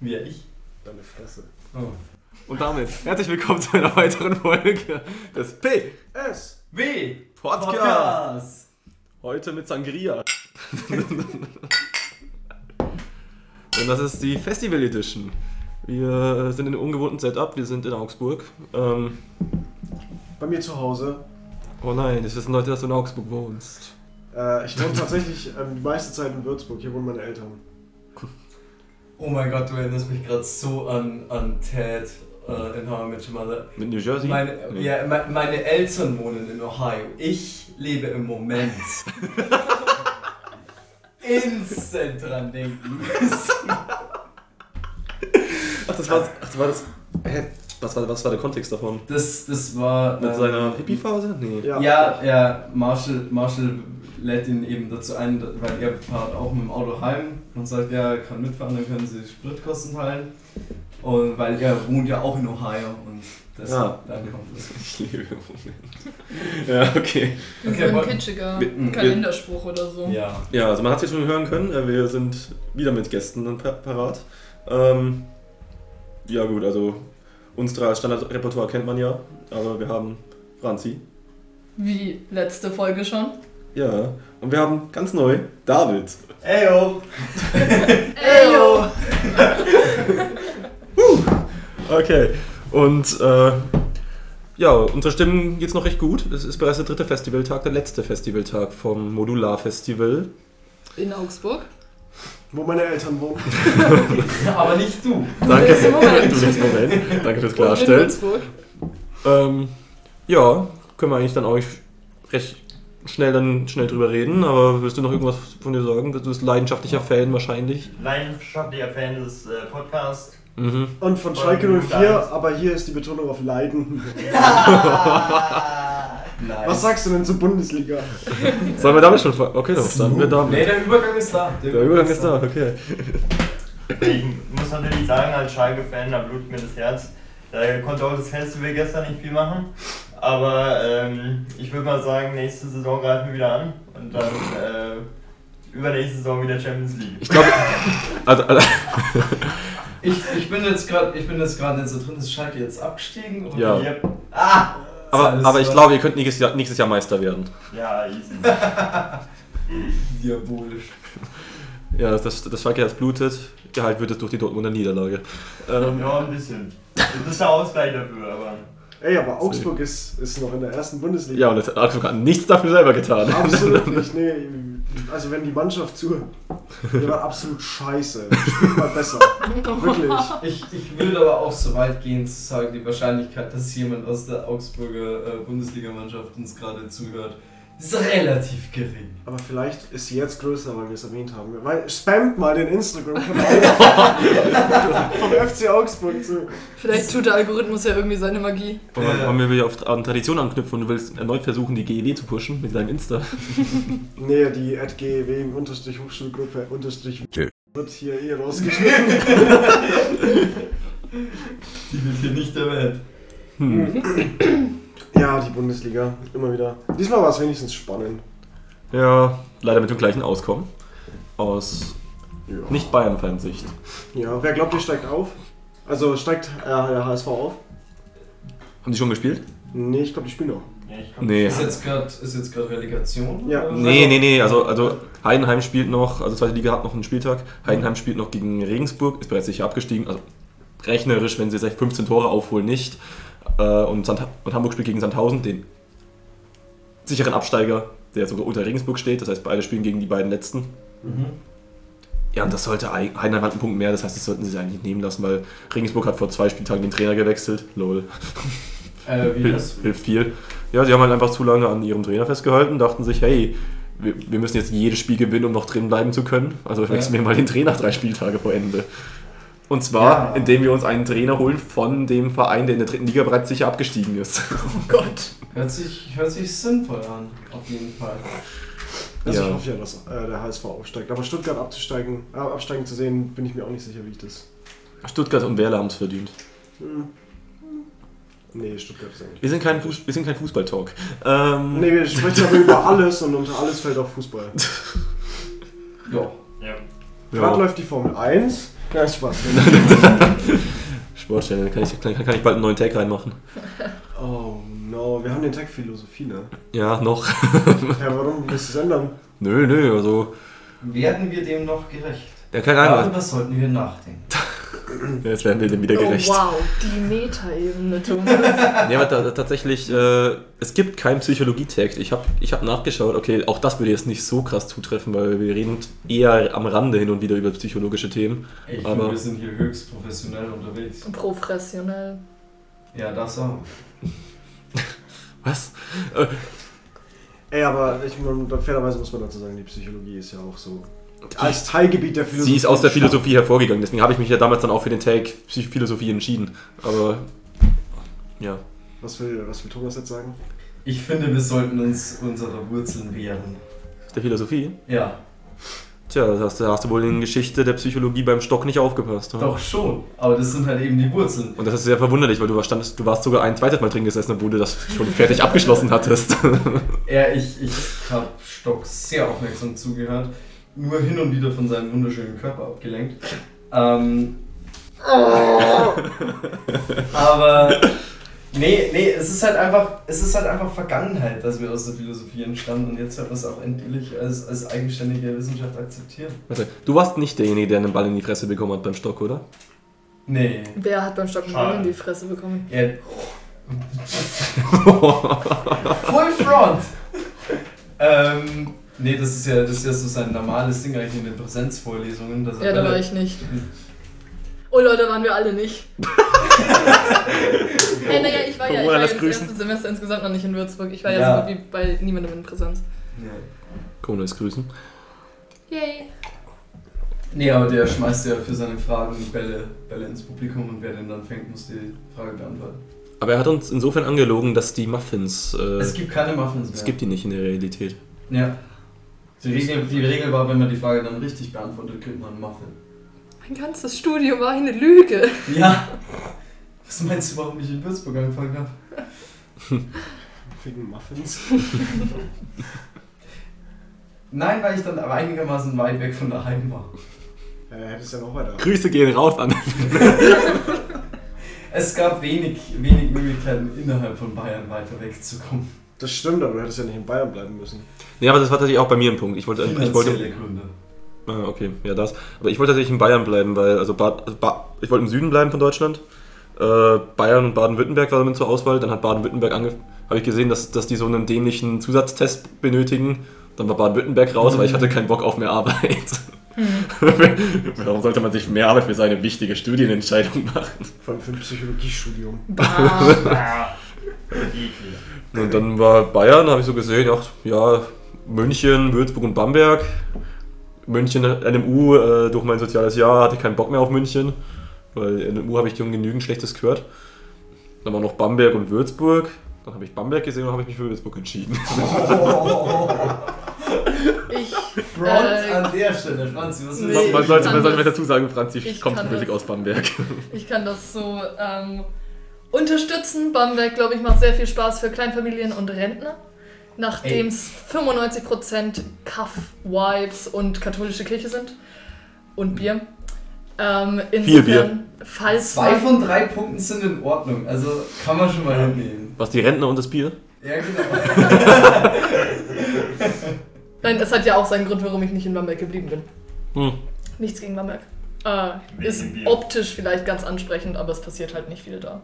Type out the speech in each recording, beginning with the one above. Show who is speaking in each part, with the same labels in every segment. Speaker 1: Wer ich?
Speaker 2: Deine Fresse.
Speaker 1: Oh.
Speaker 3: Und damit herzlich willkommen zu einer weiteren Folge des P.
Speaker 2: Es.
Speaker 1: W.
Speaker 3: Podcast.
Speaker 1: Podcast.
Speaker 3: Heute mit Sangria. Und das ist die Festival Edition. Wir sind in einem ungewohnten Setup, wir sind in Augsburg. Ähm,
Speaker 2: Bei mir zu Hause.
Speaker 3: oh nein, es wissen Leute, dass du in Augsburg wohnst.
Speaker 2: Äh, ich wohne tatsächlich ähm, die meiste Zeit in Würzburg. Hier wohnen meine Eltern.
Speaker 1: Oh mein Gott, du erinnerst mich gerade so an, an Ted äh, in How I Met Your Mother.
Speaker 3: Mit New Jersey?
Speaker 1: Meine,
Speaker 3: Nee.
Speaker 1: ja, me meine Eltern wohnen in Ohio. Ich lebe im Moment. Instant dran denken.
Speaker 3: Ach, das war, ach, das, war das. Hä? Was war, was war der Kontext davon?
Speaker 1: Das, das war.
Speaker 3: Mit
Speaker 1: ähm,
Speaker 3: seiner Hippie-Phase? Nee.
Speaker 2: Ja.
Speaker 1: Ja, ja, Marshall, Marshall lädt ihn eben dazu ein, weil er fahrt auch mit dem Auto heim und sagt, ja, er kann mitfahren, dann können sie Spritkosten teilen. Und weil er wohnt ja auch in Ohio und das,
Speaker 3: Ah.
Speaker 1: dann kommt das.
Speaker 3: Ich liebe im Moment. Ja, okay.
Speaker 1: Okay,
Speaker 4: so
Speaker 1: woll-
Speaker 4: ein kitschiger
Speaker 3: Wir- wir-
Speaker 4: Kalenderspruch oder so.
Speaker 1: Ja.
Speaker 3: Ja, also man hat es jetzt schon hören können, äh, wir sind wieder mit Gästen dann pa- parat. Ähm, ja gut, also unser Standardrepertoire kennt man ja, aber wir haben Franzi,
Speaker 4: Wie letzte Folge schon.
Speaker 3: ja, und wir haben ganz neu David.
Speaker 1: Eyo!
Speaker 4: Eyo!
Speaker 3: Okay, und äh, ja, unsere Stimmen geht's noch recht gut. Es ist bereits der dritte Festivaltag, der letzte Festivaltag vom Modular Festival.
Speaker 4: In Augsburg.
Speaker 2: Wo meine Eltern wohnen.
Speaker 1: Aber nicht du.
Speaker 3: Danke,
Speaker 4: bist im Moment.
Speaker 3: du bist im Moment. Danke fürs
Speaker 4: Und in
Speaker 3: Klarstellen.
Speaker 4: Würzburg.
Speaker 3: Ähm, ja, können wir eigentlich dann auch recht schnell dann schnell drüber reden, aber willst du noch irgendwas von dir sagen? Du bist leidenschaftlicher Fan wahrscheinlich.
Speaker 5: leidenschaftlicher Fan des äh, Podcasts.
Speaker 3: Mhm.
Speaker 2: Und von
Speaker 5: Von
Speaker 2: Schalke 04,
Speaker 5: Mainz.
Speaker 2: aber hier ist die Betonung auf Leiden.
Speaker 1: Nein.
Speaker 2: Was sagst du denn zur Bundesliga?
Speaker 3: Sollen wir damit schon ver- Okay, dann starten wir
Speaker 1: Nee,
Speaker 3: damit.
Speaker 1: der Übergang ist da.
Speaker 3: Der Übergang ist da, okay.
Speaker 5: Ich muss natürlich sagen, halt, als Schalke-Fan, da blutet mir das Herz. Da konnte auch das Festival gestern nicht viel machen. Aber ähm, ich würde mal sagen, nächste Saison greifen wir wieder an und dann äh, übernächste Saison wieder Champions League.
Speaker 3: Ich glaube, also, also,
Speaker 1: Ich, ich bin jetzt gerade ich bin jetzt gerade nicht so drin, ist Schalke jetzt abgestiegen? oder?
Speaker 3: Ja.
Speaker 5: Yep.
Speaker 1: Ah!
Speaker 3: aber, aber ich
Speaker 1: Alles
Speaker 3: glaube, ihr könnt nächstes Jahr, nächstes Jahr Meister werden.
Speaker 5: Ja, easy.
Speaker 1: Diabolisch.
Speaker 3: Ja, das, das Schalke Herz blutet, geheilt wird es durch die Dortmunder Niederlage. Ähm,
Speaker 5: Ja, ein bisschen. Das ist der Ausgleich dafür, aber.
Speaker 2: Ey, aber Augsburg ist, ist noch in der ersten Bundesliga.
Speaker 3: ja, und das hat Augsburg nichts dafür selber getan.
Speaker 2: Absolut nicht, nee. Also wenn die Mannschaft zuhört, der war absolut scheiße. Spielt mal besser. Wirklich.
Speaker 1: Ich, ich würde aber auch so weit gehen zu sagen, die Wahrscheinlichkeit, dass jemand aus der Augsburger äh, Bundesligamannschaft uns gerade zuhört, ist relativ gering.
Speaker 2: Aber vielleicht ist sie jetzt größer, weil wir es erwähnt haben. Weil, spamt mal den Instagram von vom FC Augsburg zu.
Speaker 4: Vielleicht tut der Algorithmus ja irgendwie seine Magie.
Speaker 3: Und man, man will ja auf an Tradition anknüpfen und du willst erneut versuchen, die GEW zu pushen mit deinem Insta.
Speaker 2: Nee, die @gew unterstrich Hochschulgruppe unterstrich
Speaker 6: Tschö.
Speaker 2: wird hier eh rausgeschnitten.
Speaker 1: Die wird hier nicht erwähnt.
Speaker 3: Hm.
Speaker 2: Ja, die Bundesliga, immer wieder. Diesmal war es wenigstens spannend.
Speaker 3: Ja, leider mit dem gleichen Auskommen. Aus
Speaker 2: Ja.
Speaker 3: nicht Bayern-Fansicht.
Speaker 2: Ja, wer glaubt, ihr steigt auf? Also steigt äh, der HSV auf?
Speaker 3: Haben die schon gespielt?
Speaker 2: Nee, ich glaube, die spielen noch.
Speaker 5: Ja, ich komm-
Speaker 3: Nee.
Speaker 1: Ist jetzt gerade ist jetzt gerade Relegation?
Speaker 2: Ja.
Speaker 1: oder?
Speaker 3: Nee, nee, nee. Also, also Heidenheim spielt noch, also zweite Liga hat noch einen Spieltag. Heidenheim spielt noch gegen Regensburg, ist bereits sicher abgestiegen. Also rechnerisch, wenn sie jetzt 15 Tore aufholen, nicht. Äh, Und, Sand, und Hamburg spielt gegen Sandhausen, den sicheren Absteiger, der sogar unter Regensburg steht. Das heißt, beide spielen gegen die beiden letzten.
Speaker 1: Mhm.
Speaker 3: Ja, und das sollte eig- Heidenheim hat einen Punkt mehr, das heißt, das sollten sie sich eigentlich nehmen lassen, weil Regensburg hat vor zwei Spieltagen den Trainer gewechselt. Lol.
Speaker 1: Äh, wie das?
Speaker 3: Hilft, hilft viel. Ja, sie haben halt einfach zu lange an ihrem Trainer festgehalten, dachten sich, hey, wir, wir müssen jetzt jedes Spiel gewinnen, um noch drin bleiben zu können. Also wechseln wir mal den Trainer drei Spieltage vor Ende. Und zwar,
Speaker 1: Ja.
Speaker 3: indem wir uns einen Trainer holen von dem Verein, der in der dritten Liga bereits sicher abgestiegen ist. Oh Gott.
Speaker 1: Hört sich, hört sich sinnvoll an, auf jeden Fall.
Speaker 2: Also
Speaker 3: Ja.
Speaker 2: ich hoffe ja, dass äh, der HSV aufsteigt. Aber Stuttgart abzusteigen, äh, absteigen zu sehen, bin ich mir auch nicht sicher, wie ich das.
Speaker 3: Stuttgart und Werle haben es verdient.
Speaker 2: Hm. Nee, Stuttgart ist eigentlich.
Speaker 3: Wir sind kein, Fuß, wir sind kein Fußball-Talk. Ähm,
Speaker 2: Nee, wir sprechen aber über alles und unter alles fällt auch Fußball.
Speaker 1: Ja.
Speaker 5: Ja.
Speaker 3: ja.
Speaker 2: Gerade läuft die Formel 1. Ja, Spaß.
Speaker 3: Sportchannel, kann ich, kann, kann ich bald einen neuen Tag reinmachen.
Speaker 2: Oh no, wir haben den Tag Philosophie, ne?
Speaker 3: Ja, noch.
Speaker 2: Ja, warum willst du es ändern?
Speaker 3: Nö, nö, also.
Speaker 1: Werden wir dem noch gerecht?
Speaker 3: Ja, keine Ahnung.
Speaker 1: Darüber sollten wir nachdenken.
Speaker 3: Jetzt werden wir dem wieder gerecht.
Speaker 4: Oh, wow, die Metaebene, Thomas.
Speaker 3: Nee, aber ta- tatsächlich, äh, es gibt keinen Psychologie-Tag. Ich habe ich hab nachgeschaut, okay, auch das würde jetzt nicht so krass zutreffen, weil wir reden eher am Rande hin und wieder über psychologische Themen.
Speaker 1: Ich
Speaker 3: Aber-
Speaker 1: finde, wir sind hier höchst professionell unterwegs.
Speaker 4: Professionell.
Speaker 1: Ja, das auch.
Speaker 3: Was?
Speaker 2: Ey, aber ich, man, fairerweise muss man dazu sagen, die Psychologie ist ja auch so. Als Teilgebiet der Philosophie.
Speaker 3: Sie ist aus der Philosophie hervorgegangen, deswegen habe ich mich ja damals dann auch für den Tag Psych- Philosophie entschieden. Aber ja.
Speaker 2: Was will, was will Thomas jetzt sagen?
Speaker 1: Ich finde, wir sollten uns unserer Wurzeln wehren.
Speaker 3: Der Philosophie?
Speaker 1: Ja,
Speaker 3: Tja, da hast, du- hast du wohl in Geschichte der Psychologie beim Stock nicht aufgepasst. oder?
Speaker 1: doch schon. Aber das sind halt eben die Wurzeln.
Speaker 3: Und das ist sehr verwunderlich, weil du standest, du warst sogar ein zweites Mal drin gesessen, obwohl du das schon fertig abgeschlossen hattest.
Speaker 1: Ja, ich, ich habe Stock sehr aufmerksam zugehört. Nur hin und wieder von seinem wunderschönen Körper abgelenkt. Ähm, aber nee, nee, es ist halt einfach, es ist halt einfach Vergangenheit, dass wir aus der Philosophie entstanden und jetzt wird das auch endlich als, als eigenständige Wissenschaft akzeptiert.
Speaker 3: Warte, du warst nicht derjenige, der einen Ball in die Fresse bekommen hat beim Stock, oder?
Speaker 1: Nee.
Speaker 4: Wer hat beim Stock einen Ball in die Fresse bekommen?
Speaker 1: Ja. Full Front! ähm, nee, das ist ja, das ist ja so sein normales Ding eigentlich in den Präsenzvorlesungen. Dass er
Speaker 4: Ja, da
Speaker 1: Bälle-
Speaker 4: war ich nicht. Oh Leute, waren wir alle nicht. hey, naja, ich war ja,
Speaker 3: Corona,
Speaker 4: ich war ja
Speaker 3: lass
Speaker 4: das
Speaker 3: grüßen.
Speaker 4: erste Semester insgesamt noch nicht in Würzburg. Ich war ja,
Speaker 1: Ja.
Speaker 4: so gut wie bei niemandem in Präsenz.
Speaker 1: Ja.
Speaker 3: Corona ist grüßen.
Speaker 4: Yay.
Speaker 1: Nee, aber der schmeißt ja für seine Fragen Bälle, Bälle ins Publikum und wer den dann fängt, muss die Frage beantworten.
Speaker 3: Aber er hat uns insofern angelogen, dass die Muffins. Äh,
Speaker 1: Es gibt keine Muffins mehr.
Speaker 3: es gibt die nicht in der Realität.
Speaker 1: Ja. Die Regel, die Regel war, wenn man die Frage dann richtig beantwortet, kriegt man einen Muffin.
Speaker 4: Mein ganzes Studium war eine Lüge.
Speaker 1: Ja. Was meinst du, warum ich in Würzburg angefangen habe?
Speaker 2: Wegen Muffins.
Speaker 1: Nein, weil ich dann aber einigermaßen weit weg von daheim war.
Speaker 2: Ja, er hätte es ja noch weiter.
Speaker 3: Grüße gehen raus an.
Speaker 1: Es gab wenig, wenig Möglichkeiten, innerhalb von Bayern weiter wegzukommen.
Speaker 2: Das stimmt, aber du hättest ja nicht in Bayern bleiben müssen.
Speaker 3: Nee, aber das war tatsächlich auch bei mir ein Punkt. Ich wollte. Ich wollte
Speaker 1: Finanzielle Gründe.
Speaker 3: ah, okay, ja, das. Aber ich wollte tatsächlich in Bayern bleiben, weil. Also, Bad, also ba, ich wollte im Süden bleiben von Deutschland. Äh, Bayern und Baden-Württemberg waren damit zur Auswahl. Dann hat Baden-Württemberg ange. Habe ich gesehen, dass, dass die so einen dämlichen Zusatztest benötigen. Dann war Baden-Württemberg raus, weil ich hatte keinen Bock auf mehr Arbeit. Mhm. Warum sollte man sich mehr Arbeit für seine wichtige Studienentscheidung machen?
Speaker 2: Vor allem für ein Psychologiestudium.
Speaker 4: Bam.
Speaker 5: Ah, eklig.
Speaker 3: Und dann war Bayern, habe ich so gesehen, ach, ja, München, Würzburg und Bamberg. München, NMU, äh, durch mein soziales Jahr hatte ich keinen Bock mehr auf München, weil NMU habe ich schon genügend Schlechtes gehört. Dann war noch Bamberg und Würzburg. Dann habe ich Bamberg gesehen und habe ich mich für Würzburg entschieden.
Speaker 4: Ich,
Speaker 1: Front
Speaker 4: Äh,
Speaker 1: an der Stelle, Franzi, was
Speaker 4: Nee,
Speaker 1: willst
Speaker 3: man, man
Speaker 1: du?
Speaker 4: ich
Speaker 3: sollte,
Speaker 4: kann
Speaker 3: man sollte
Speaker 4: das-
Speaker 3: mir dazu sagen, Franzi
Speaker 4: ich
Speaker 3: kommt
Speaker 4: kann
Speaker 3: wirklich
Speaker 4: das.
Speaker 3: aus Bamberg.
Speaker 4: ich kann das so ähm, unterstützen. Bamberg, glaube ich, macht sehr viel Spaß für Kleinfamilien und Rentner. Nachdem es 95% Kaff, Vibes und katholische Kirche sind. Und Bier. Ähm, insofern,
Speaker 3: Viel Bier.
Speaker 4: Falls
Speaker 1: Zwei
Speaker 4: man-
Speaker 1: von drei Punkten sind in Ordnung, also kann man schon mal hinnehmen.
Speaker 3: Was die Rentner und das Bier?
Speaker 1: Ja, genau.
Speaker 4: Nein, das hat ja auch seinen Grund, warum ich nicht in Bamberg geblieben bin.
Speaker 3: Hm.
Speaker 4: Nichts gegen Bamberg. Äh,
Speaker 5: Wegen
Speaker 4: ist
Speaker 5: Bier.
Speaker 4: optisch vielleicht ganz ansprechend, aber es passiert halt nicht viel da.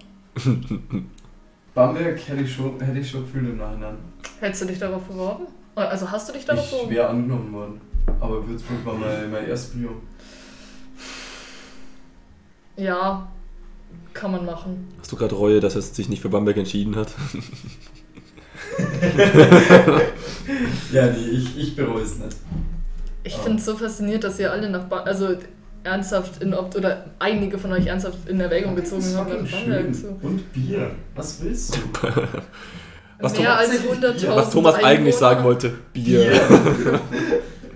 Speaker 1: Bamberg hätte ich schon, hätte ich schon gefühlt im Nachhinein.
Speaker 4: Hättest du dich darauf beworben? Also hast du dich darauf
Speaker 1: Ich
Speaker 4: beworben?
Speaker 1: wäre angenommen worden. Aber Würzburg war mein, mein erstes Bio.
Speaker 4: Ja, kann man machen.
Speaker 3: Hast du gerade Reue, dass er sich nicht für Bamberg entschieden hat?
Speaker 1: Ja, nee, ich, ich bereue es nicht.
Speaker 4: Ich
Speaker 1: Ah.
Speaker 4: finde es so faszinierend, dass ihr alle nach Bamberg, also ernsthaft in Opt oder einige von euch ernsthaft in Erwägung gezogen
Speaker 1: Das ist
Speaker 4: haben,
Speaker 1: fucking
Speaker 4: nach Bamberg
Speaker 1: schön.
Speaker 4: zu.
Speaker 1: Und Bier. Was willst du?
Speaker 3: Was
Speaker 1: Thomas-
Speaker 4: Mehr als 100.000
Speaker 3: Was Thomas eigentlich
Speaker 4: Einwohner-
Speaker 3: sagen wollte, Bier.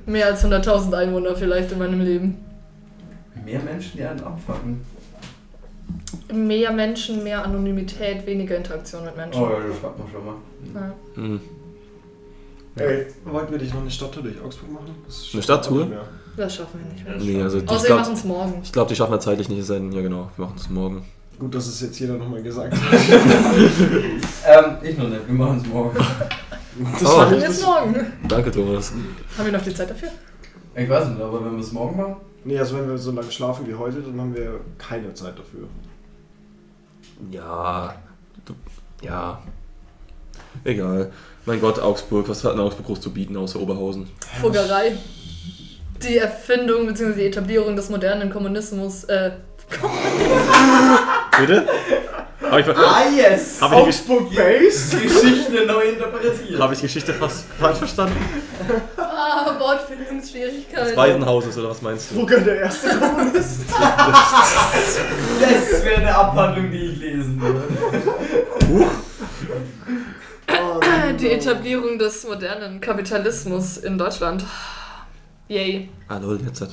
Speaker 4: Mehr als 100.000 Einwohner vielleicht in meinem Leben.
Speaker 1: Mehr Menschen, die einen abfacken.
Speaker 4: Mehr Menschen, mehr
Speaker 3: Oh.
Speaker 4: Anonymität, weniger Interaktion mit Menschen.
Speaker 1: Oh ja, das hat man schon mal.
Speaker 4: Ja.
Speaker 3: Hm.
Speaker 2: Ey, wollten wir dich noch eine Stadttour durch Augsburg machen? Das ist
Speaker 3: Eine Stadttour?
Speaker 5: Nicht mehr.
Speaker 4: Das schaffen wir nicht mehr.
Speaker 3: Nee, also die- ich
Speaker 4: Außer wir
Speaker 3: glaube,
Speaker 4: machen es morgen.
Speaker 3: ich glaub, die schaffen wir zeitlich nicht. es sei denn, Ja, genau, wir machen es morgen.
Speaker 2: Gut, dass es jetzt jeder nochmal gesagt hat.
Speaker 1: Ähm, ich noch nicht, wir machen es morgen.
Speaker 2: Das
Speaker 3: Oh.
Speaker 2: fand
Speaker 4: Machen
Speaker 2: ich
Speaker 4: wir es
Speaker 2: das.
Speaker 4: morgen.
Speaker 3: Danke, Thomas.
Speaker 4: Haben wir noch die Zeit dafür?
Speaker 1: Ich weiß nicht, aber wenn wir es morgen machen,
Speaker 2: Nee, also wenn wir so lange schlafen wie heute, dann haben wir keine Zeit dafür.
Speaker 3: Ja. Du, ja. Egal. Mein Gott, Augsburg. Was hat denn Augsburg groß zu bieten außer Oberhausen?
Speaker 4: Fuggerei. Die Erfindung bzw. die Etablierung des modernen Kommunismus. Äh,
Speaker 3: Bitte? Habe ich, ver-
Speaker 1: Ah, yes!
Speaker 3: hab ich, die Gesch-
Speaker 2: Augsburg Base?
Speaker 1: Geschichte neu interpretiert.
Speaker 3: hab ich die Geschichte fast falsch verstanden?
Speaker 4: ah,
Speaker 3: Das
Speaker 4: Wortfindungsschwierigkeiten.
Speaker 3: Waisenhauses, oder was meinst du?
Speaker 2: Fugger der erste Kommunist.
Speaker 1: Das wäre eine Abhandlung, die ich lesen würde.
Speaker 2: Oh, nein,
Speaker 4: Die Etablierung des modernen Kapitalismus in Deutschland. Yay.
Speaker 3: Ah, lol, jetzt hat.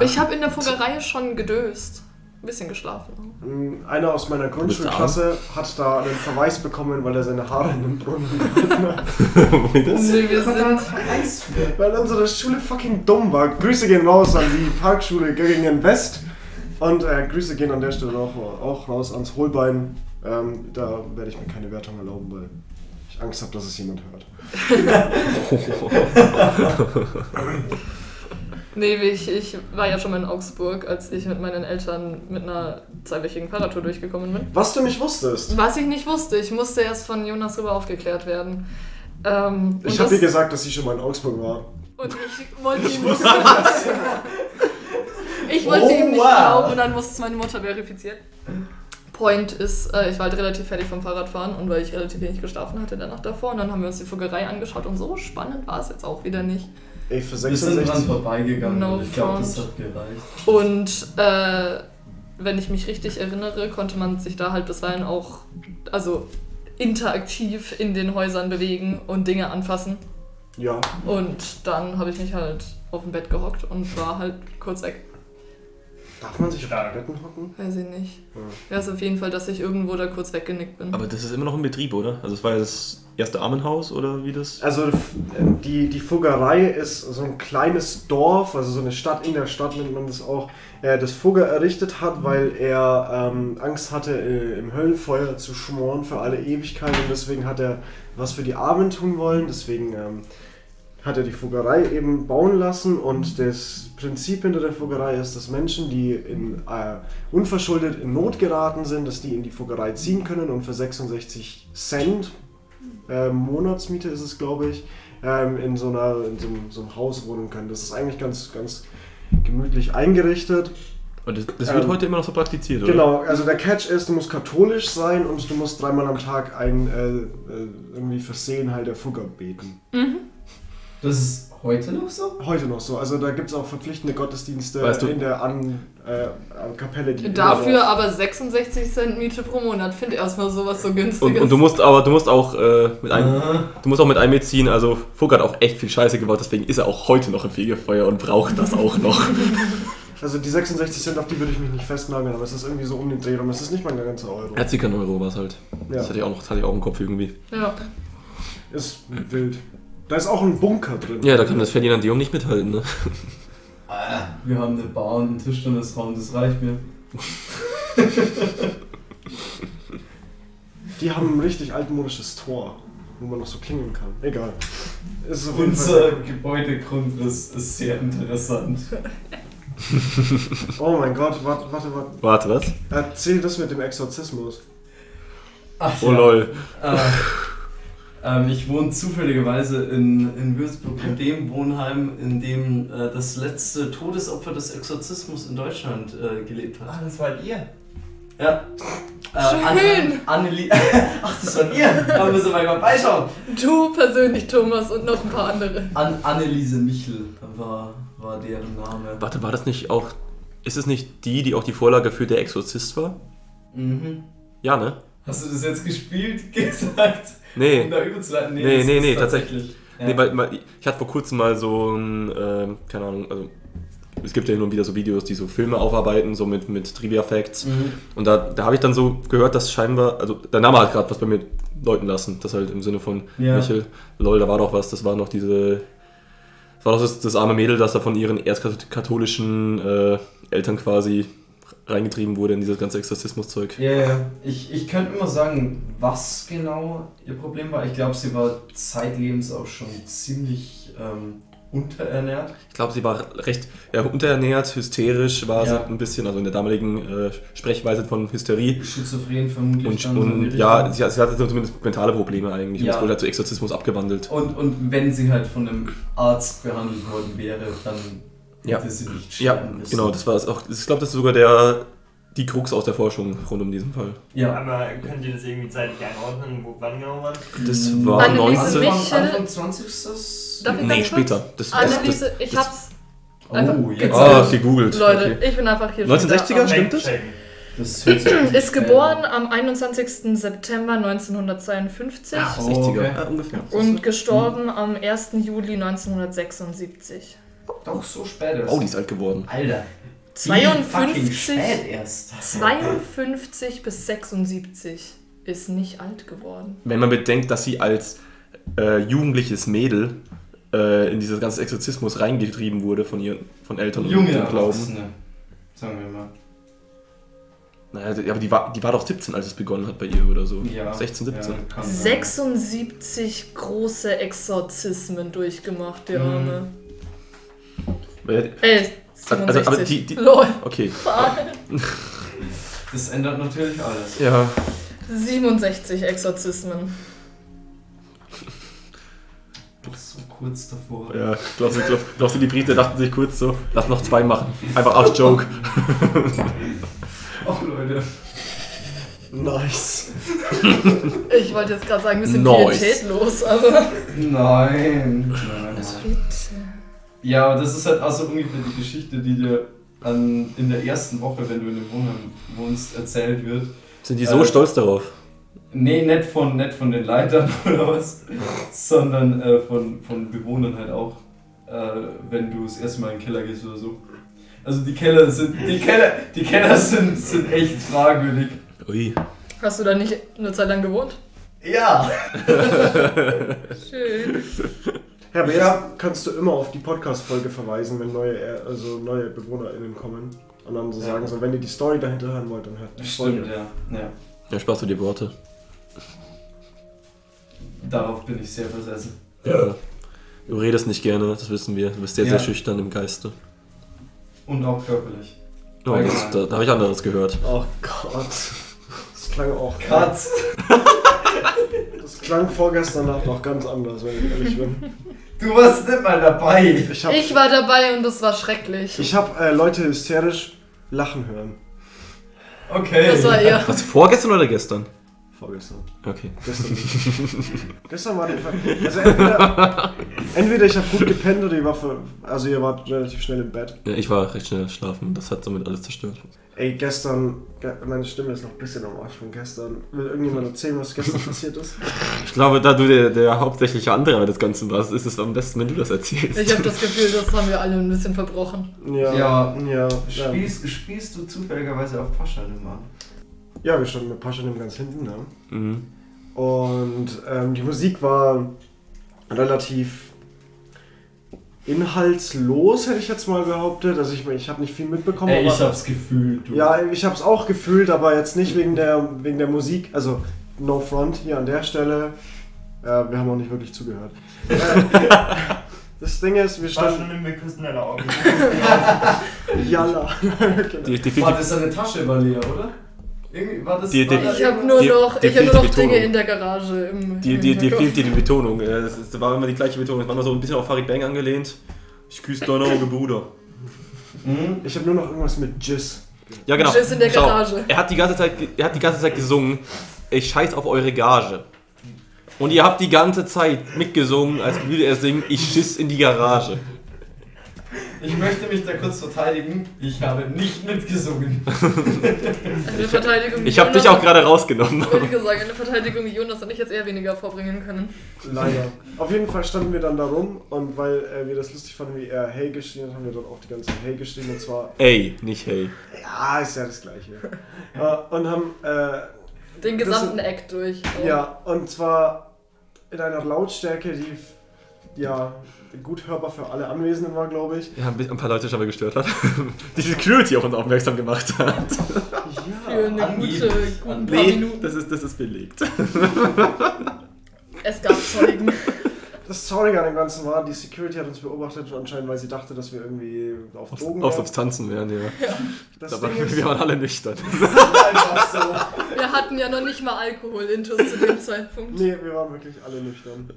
Speaker 4: Ich habe in der Fuggerei schon gedöst. Ein bisschen geschlafen.
Speaker 2: nein. Ähm, Einer aus meiner
Speaker 3: bist der
Speaker 2: Grundschulklasse hat da einen Verweis bekommen, weil er seine Haare in den Brunnen gehalten hat.
Speaker 3: Bitte?
Speaker 4: Nee, wir sind
Speaker 2: Weil unsere Schule fucking dumm war. Grüße gehen raus an die Parkschule Göttingen West. Und äh, Grüße gehen an der Stelle auch, auch raus ans Hohlbein. Ähm, da werde ich mir keine Wertung erlauben, weil ich Angst habe, dass es jemand hört.
Speaker 4: Nee, ich, ich war ja schon mal in Augsburg, als ich mit meinen Eltern mit einer zweiwöchigen Fahrradtour durchgekommen bin.
Speaker 2: Was du nicht wusstest.
Speaker 4: Was ich nicht wusste, ich musste erst von Jonas rüber aufgeklärt werden. Ähm, und
Speaker 2: Ich habe
Speaker 4: das-
Speaker 2: dir gesagt, dass ich schon mal in Augsburg war.
Speaker 4: Und ich wollte ihm nicht, ich wollte
Speaker 1: Oh,
Speaker 4: ihm nicht
Speaker 1: wow.
Speaker 4: glauben und dann musste es meine Mutter verifizieren. Point ist, äh, ich war halt relativ fertig vom Fahrradfahren und weil ich relativ wenig geschlafen hatte der Nacht davor und dann haben wir uns die Fuggerei angeschaut und so spannend war es jetzt auch wieder nicht.
Speaker 2: Ey, für
Speaker 1: Wir sind dran
Speaker 2: 66.
Speaker 1: vorbeigegangen.
Speaker 4: No
Speaker 1: ich glaube, das
Speaker 4: front.
Speaker 1: hat gereicht.
Speaker 4: Und äh, wenn ich mich richtig erinnere, konnte man sich da halt bisweilen auch also interaktiv in den Häusern bewegen und Dinge anfassen.
Speaker 2: Ja.
Speaker 4: Und dann habe ich mich halt auf dem Bett gehockt und war halt kurz weg.
Speaker 2: Darf man sich auf
Speaker 5: Stark.
Speaker 2: die Betten hocken?
Speaker 4: Weiß ich nicht.
Speaker 2: Ja.
Speaker 4: Ja, ist auf jeden Fall, dass ich irgendwo da kurz weggenickt bin.
Speaker 3: Hm. Aber das ist immer noch im Betrieb, oder? Also, es war ja das erste Armenhaus, oder wie das?
Speaker 2: Also f- die, die Fuggerei ist so ein kleines Dorf, also so eine Stadt in der Stadt nennt man das auch, äh, das Fugger errichtet hat, weil er ähm, Angst hatte, äh, im Höllenfeuer zu schmoren für alle Ewigkeit und deswegen hat er was für die Armen tun wollen, deswegen ähm, hat er die Fuggerei eben bauen lassen und das Prinzip hinter der Fuggerei ist, dass Menschen, die in, äh, unverschuldet in Not geraten sind, dass die in die Fuggerei ziehen können und für 66 Cent ähm, Monatsmiete ist es, glaube ich, ähm, in, so einer, in so, einem, so einem Haus wohnen können. Das ist eigentlich ganz, ganz gemütlich eingerichtet.
Speaker 3: Und das, das wird
Speaker 2: Ähm,
Speaker 3: heute immer noch so praktiziert, oder?
Speaker 2: Genau, also der Catch ist, du musst katholisch sein und du musst dreimal am Tag ein äh, äh, irgendwie versehen halt der Fugger beten.
Speaker 1: Das ist heute noch so?
Speaker 2: Heute noch so. Also da gibt es auch verpflichtende Gottesdienste
Speaker 3: Weißt du-
Speaker 2: in der An, äh, Kapelle, die
Speaker 4: Dafür aber 66 Cent Miete pro Monat. Find erstmal sowas so
Speaker 3: Und,
Speaker 4: günstiges.
Speaker 3: und du musst aber du musst auch äh, mit einem
Speaker 1: Aha.
Speaker 3: du musst auch mit einbeziehen, also Fugger hat auch echt viel Scheiße gebaut, deswegen ist er auch heute noch im Fegefeuer und braucht das auch noch.
Speaker 2: Also die 66 Cent, auf die würde ich mich nicht festnageln, aber es ist irgendwie so um den Dreh rum. Es ist nicht mal ein ganzer Euro.
Speaker 3: Herzlichen Euro war es halt. Das hatte ich auch noch, das hatte ich auch im Kopf irgendwie.
Speaker 4: ja.
Speaker 2: Ist wild. Da ist auch ein Bunker drin.
Speaker 3: Ja, da kann das Ferdinand Dion nicht mithalten, ne?
Speaker 1: Ah, wir haben eine Bar und einen Tischtennisraum, das reicht mir.
Speaker 2: Die haben ein richtig altmodisches Tor, wo man noch so klingeln kann. Egal. Es ist auf jeden
Speaker 1: Unser
Speaker 2: Fall.
Speaker 1: Gebäudegrundriss ist sehr interessant.
Speaker 2: Oh mein Gott, warte, warte, warte.
Speaker 3: Warte, was?
Speaker 2: Erzähl das mit dem Exorzismus.
Speaker 1: Ach
Speaker 3: Oh
Speaker 1: ja.
Speaker 3: lol.
Speaker 1: Äh, ähm, ich wohne zufälligerweise in, in Würzburg, in dem Wohnheim, in dem äh, das letzte Todesopfer des Exorzismus in Deutschland äh, gelebt hat.
Speaker 5: Ah, das wart ihr.
Speaker 1: Ja. Äh,
Speaker 4: Schön.
Speaker 1: Anne- Annelie. Ach, das war ihr. Da müssen wir mal beischauen.
Speaker 4: Du persönlich, Thomas, und noch ein paar andere.
Speaker 1: An Anneliese Michel war, war deren Name.
Speaker 3: Warte, war das nicht auch. Ist es nicht die, die auch die Vorlage für der Exorzist war?
Speaker 1: Mhm.
Speaker 3: Ja, ne?
Speaker 1: Hast du das jetzt gespielt, gesagt? Um
Speaker 3: Nee.
Speaker 1: da überzuleiten?
Speaker 3: Nee,
Speaker 1: das
Speaker 3: nee,
Speaker 1: ist
Speaker 3: nee,
Speaker 1: Ja.
Speaker 3: Nee, weil, weil ich hatte vor kurzem mal so ein, ähm, keine Ahnung, also es gibt ja hin und wieder so Videos, die so Filme aufarbeiten, so mit, mit Trivia-Facts.
Speaker 1: Mhm.
Speaker 3: Und da, da habe ich dann so gehört, dass scheinbar, also der Name hat gerade was bei mir läuten lassen. Das halt im Sinne von
Speaker 1: Ja.
Speaker 3: Michel, lol, da war doch was, das war noch diese. Das war doch das, das arme Mädel, das da von ihren erstkatholischen äh, Eltern quasi reingetrieben wurde in dieses ganze Exorzismus-Zeug.
Speaker 1: Ja, ja. Ich, ich könnte immer sagen, was genau ihr Problem war. Ich glaube, sie war zeitlebens auch schon ziemlich ähm, unterernährt.
Speaker 3: Ich glaube, sie war recht ja, unterernährt, hysterisch war
Speaker 1: Ja.
Speaker 3: sie ein bisschen, also in der damaligen äh, Sprechweise von Hysterie.
Speaker 1: Schizophren vermutlich.
Speaker 3: Und,
Speaker 1: dann so in die
Speaker 3: und
Speaker 1: Richtung.
Speaker 3: ja, sie, sie hatte zumindest mentale Probleme eigentlich. Und
Speaker 1: Ja.
Speaker 3: das wurde halt zu Exorzismus abgewandelt.
Speaker 1: Und, und wenn sie halt von einem Arzt behandelt worden wäre, dann
Speaker 3: Ja.
Speaker 1: hätte sie nicht
Speaker 3: Ja,
Speaker 1: sterben müssen.
Speaker 3: genau, das war es auch. Ich glaube, das ist sogar der, die Krux aus der Forschung rund um diesen Fall.
Speaker 1: Ja.
Speaker 5: Aber könnt ihr das irgendwie zeitlich einordnen, wo, wann genau war das?
Speaker 3: Das war
Speaker 4: Anneliese
Speaker 3: 19.
Speaker 1: Mhm.
Speaker 4: Mich-
Speaker 1: Anfang,
Speaker 4: Michel-
Speaker 1: Anfang 20.
Speaker 4: Darf ich
Speaker 3: Nee,
Speaker 4: ganz kurz?
Speaker 3: später. Das, das, das,
Speaker 4: Anneliese, ich
Speaker 3: das-
Speaker 4: hab's. einfach
Speaker 1: Oh, jetzt.
Speaker 4: gezählt.
Speaker 3: ah, gegoogelt.
Speaker 4: Leute,
Speaker 3: Okay.
Speaker 4: ich bin einfach hier.
Speaker 3: 1960er?
Speaker 4: schon
Speaker 3: Stimmt das?
Speaker 5: Fact-checken.
Speaker 1: Das hört sich an.
Speaker 4: Ist geboren am 21. September 1952
Speaker 3: Ah,
Speaker 1: Oh,
Speaker 3: 60er.
Speaker 1: okay.
Speaker 4: äh,
Speaker 3: Ah, ungefähr.
Speaker 4: und gestorben am 1. Juli 1976.
Speaker 1: Doch so spät erst.
Speaker 3: oh, die ist alt geworden.
Speaker 1: Alter. wie
Speaker 4: 52?
Speaker 1: spät erst.
Speaker 4: 52 bis 76 ist nicht alt geworden.
Speaker 3: Wenn man bedenkt, dass sie als äh, jugendliches Mädel äh, in dieses ganze Exorzismus reingetrieben wurde von ihren von Eltern und
Speaker 1: Junge
Speaker 3: dem Glauben.
Speaker 1: Erwachsene. Sagen wir mal.
Speaker 3: Naja, die- also, aber die war, die war doch 17, als es begonnen hat bei ihr oder so.
Speaker 1: Ja.
Speaker 3: 16, 17.
Speaker 1: Ja, kann sein.
Speaker 4: 76 große Exorzismen durchgemacht, der
Speaker 1: Mhm.
Speaker 4: Arme.
Speaker 3: Weil-
Speaker 4: Ey,
Speaker 3: Hm. Also, aber
Speaker 4: 67.
Speaker 3: die- die-
Speaker 4: Lol.
Speaker 3: Okay.
Speaker 1: Das ändert natürlich alles.
Speaker 3: Ja.
Speaker 4: 67 Exorzismen.
Speaker 1: Doch so kurz davor.
Speaker 3: Ja, glaubst du, glaubst, glaubst du, die Briten dachten sich kurz so, lass noch zwei machen. Einfach als Joke.
Speaker 1: Oh Leute.
Speaker 2: Nice.
Speaker 4: Ich wollte jetzt gerade sagen, ein bisschen
Speaker 3: Nice.
Speaker 4: pietätlos, aber.
Speaker 1: Nein. Nein.
Speaker 3: Also.
Speaker 4: Bitte.
Speaker 1: Ja, aber das ist halt auch so ungefähr die Geschichte, die dir an, in der ersten Woche, wenn du in dem Wohnheim wohnst, erzählt wird.
Speaker 3: Sind die so
Speaker 1: Äh,
Speaker 3: stolz darauf?
Speaker 1: Nee, nicht von, nicht von den Leitern oder was, sondern äh, von, von Bewohnern halt auch, äh, wenn du das erste Mal in den Keller gehst oder so. Also die Keller sind, die Keller, die Keller sind, sind echt fragwürdig.
Speaker 3: Ui.
Speaker 4: Hast du da nicht eine Zeit lang gewohnt?
Speaker 1: Ja.
Speaker 4: Schön.
Speaker 2: Ja, aber
Speaker 1: Ich
Speaker 2: jetzt
Speaker 1: hab-
Speaker 2: kannst du immer auf die Podcast-Folge verweisen, wenn neue, äh, also neue BewohnerInnen kommen. Und dann so
Speaker 1: Ja.
Speaker 2: sagen so, wenn ihr die Story dahinter hören wollt, dann hört die
Speaker 1: Stimmt,
Speaker 2: Folge.
Speaker 1: ja. ja.
Speaker 3: Ja, sparst du dir Worte.
Speaker 1: Darauf bin ich sehr versessen.
Speaker 3: Ja. Du redest nicht gerne, das wissen wir. Du bist sehr,
Speaker 1: Ja.
Speaker 3: sehr schüchtern im Geiste.
Speaker 1: Und auch körperlich.
Speaker 3: Oh, das,
Speaker 1: Allgemein.
Speaker 3: da, da habe ich anderes gehört.
Speaker 2: Oh Gott. Das klang auch.
Speaker 1: Katz.
Speaker 2: Das klang vorgestern Nacht noch ganz anders, wenn ich ehrlich bin.
Speaker 1: Du warst nicht mal dabei.
Speaker 2: Ich habe
Speaker 4: Ich war dabei und das war schrecklich.
Speaker 2: ich hab, äh, Leute hysterisch lachen hören.
Speaker 1: Okay.
Speaker 4: Das war eher.
Speaker 3: Was, vorgestern oder gestern?
Speaker 2: Vorgestern.
Speaker 3: Okay.
Speaker 2: Gestern nicht. Gestern war der Fall. Also entweder, entweder ich habe gut gepennt oder ihr wart, ver- also ihr wart relativ schnell im Bett.
Speaker 3: Ja, ich war recht schnell schlafen, das hat somit alles zerstört.
Speaker 2: Ey, gestern, ge meine Stimme ist noch ein bisschen am Arsch von gestern. Will irgendjemand erzählen, was gestern passiert ist?
Speaker 3: Ich glaube, da du der, der hauptsächliche Antreiber des Ganzen warst, ist es am besten, wenn du das erzählst.
Speaker 4: Ich habe das Gefühl, das haben wir alle ein bisschen verbrochen.
Speaker 2: Ja.
Speaker 1: Ja.
Speaker 2: Ja, ja.
Speaker 1: Spielst, spielst du zufälligerweise auf Paschal immer?
Speaker 2: ja wir standen mit Paschanim ganz hinten, ne?
Speaker 3: mhm.
Speaker 2: Und ähm, die Musik war relativ inhaltslos, hätte ich jetzt mal behauptet. Also ich, ich habe nicht viel mitbekommen.
Speaker 1: Ey,
Speaker 2: aber-
Speaker 1: ich hab's gefühlt, du.
Speaker 2: Ja, ich hab's auch gefühlt, aber jetzt nicht wegen der, wegen der Musik. Also, no front hier an der Stelle. Äh, wir haben auch nicht wirklich zugehört. Äh, das Ding ist, wir
Speaker 5: Ich war
Speaker 2: standen.
Speaker 5: schon im Wir küssen deine Augen.
Speaker 2: Jalla.
Speaker 3: die, die, die,
Speaker 1: War das eine Tasche war leer, oder? Irgendwie war das.
Speaker 3: Die-
Speaker 1: war
Speaker 3: die-
Speaker 1: da
Speaker 4: Ich habe
Speaker 1: irgendwas?
Speaker 4: nur
Speaker 3: Die-
Speaker 4: noch,
Speaker 3: die
Speaker 4: ich hab nur
Speaker 3: fehlt
Speaker 4: noch
Speaker 3: die
Speaker 4: Dinge
Speaker 3: Betonung.
Speaker 4: in der Garage im.
Speaker 3: Die, die,
Speaker 4: im
Speaker 3: die
Speaker 4: Hinterkopf.
Speaker 3: fehlt dir die Betonung. Äh, Es ist- war immer die gleiche Betonung. Es war immer so ein bisschen auf Farid Bang angelehnt. Ich küsse deine Augen, Bruder.
Speaker 1: Hm?
Speaker 2: Ich habe nur noch irgendwas mit Jizz.
Speaker 3: Ja, genau.
Speaker 4: Schiss in der
Speaker 3: Schau,
Speaker 4: Garage.
Speaker 3: Er hat, die ganze Zeit, ge- er hat die ganze Zeit gesungen, ich scheiß auf eure Gage. Und ihr habt die ganze Zeit mitgesungen, als würde er singen, ich schiss in die Garage.
Speaker 1: Ich möchte mich da kurz verteidigen. Ich habe nicht mitgesungen.
Speaker 4: Eine Verteidigung.
Speaker 3: Ich hab dich auch gerade rausgenommen.
Speaker 4: Ich wollte sagen, eine Verteidigung, die Jonas und ich jetzt eher weniger vorbringen können.
Speaker 2: Leider. Auf jeden Fall standen wir dann da rum und weil äh, wir das lustig fanden, wie er Hey geschrien hat, haben wir dann auch die ganze Zeit Hey geschrien und zwar
Speaker 3: Ey, nicht hey.
Speaker 2: Ja, ist ja das Gleiche. Äh, und haben, äh,
Speaker 4: Den
Speaker 2: Das
Speaker 4: gesamten Eck durch. Oh, So.
Speaker 2: Ja, und zwar in einer Lautstärke, die f- ja gut hörbar für alle Anwesenden war, glaube ich.
Speaker 3: Ja, ein bi- ein paar Leute schon mal gestört hat. Die Security auf uns aufmerksam gemacht hat.
Speaker 4: Für
Speaker 2: Ja.
Speaker 4: eine gute,
Speaker 1: Angeblich.
Speaker 4: guten paar
Speaker 3: Nee,
Speaker 4: Minuten.
Speaker 3: das ist, das ist belegt.
Speaker 4: Es gab Zeugen.
Speaker 2: Das Traurige an dem Ganzen war, die Security hat uns beobachtet, anscheinend, weil sie dachte, dass wir irgendwie auf
Speaker 3: Auf,
Speaker 2: Drogen
Speaker 3: auf
Speaker 2: wären.
Speaker 3: Substanzen werden, ja.
Speaker 2: Das
Speaker 3: Aber
Speaker 2: Ding ist
Speaker 3: wir waren alle nüchtern.
Speaker 2: einfach so.
Speaker 4: Wir hatten ja noch nicht mal Alkoholintus zu dem Zeitpunkt.
Speaker 2: Nee, wir waren wirklich alle nüchtern.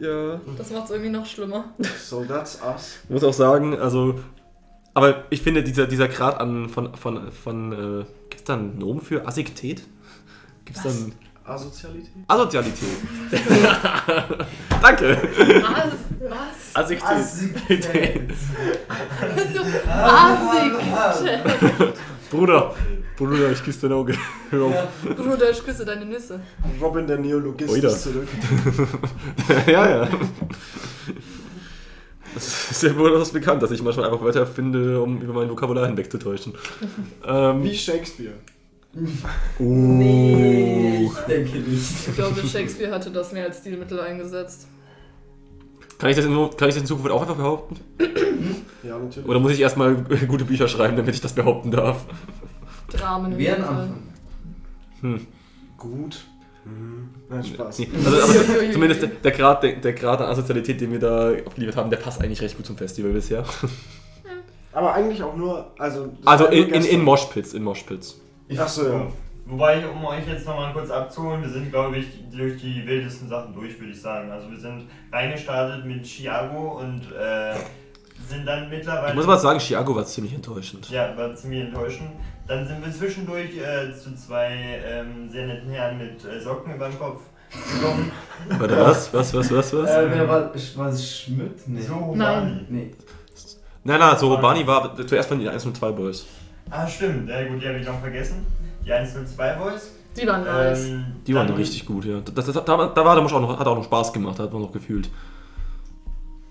Speaker 3: Äh, ja.
Speaker 4: Das macht's irgendwie noch schlimmer.
Speaker 2: So, that's us.
Speaker 3: Ich muss auch sagen, also. Aber ich finde, dieser, dieser Grad an von. von, von äh, Gibt es da einen Nomen für Assiktät? Gibt es da
Speaker 4: Was?
Speaker 3: einen.
Speaker 2: Asozialität?
Speaker 3: Asozialität. Danke.
Speaker 4: Was? Was? Also,
Speaker 3: Assiktät.
Speaker 4: So assig.
Speaker 3: Bruder. Bruder, ich küsse dein Auge. Hör auf.
Speaker 4: Bruder, ich küsse deine Nüsse.
Speaker 2: Robin, der Neologist,
Speaker 3: Oida.
Speaker 2: ist zurück.
Speaker 3: ja, ja. Das ist ja wohl das bekannt, dass ich manchmal einfach Wörter finde, um über mein Vokabular hinwegzutäuschen. Ähm,
Speaker 2: Wie Shakespeare.
Speaker 1: Nee, ich denke nicht.
Speaker 4: Ich glaube, Shakespeare hatte das mehr als Stilmittel eingesetzt.
Speaker 3: kann, ich das in, kann ich das in Zukunft auch einfach behaupten?
Speaker 2: Ja, natürlich.
Speaker 3: Oder muss ich erstmal gute Bücher schreiben, damit ich das behaupten darf?
Speaker 4: Dramen. im
Speaker 1: Wer ein
Speaker 4: Fall.
Speaker 1: Anfang?
Speaker 2: Gut. Mhm. Nein, Spaß.
Speaker 3: Nee, Also, aber zumindest der Grad, der, der Grad an Asozialität, den wir da abgeliefert haben, der passt eigentlich recht gut zum Festival bisher.
Speaker 2: Aber eigentlich auch nur, also... das
Speaker 3: Also
Speaker 2: war nur
Speaker 3: in, in, in
Speaker 2: gestern.
Speaker 3: Moshpits, in Moshpits.
Speaker 2: Achso, ja.
Speaker 5: Wobei, um euch jetzt nochmal kurz abzuholen, wir sind, glaube ich, durch die wildesten Sachen durch, würde ich sagen. Also wir sind reingestartet mit Chiago und äh, sind dann mittlerweile...
Speaker 3: Ich muss aber sagen, Chiago war ziemlich enttäuschend.
Speaker 5: Ja, war ziemlich enttäuschend. Dann sind wir zwischendurch äh, zu zwei ähm, sehr netten Herren mit äh, Socken über den Kopf gekommen.
Speaker 3: Warte, was? Was, was, was, was?
Speaker 1: Äh, wer war, war es Schmidt? Nee.
Speaker 5: So,
Speaker 4: Nein.
Speaker 1: Nee.
Speaker 3: Nein, nein, Sorobani war zuerst von den 1 und 2 Boys.
Speaker 5: Ah, stimmt. Ja, gut, die habe ich noch vergessen. Die 102 Boys.
Speaker 4: Die waren nice.
Speaker 5: Ähm,
Speaker 3: Die waren
Speaker 5: dann-
Speaker 3: richtig gut, ja. Das, das, da, da war der Mosch auch noch, hat auch noch Spaß gemacht, hat man noch gefühlt.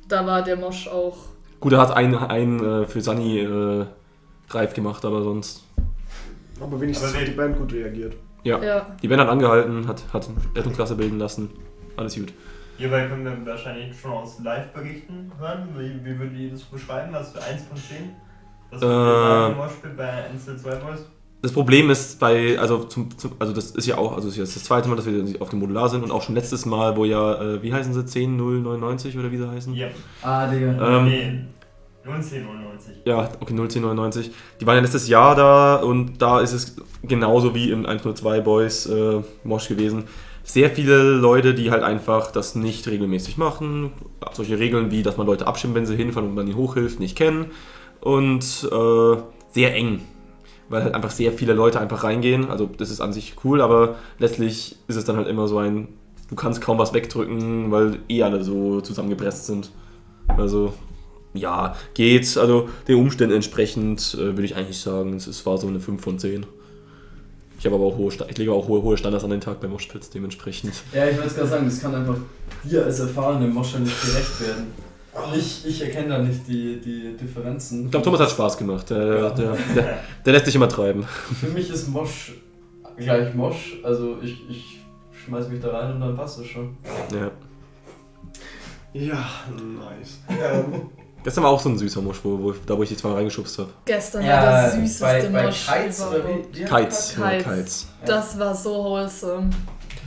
Speaker 4: Da war der Mosch auch.
Speaker 3: Gut, er hat einen, einen äh, für Sunny äh, reif gemacht, aber sonst.
Speaker 2: Aber wenigstens
Speaker 5: Aber
Speaker 2: hat
Speaker 5: wir-
Speaker 2: die Band gut reagiert.
Speaker 3: Ja.
Speaker 4: Ja.
Speaker 3: Die Band hat angehalten, hat, hat Rettungsklasse bilden lassen. Alles gut.
Speaker 5: Hierbei können wir wahrscheinlich schon aus Live-Berichten hören. Wie, wie würdet ihr das beschreiben? Was für 1 von 10? Das
Speaker 3: Äh.
Speaker 5: Moshpit bei 102 Boys.
Speaker 3: Das Problem ist bei, also zum, zum also das ist ja auch, also es ist jetzt das zweite Mal, dass wir auf dem Modular sind und auch schon letztes Mal, wo ja, äh, wie heißen sie, 10.099 oder wie sie heißen?
Speaker 5: Ja.
Speaker 1: Ah, Digga.
Speaker 3: Ähm.
Speaker 5: nee. 1990.
Speaker 3: Ja, okay, 01099. Die waren ja letztes Jahr da und da ist es genauso wie im 102 Boys äh, Mosch gewesen. Sehr viele Leute, die halt einfach das nicht regelmäßig machen. Solche Regeln wie, dass man Leute abschirmt, wenn sie hinfallen und man ihnen hochhilft, nicht kennen. Und äh, sehr eng. Weil halt einfach sehr viele Leute einfach reingehen. Also das ist an sich cool, aber letztlich ist es dann halt immer so ein, du kannst kaum was wegdrücken, weil eh alle so zusammengepresst sind. Also ja, geht. Also den Umständen entsprechend äh, würde ich eigentlich sagen, es, es war so eine 5 von 10. Ich habe aber auch hohe, Sta- ich lege auch hohe, hohe Standards an den Tag bei Moshpits dementsprechend.
Speaker 1: Ja, ich wollte es gerade sagen, das kann einfach dir als erfahrene Moscher nicht gerecht werden. Ich, ich erkenne da nicht die, die Differenzen.
Speaker 3: Ich glaube, Thomas hat Spaß gemacht. Der,
Speaker 1: Ja.
Speaker 3: der, der, der lässt sich immer treiben.
Speaker 1: Für mich ist Mosch gleich Mosch. Also ich, ich schmeiß mich da rein und dann passt es schon.
Speaker 3: Ja.
Speaker 2: Ja, nice. Ähm,
Speaker 3: Gestern war auch so ein süßer Mosch, wo, wo, da wo ich die zweimal reingeschubst habe.
Speaker 4: Gestern war der süßeste Mosch. überhaupt.
Speaker 1: wie?
Speaker 3: Kites. Ja,
Speaker 4: Kites.
Speaker 3: Kites.
Speaker 4: Das war so wholesome.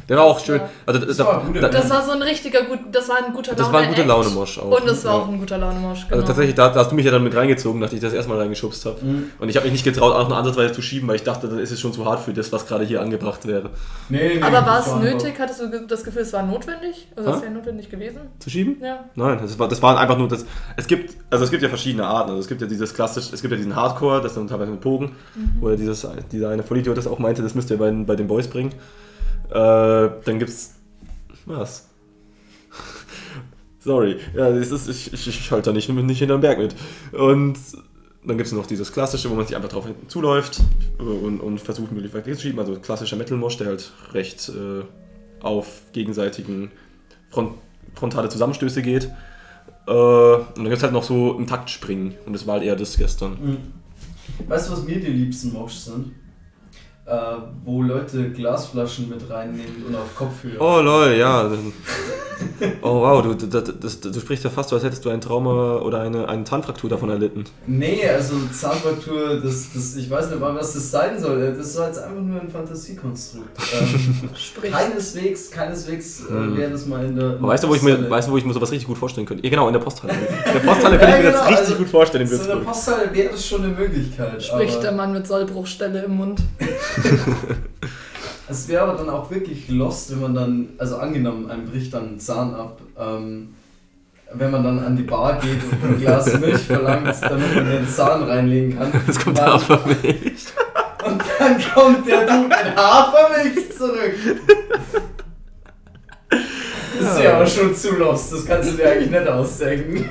Speaker 3: Der war auch schön.
Speaker 4: Ja.
Speaker 3: Also, das,
Speaker 1: Das war
Speaker 3: da,
Speaker 1: ein guter
Speaker 3: da,
Speaker 4: Das war so ein richtiger gut, das war ein guter
Speaker 3: das war ein guter
Speaker 4: Laune-Act.
Speaker 3: Laune-Mosch auch.
Speaker 4: Und das war
Speaker 3: Ja.
Speaker 4: auch ein guter Laune-Mosch, genau.
Speaker 3: Also tatsächlich, da, da hast du mich ja dann mit reingezogen, nachdem ich das erstmal reingeschubst habe.
Speaker 1: Mhm.
Speaker 3: Und ich habe mich nicht getraut, auch nur ansatzweise zu schieben, weil ich dachte, dann ist es schon zu hart für das, was gerade hier angebracht wäre.
Speaker 1: Nee, nee,
Speaker 4: Aber
Speaker 1: das
Speaker 4: war es
Speaker 1: einfach-
Speaker 4: nötig? Hattest du ge- das Gefühl, es war notwendig? Also,
Speaker 3: Hä?
Speaker 4: es wäre notwendig gewesen?
Speaker 3: Zu schieben?
Speaker 4: Ja.
Speaker 3: Nein, das war, das waren einfach nur das. Es gibt, also es gibt ja verschiedene Arten. Also es gibt ja dieses klassische, es gibt ja diesen Hardcore, das dann teilweise mit Bogen, wo ja dieses, dieser eine Vollidiot das auch meinte, das müsst ihr bei, den- bei den Boys bringen. Äh, dann gibt's. Was? Sorry, ja, das ist, ich, ich, ich halte da nicht, nicht hinterm Berg mit. Und dann gibt es noch dieses klassische, wo man sich einfach drauf hinten zuläuft und, und versucht, möglichst weit wegzuschieben. Also klassischer Metal-Mosh, der halt recht äh, auf gegenseitigen front frontale Zusammenstöße geht. Äh, und dann gibt es halt noch so ein Taktspringen. Und das war halt eher das gestern.
Speaker 1: Mhm. Weißt du, was mir die liebsten Moschs sind? äh, wo Leute Glasflaschen mit reinnehmen und auf Kopfhörer.
Speaker 3: Oh lol, ja. Oh wow, du, du, das, das, du sprichst ja fast so, als hättest du ein Trauma oder eine, eine Zahnfraktur davon erlitten.
Speaker 1: Nee, also Zahnfraktur, das, das, ich weiß nicht mal, was das sein soll. Äh, Das ist jetzt einfach nur ein Fantasiekonstrukt. Ähm,
Speaker 4: Sprich.
Speaker 1: keineswegs, keineswegs äh, wäre das mal in der. in
Speaker 3: Mhm. Aber weißt du,
Speaker 1: der
Speaker 3: wo ich mir,
Speaker 1: Posthalle.
Speaker 3: weißt du, wo ich mir sowas richtig gut vorstellen könnte? Ja, genau, in der Posthalle. In der Posthalle könnte ich mir
Speaker 1: Ja,
Speaker 3: das
Speaker 1: genau,
Speaker 3: richtig
Speaker 1: also,
Speaker 3: gut vorstellen in
Speaker 1: So in der
Speaker 3: Würzburg.
Speaker 1: Posthalle wäre das schon eine Möglichkeit.
Speaker 4: Spricht
Speaker 1: aber
Speaker 4: der Mann mit Sollbruchstelle im Mund.
Speaker 1: Es wäre aber dann auch wirklich lost, wenn man dann, also angenommen, einem bricht dann ein Zahn ab. Ähm, wenn man dann an die Bar geht und ein Glas Milch verlangt, damit man den Zahn reinlegen kann.
Speaker 3: Das kommt
Speaker 1: Weil-
Speaker 3: da auf mich.
Speaker 1: Und dann kommt der Dude mit Hafermilch zurück. Das ist ja aber schon zu lost, das kannst du dir eigentlich nicht ausdenken.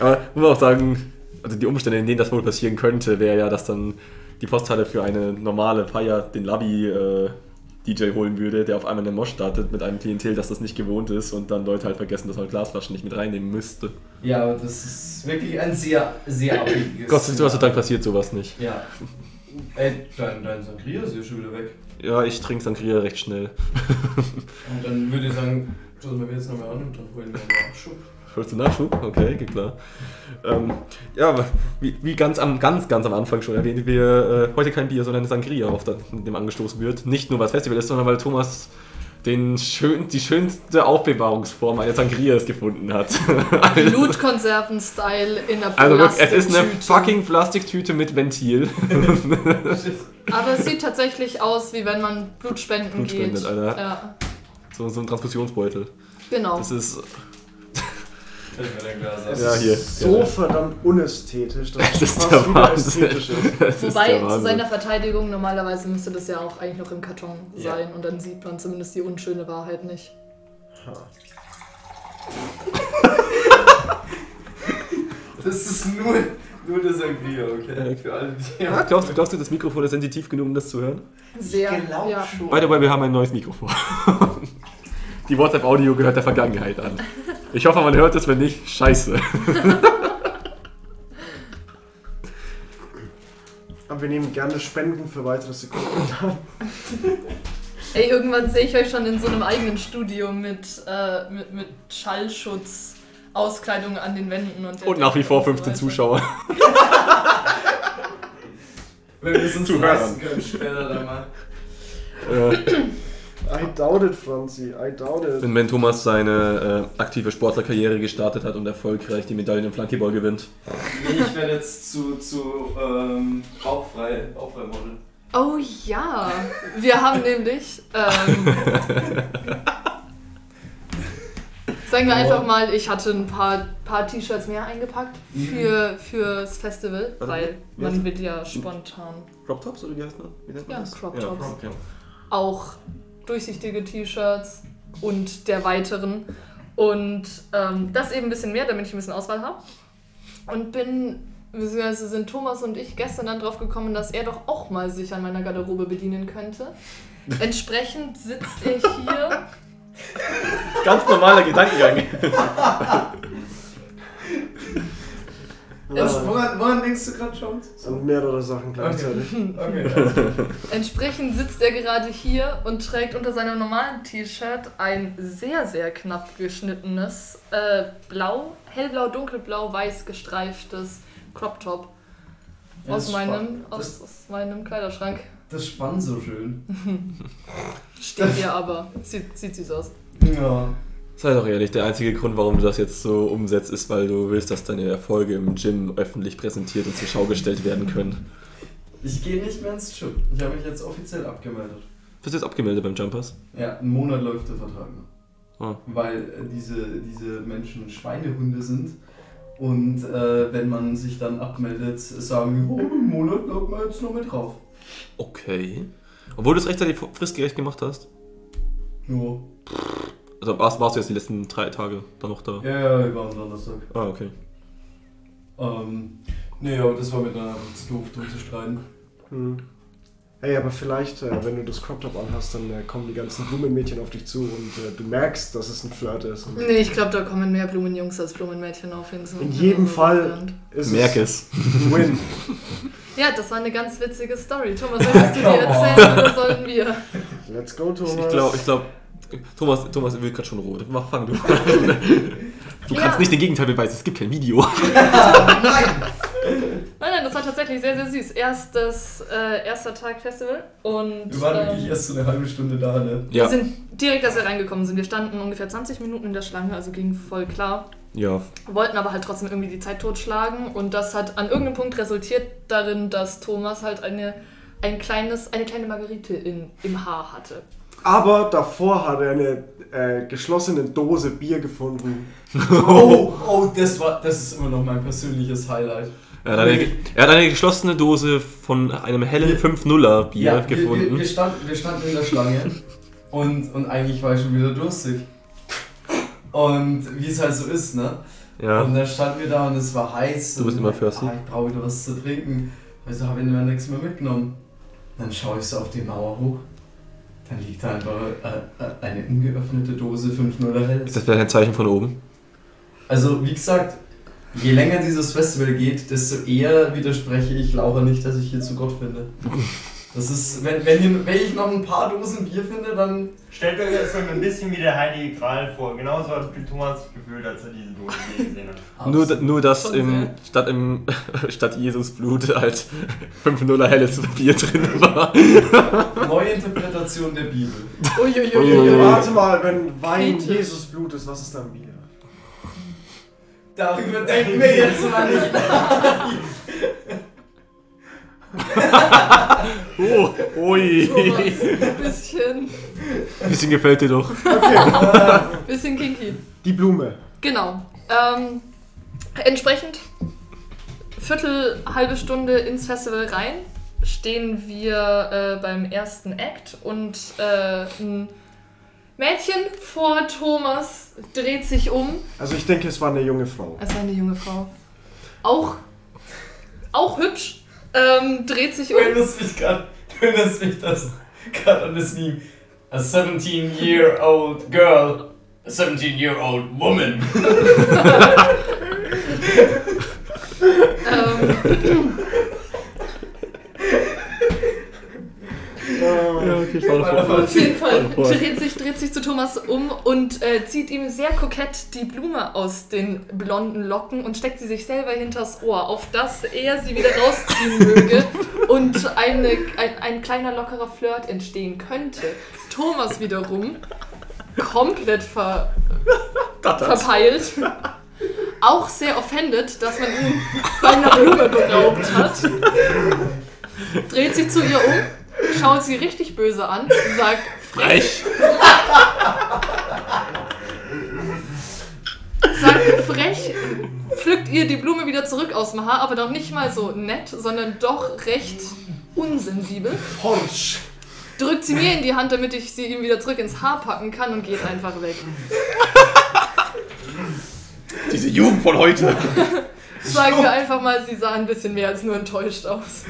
Speaker 3: Aber muss man auch sagen, also die Umstände, in denen das wohl passieren könnte, wäre ja, dass dann die Posthalle für eine normale Feier den Labi äh, DJ holen würde, der auf einmal einen Mosch startet mit einem Klientel, dass das nicht gewohnt ist und dann Leute halt vergessen, dass man Glasflaschen nicht mit reinnehmen müsste.
Speaker 1: Ja, aber das ist wirklich ein sehr, sehr abwegiges.
Speaker 3: Gott sei Dank passiert sowas nicht.
Speaker 1: Ja. Ey, dein, dein Sangria ist ja schon wieder weg.
Speaker 3: Ja, ich trinke Sangria recht schnell.
Speaker 1: Und dann würde ich sagen, stoßen wir jetzt nochmal an und dann holen wir einen Nachschub.
Speaker 3: Holst du Nachschub? Okay, geht klar. Ähm, ja, aber wie, wie ganz, am, ganz, ganz am Anfang schon erwähnt, wir äh, heute kein Bier, sondern eine Sangria, auf das, mit dem angestoßen wird. Nicht nur, weil es Festival ist, sondern weil Thomas den schön, die schönste Aufbewahrungsform eines Sangrias gefunden hat.
Speaker 4: Blutkonserven-Style in der
Speaker 3: also wirklich, es
Speaker 4: Plastiktüte.
Speaker 3: ist eine fucking Plastiktüte mit Ventil.
Speaker 4: Aber es sieht tatsächlich aus, wie wenn man Blut spenden
Speaker 3: Blut
Speaker 4: geht.
Speaker 3: spendet, Alter.
Speaker 4: Ja,
Speaker 3: So, so ein Transfusionsbeutel.
Speaker 4: genau.
Speaker 3: Das ist.
Speaker 1: Ich mir dein Glas
Speaker 2: Es
Speaker 1: ab.
Speaker 3: Ja,
Speaker 2: ist
Speaker 3: hier.
Speaker 2: so
Speaker 3: Gerne.
Speaker 2: verdammt unästhetisch, dass
Speaker 3: Das ist
Speaker 2: fast
Speaker 3: der
Speaker 2: wieder
Speaker 3: Wahnsinn.
Speaker 2: ästhetisch ist.
Speaker 3: Das ist
Speaker 4: Wobei
Speaker 3: der
Speaker 4: zu
Speaker 3: Wahnsinn.
Speaker 4: seiner Verteidigung normalerweise müsste das ja auch eigentlich noch im Karton
Speaker 1: Ja.
Speaker 4: sein und dann sieht man zumindest die unschöne Wahrheit nicht.
Speaker 1: Das ist nur, nur der Sangria, okay? Für alle, die.
Speaker 3: ja, glaubst, du- glaubst du, das Mikrofon ist sensitiv genug, um das zu hören?
Speaker 4: Sehr,
Speaker 1: Ich glaub
Speaker 4: ja.
Speaker 1: schon.
Speaker 3: By the way, wir haben ein neues Mikrofon. Die WhatsApp-Audio gehört der Vergangenheit an. Ich hoffe, man hört es, wenn nicht, scheiße.
Speaker 2: Aber wir nehmen gerne Spenden für weitere Sekunden an.
Speaker 4: Ey, irgendwann sehe ich euch schon in so einem eigenen Studio mit, äh, mit, mit Schallschutz, Auskleidung an den Wänden und der
Speaker 3: Und nach wie
Speaker 4: Decke
Speaker 3: vor
Speaker 4: und so
Speaker 3: 15
Speaker 4: weiter.
Speaker 3: Zuschauer.
Speaker 1: Wenn wir es uns
Speaker 3: Zuhören.
Speaker 1: leisten können, später dann mal.
Speaker 3: Äh,
Speaker 2: I doubt it, Franzi. I doubt it.
Speaker 3: wenn Thomas seine äh, aktive Sportlerkarriere gestartet hat und erfolgreich die Medaille im Flankeball gewinnt.
Speaker 1: Nee, ich werde jetzt zu, zu ähm, bauchfrei, Bauchfrei-Model.
Speaker 4: Oh ja, wir haben nämlich. Ähm, sagen wir einfach mal, ich hatte ein paar, paar T-Shirts mehr eingepackt für, fürs Festival,
Speaker 3: Warte,
Speaker 4: weil
Speaker 3: wie
Speaker 4: man
Speaker 3: heißt-
Speaker 4: will ja spontan
Speaker 3: Crop Tops oder wie heißt man? Wie nennt
Speaker 4: man Ja, das? Crop Tops.
Speaker 3: Ja,
Speaker 4: auch durchsichtige T-Shirts und der weiteren. Und ähm, das eben ein bisschen mehr, damit ich ein bisschen Auswahl habe. Und bin, beziehungsweise sind Thomas und ich gestern dann drauf gekommen, dass er doch auch mal sich an meiner Garderobe bedienen könnte. Entsprechend sitzt er hier.
Speaker 3: Ganz normaler Gedankengang.
Speaker 1: Was, woran, woran denkst du gerade schon?
Speaker 2: Und mehrere Sachen gleichzeitig.
Speaker 1: Okay, also.
Speaker 4: Entsprechend sitzt er gerade hier und trägt unter seinem normalen T-Shirt ein sehr, sehr knapp geschnittenes, äh, blau, hellblau, dunkelblau, weiß gestreiftes Crop-Top.
Speaker 1: Das
Speaker 4: Aus
Speaker 1: spa-
Speaker 4: meinem, aus,
Speaker 1: Das,
Speaker 4: aus meinem Kleiderschrank.
Speaker 1: das spann so schön.
Speaker 4: Steht hier aber. Sieht, sieht süß aus.
Speaker 1: Ja.
Speaker 3: Sei doch ehrlich, der einzige Grund, warum du das jetzt so umsetzt, ist, weil du willst, dass deine Erfolge im Gym öffentlich präsentiert und zur Schau gestellt werden können.
Speaker 1: Ich gehe nicht mehr ins Gym. Ich habe mich jetzt offiziell abgemeldet.
Speaker 3: Bist du jetzt abgemeldet beim Jumpers?
Speaker 1: Ja, einen Monat läuft der Vertrag noch.
Speaker 3: Ah.
Speaker 1: Weil äh, diese, diese Menschen Schweinehunde sind. Und äh, wenn man sich dann abmeldet, sagen, oh, einen Monat bleibt man jetzt noch mit drauf.
Speaker 3: Okay. Obwohl du es rechtzeitig vor- fristgerecht gemacht hast.
Speaker 1: Jo.
Speaker 3: Also warst, warst du jetzt die letzten drei Tage dann noch da?
Speaker 1: Ja, ja, ich war am Donnerstag.
Speaker 3: Ah, okay.
Speaker 1: Ähm, nee, aber das war mir dann einfach zu doof, drum zu streiten.
Speaker 2: Hm. Hey, aber vielleicht, äh, wenn du das Crop Top anhast, dann äh, kommen die ganzen Blumenmädchen auf dich zu und äh, du merkst, dass es ein Flirt ist. Und
Speaker 4: Nee, ich glaube, da kommen mehr Blumenjungs als Blumenmädchen auf jeden
Speaker 2: In jedem Fall
Speaker 4: Land.
Speaker 2: ist
Speaker 3: Merk
Speaker 2: es
Speaker 3: es.
Speaker 2: ein Win.
Speaker 4: Ja, das war eine ganz witzige Story. Thomas, solltest du die erzählen oder sollen wir?
Speaker 2: Let's go, Thomas.
Speaker 3: Ich glaube, ich glaube, Thomas, Thomas wird gerade schon rot. Mach, fang du an. Du
Speaker 4: Ja.
Speaker 3: kannst nicht den Gegenteil beweisen, es gibt kein Video.
Speaker 4: Nein, nein, das war tatsächlich sehr, sehr süß. Erstes, äh, erster Tag Festival und
Speaker 1: Wir waren
Speaker 4: ähm,
Speaker 1: wirklich erst so eine halbe Stunde da, ne?
Speaker 3: Ja,
Speaker 4: wir sind direkt, als wir reingekommen sind. Wir standen ungefähr 20 Minuten in der Schlange, also ging voll klar.
Speaker 3: ja,
Speaker 4: wollten aber halt trotzdem irgendwie die Zeit totschlagen und das hat an irgendeinem Punkt resultiert darin, dass Thomas halt eine, ein kleines, eine kleine Margarite in, im Haar hatte.
Speaker 2: Aber davor hat er eine äh, geschlossene Dose Bier gefunden.
Speaker 1: Oh, oh, das war, das ist immer noch mein persönliches Highlight.
Speaker 3: Er hat, eine, er hat eine geschlossene Dose von einem hellen 5-0er Bier
Speaker 1: wir- Wir,
Speaker 3: gefunden.
Speaker 1: wir, standen, wir standen in der Schlange und, und eigentlich war ich schon wieder durstig. Und wie es halt so ist, ne?
Speaker 3: ja.
Speaker 1: Und dann standen wir da und es war heiß.
Speaker 3: Du bist
Speaker 1: und
Speaker 3: immer thirsty.
Speaker 1: Ah, ich brauche wieder was zu trinken. Also habe ich mir nichts mehr mitgenommen. Dann schaue ich so auf die Mauer hoch. Dann liegt da einfach äh, äh, eine ungeöffnete Dose 5-0er Helles.
Speaker 3: Ist das vielleicht ein Zeichen von oben?
Speaker 1: Also, wie gesagt, je länger dieses Festival geht, desto eher widerspreche ich Laura nicht, dass ich hier zu Gott finde. Das ist, wenn, wenn, ihr, wenn ich noch ein paar Dosen Bier finde, dann.
Speaker 5: Stellt euch das so ein bisschen wie der Heilige Gral vor. Genauso hat Thomas sich gefühlt, als er diese Dose gesehen hat.
Speaker 3: Nur, nur dass
Speaker 4: Schon
Speaker 3: im,
Speaker 4: sehr.
Speaker 3: statt, im, statt Jesus Blut halt 5-0er helles Bier drin war.
Speaker 1: Neue Interpretation der Bibel.
Speaker 3: Uiuiui.
Speaker 2: Warte mal, wenn Wein
Speaker 4: Kritisch.
Speaker 2: Jesus Blut ist, was ist dann Bier?
Speaker 1: Darüber denken wir jetzt mal nicht nach.
Speaker 3: Oh, ui.
Speaker 4: Thomas, ein bisschen,
Speaker 3: Ein bisschen gefällt dir doch.
Speaker 4: bisschen kinky.
Speaker 2: Die Blume.
Speaker 4: Genau. Ähm, entsprechend Viertel, halbe Stunde ins Festival rein stehen wir äh, beim ersten Act und äh, ein Mädchen vor Thomas dreht sich um
Speaker 2: Also ich denke, es war eine junge Frau.
Speaker 4: Es war eine junge Frau. Auch, auch hübsch. Ähm, dreht sich um.
Speaker 1: Du erinnerst mich gerade an das Meme. A 17-year-old girl, a 17-year-old woman.
Speaker 4: Ähm,
Speaker 3: Ja, okay, ich
Speaker 1: Meine
Speaker 3: war
Speaker 4: auf jeden Fall
Speaker 3: Voll.
Speaker 4: dreht sich, dreht sich zu Thomas um und äh, zieht ihm sehr kokett die Blume aus den blonden Locken und steckt sie sich selber hinters Ohr, auf dass er sie wieder rausziehen möge und eine, ein, ein kleiner lockerer Flirt entstehen könnte. Thomas wiederum komplett ver, verpeilt. Auch sehr offended, dass man ihn seiner Blume beraubt hat. Dreht sich zu ihr um, schaut sie richtig böse an, sagt
Speaker 3: frech.
Speaker 4: sagt frech, pflückt ihr die Blume wieder zurück aus dem Haar, aber doch nicht mal so nett, sondern doch recht unsensibel.
Speaker 2: Horsch.
Speaker 4: Drückt sie mir in die Hand, damit ich sie ihm wieder zurück ins Haar packen kann und geht einfach weg.
Speaker 3: Diese Jugend von heute.
Speaker 4: Sagen wir einfach mal, sie sah ein bisschen mehr als nur enttäuscht aus.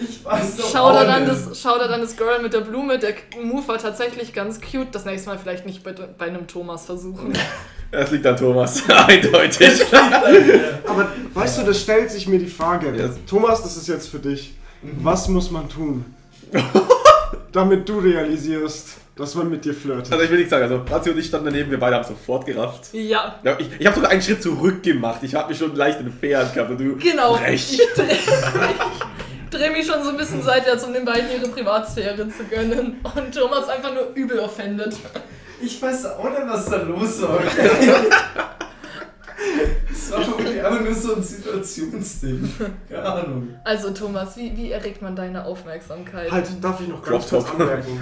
Speaker 1: Ich weiß doch
Speaker 4: Schau
Speaker 1: auch
Speaker 4: da dann
Speaker 1: nicht.
Speaker 4: das, schau da dann das Girl mit der Blume. Der Move war tatsächlich ganz cute. Das nächste Mal vielleicht nicht bei, bei einem Thomas versuchen.
Speaker 3: Das liegt an Thomas. Eindeutig. Also,
Speaker 2: Aber weißt du, das stellt sich mir die Frage.
Speaker 3: Ja. Mhm.
Speaker 2: Thomas, das ist jetzt für dich. Was muss man tun, damit du realisierst, dass man mit dir flirtet?
Speaker 3: Also ich will nichts sagen, also Razio und ich standen daneben, wir beide haben sofort gerafft.
Speaker 4: Ja,
Speaker 3: Ja, ich ich habe sogar einen Schritt zurück gemacht. Ich habe mich schon leicht entfernt gehabt und du.
Speaker 4: genau.
Speaker 3: Frech.
Speaker 4: Ich drehe dreh mich schon so ein bisschen seitwärts, um den beiden ihre Privatsphäre zu gönnen. Und Thomas einfach nur übel offended.
Speaker 1: Ich weiß auch nicht, was da los war. Es war wirklich einfach nur so ein Situationsding. Keine Ahnung.
Speaker 4: Also Thomas, wie, wie erregt man deine Aufmerksamkeit?
Speaker 2: Halt, darf ich noch ganz
Speaker 3: Drop
Speaker 2: kurz
Speaker 3: top.
Speaker 2: anmerken?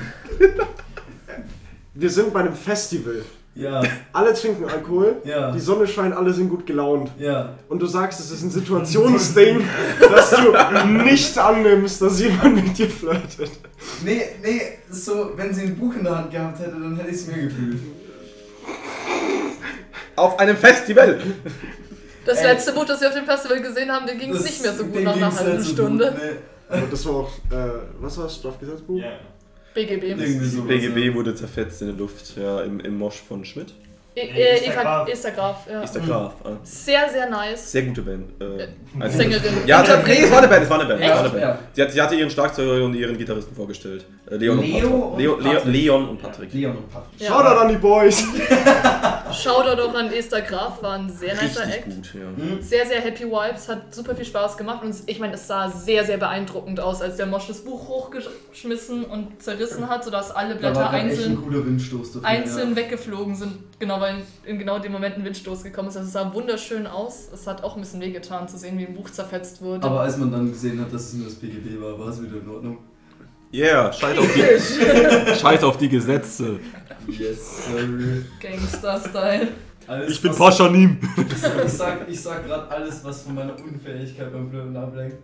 Speaker 2: Wir sind bei einem Festival.
Speaker 1: Ja,
Speaker 2: Alle trinken Alkohol.
Speaker 1: ja,
Speaker 2: Die Sonne scheint, alle sind gut gelaunt.
Speaker 1: ja.
Speaker 2: Und du sagst, es ist ein Situationsding, dass du nicht annimmst, dass jemand mit dir flirtet.
Speaker 1: Nee, nee, so, wenn sie ein Buch in der Hand gehabt hätte, dann hätte ich es mir gefühlt.
Speaker 3: Auf einem Festival!
Speaker 4: Das
Speaker 1: Ey.
Speaker 4: letzte Buch, das wir auf dem Festival gesehen haben, dem ging es
Speaker 1: Äh, Das-
Speaker 4: nicht mehr so gut
Speaker 1: dem
Speaker 4: nach einer
Speaker 1: ging's
Speaker 4: halben
Speaker 1: nicht so gut,
Speaker 4: Stunde.
Speaker 2: Und das war auch, äh, was war das, Strafgesetzbuch?
Speaker 5: Ja.
Speaker 4: BGB.
Speaker 1: Nee. Irgendwie
Speaker 3: Das
Speaker 1: sowas,
Speaker 3: BGB
Speaker 1: ja.
Speaker 3: wurde zerfetzt in der Luft, ja, im, im Mosch von Schmidt.
Speaker 4: E
Speaker 5: Nee,
Speaker 4: äh,
Speaker 5: Esther
Speaker 4: Eva-
Speaker 5: Graf.
Speaker 4: Esther Graf, ja.
Speaker 3: Ist der Graf. äh,
Speaker 4: Sehr, sehr nice.
Speaker 3: Sehr gute Band. Äh, also-
Speaker 4: Sängerin.
Speaker 3: Ja, es war- nee, es war eine Band, es war eine Band. Es
Speaker 1: Echt?
Speaker 3: war eine Band.
Speaker 1: Ja.
Speaker 3: Sie, hat, sie hatte ihren Schlagzeuger und ihren Gitarristen vorgestellt. Äh, Leon,
Speaker 1: Leo
Speaker 3: und
Speaker 1: und
Speaker 3: Patrick. Leo, Leo,
Speaker 1: Patrick.
Speaker 3: Leon und Patrick.
Speaker 1: Leon und Patrick.
Speaker 2: Schaut da
Speaker 4: Ja.
Speaker 2: an die Boys.
Speaker 4: Shoutout auch an Esther Graf, war ein sehr nicer
Speaker 3: Richtig
Speaker 4: Act.
Speaker 3: gut, ja.
Speaker 1: Hm?
Speaker 4: Sehr, sehr happy Vibes, hat super viel Spaß gemacht und ich meine, es sah sehr, sehr beeindruckend aus, als der Mosch das Buch hochgeschmissen und zerrissen hat, sodass alle
Speaker 1: Da
Speaker 4: Blätter
Speaker 1: war dann echt ein
Speaker 4: einzeln,
Speaker 1: cooler Windstoß dafür.
Speaker 4: einzeln weggeflogen sind, genau weil in genau dem Moment ein Windstoß gekommen ist. Also es sah wunderschön aus, es hat auch ein bisschen wehgetan zu sehen, wie ein Buch zerfetzt
Speaker 1: Ja.
Speaker 4: wurde.
Speaker 1: Aber als man dann gesehen hat, dass es nur das PGB war, war es wieder in Ordnung.
Speaker 3: Yeah, scheiß auf die, scheiß auf die Gesetze.
Speaker 1: Yes, sir.
Speaker 4: Gangster-Style.
Speaker 1: Alles,
Speaker 3: Ich bin
Speaker 1: was-
Speaker 3: Paschanim.
Speaker 1: Ich sag, ich sag gerade alles, was von meiner Unfähigkeit beim Flirten ablenkt.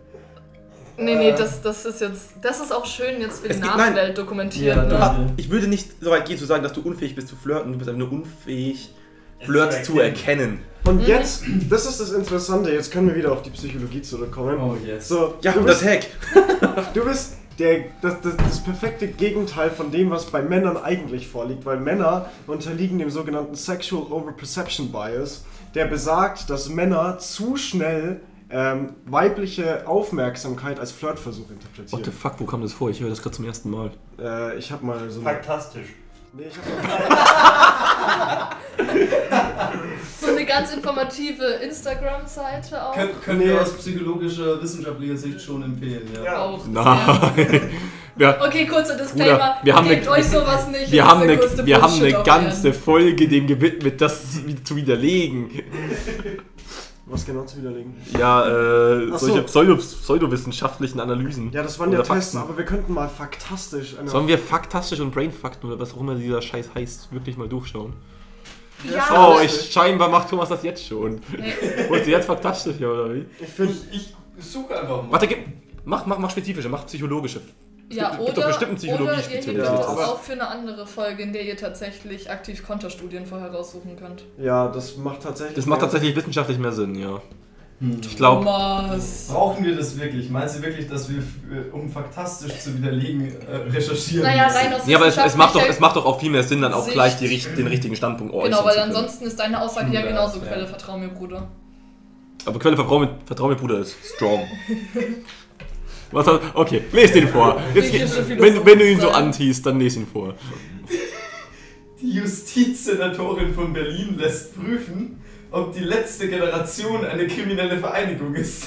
Speaker 4: Nee, nee,
Speaker 1: Äh.
Speaker 4: das, das ist jetzt, das ist auch schön jetzt für
Speaker 3: Es
Speaker 4: die
Speaker 3: gibt- nein.
Speaker 4: Nachwelt dokumentiert.
Speaker 1: Ja,
Speaker 4: ne?
Speaker 1: doch.
Speaker 3: Ah, Ich würde nicht so weit gehen zu sagen, dass du unfähig bist zu flirten. Du bist einfach nur unfähig,
Speaker 5: Es
Speaker 3: Flirt
Speaker 5: ist
Speaker 3: zu erkennen.
Speaker 2: Und jetzt, das ist das Interessante, jetzt können wir wieder auf die Psychologie zurückkommen.
Speaker 1: Oh yes.
Speaker 2: So,
Speaker 3: Ja,
Speaker 2: du,
Speaker 3: und das
Speaker 2: bist,
Speaker 3: Hack.
Speaker 2: du bist der, das, das, das perfekte Gegenteil von dem, was bei Männern eigentlich vorliegt, weil Männer unterliegen dem sogenannten Sexual Overperception Bias, der besagt, dass Männer zu schnell ähm, weibliche Aufmerksamkeit als Flirtversuch interpretieren.
Speaker 3: fuck, wo kam das vor? Ich höre das gerade zum ersten Mal.
Speaker 2: Äh, ich habe mal so eine,
Speaker 5: Fantastisch.
Speaker 2: nee, ich hab,
Speaker 4: So eine ganz informative Instagram-Seite auch.
Speaker 1: Kön können wir aus psychologischer, wissenschaftlicher Sicht schon empfehlen, ja.
Speaker 5: Ja.
Speaker 4: auch sehr-
Speaker 3: Nein. Wir,
Speaker 4: Okay, kurzer Disclaimer.
Speaker 3: Bruder, wir haben
Speaker 4: Gebt
Speaker 3: eine-
Speaker 4: euch sowas nicht.
Speaker 3: wir
Speaker 4: das ist
Speaker 3: haben
Speaker 4: der
Speaker 3: eine,
Speaker 4: größte
Speaker 3: wir haben eine
Speaker 4: Bullshit auf
Speaker 3: ganze
Speaker 4: Erden.
Speaker 3: Folge dem gewidmet, das zu widerlegen.
Speaker 2: was genau zu widerlegen.
Speaker 3: Ja, äh,
Speaker 2: Ach
Speaker 3: solche
Speaker 2: so.
Speaker 3: Pseudo pseudowissenschaftlichen Analysen.
Speaker 2: Ja, das waren ja
Speaker 3: Oder
Speaker 2: Tests,
Speaker 3: Fakten.
Speaker 2: aber wir könnten mal faktastisch eine
Speaker 3: Sollen wir Faktastisch und Brainfakten oder was auch immer dieser Scheiß heißt, wirklich mal durchschauen?
Speaker 4: Ja,
Speaker 3: Oh,
Speaker 4: oh,
Speaker 3: ich, scheinbar macht Thomas das jetzt schon. Holst du jetzt Faktastisch, ja, oder wie?
Speaker 2: Ich finde,
Speaker 1: Ich suche einfach mal.
Speaker 3: Warte, gib, mach, mach, mach spezifische, mach psychologische.
Speaker 4: ja,
Speaker 3: gibt doch
Speaker 4: oder,
Speaker 3: bestimmt ein
Speaker 4: oder ihr hebt
Speaker 3: Psychologie-Spezialist.
Speaker 4: euch
Speaker 2: Ja,
Speaker 4: das
Speaker 2: aber-
Speaker 4: auf für eine andere Folge, in der ihr tatsächlich aktiv Konterstudien vorher raussuchen könnt.
Speaker 2: ja, das macht tatsächlich.
Speaker 3: Das macht tatsächlich wissenschaftlich mehr Sinn, ja.
Speaker 1: Hm.
Speaker 3: Ich glaube,
Speaker 4: Thomas.
Speaker 1: Brauchen wir das wirklich? Meinst du wirklich, dass wir, f- um faktastisch zu widerlegen, äh, recherchieren
Speaker 4: Naja,
Speaker 1: müssen?
Speaker 4: rein aus
Speaker 3: ja, aber es, es, macht doch, es
Speaker 4: wissenschaftlicher-
Speaker 3: macht doch auch viel mehr Sinn, dann auch
Speaker 4: Sicht.
Speaker 3: gleich die, richt- den richtigen Standpunkt äußern
Speaker 4: Genau,
Speaker 3: zu
Speaker 4: weil
Speaker 3: können.
Speaker 4: ansonsten ist deine Aussage ja
Speaker 1: Ja,
Speaker 4: genauso
Speaker 1: ja.
Speaker 4: Quelle. Vertrau mir, Bruder.
Speaker 3: Aber Quelle, vertrau mir, vertrau mir Bruder, ist strong. Was hat, okay, les den vor. Jetzt,
Speaker 4: Griechische
Speaker 3: geht- wenn, du- wenn du ihn so
Speaker 4: Philosophen.
Speaker 3: antiest, dann les ihn vor.
Speaker 1: Die Justizsenatorin von Berlin lässt prüfen, ob die letzte Generation eine kriminelle Vereinigung ist.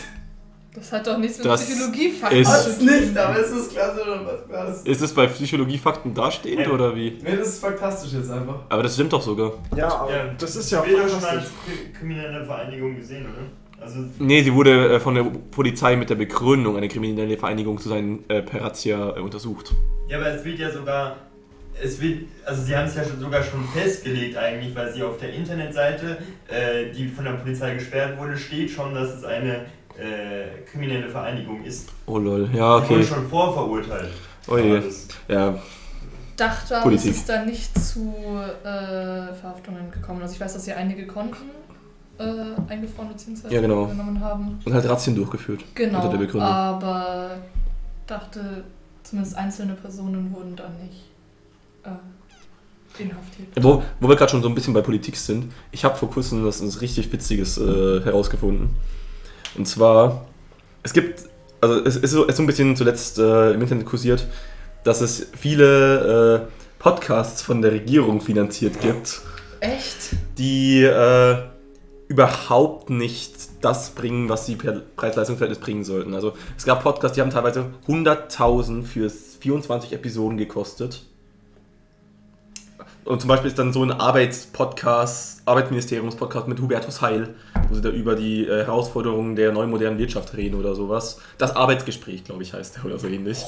Speaker 4: Das hat doch nichts mit
Speaker 3: Das
Speaker 4: Psychologiefakten
Speaker 3: ist-
Speaker 4: zu
Speaker 1: Hat's
Speaker 4: tun.
Speaker 1: nicht, aber es ist klasse oder was war's?
Speaker 3: Ist es bei Psychologiefakten dastehend
Speaker 5: Ja.
Speaker 3: oder wie?
Speaker 1: Nee, das ist faktastisch jetzt einfach.
Speaker 3: Aber das stimmt doch sogar.
Speaker 2: Ja, aber
Speaker 5: Ja.
Speaker 2: das ist ja
Speaker 5: Ja, wir haben schon
Speaker 2: fantastisch.
Speaker 5: als kri- kriminelle Vereinigung gesehen, oder? Also,
Speaker 3: Nee, sie wurde äh, von der Polizei mit der Begründung, eine kriminelle Vereinigung zu sein, äh, per Razzia äh, untersucht.
Speaker 5: ja, aber es wird ja sogar. Es wird, also sie haben es ja schon, sogar schon festgelegt eigentlich, weil sie auf der Internetseite, äh, die von der Polizei gesperrt wurde, steht schon, dass es eine äh, kriminelle Vereinigung ist.
Speaker 3: Oh lol, ja,
Speaker 5: Die wurde
Speaker 3: okay.
Speaker 5: schon vorverurteilt.
Speaker 3: Oh je.
Speaker 5: Aber das-
Speaker 3: Ja,
Speaker 4: dachte, aber es
Speaker 3: Politik.
Speaker 4: ist da nicht zu äh, Verhaftungen gekommen. Also ich weiß, dass hier einige Konten äh, eingefroren bzw.
Speaker 3: Ja, genau.
Speaker 4: genommen haben.
Speaker 3: und halt Razzien durchgeführt.
Speaker 4: Genau,
Speaker 3: Unter der Begründung.
Speaker 4: aber dachte, zumindest einzelne Personen wurden dann nicht äh, inhaftiert.
Speaker 3: Wo, wo wir gerade schon so ein bisschen bei Politik sind, ich habe vor kurzem was was richtig Witziges äh, herausgefunden. Und zwar, es gibt, also es ist so, ist so ein bisschen zuletzt äh, im Internet kursiert, dass es viele äh, Podcasts von der Regierung finanziert gibt.
Speaker 4: Echt?
Speaker 3: die äh, überhaupt nicht das bringen, was sie per Preis-Leistungs-Verhältnis bringen sollten. Also es gab Podcasts, die haben teilweise 100.000 für 24 Episoden gekostet. Und zum Beispiel ist dann so ein Arbeitspodcast, Arbeitsministeriumspodcast mit Hubertus Heil, wo sie da über die äh, Herausforderungen der neu modernen Wirtschaft reden oder sowas. Das Arbeitsgespräch, glaube ich, heißt der oder so ähnlich.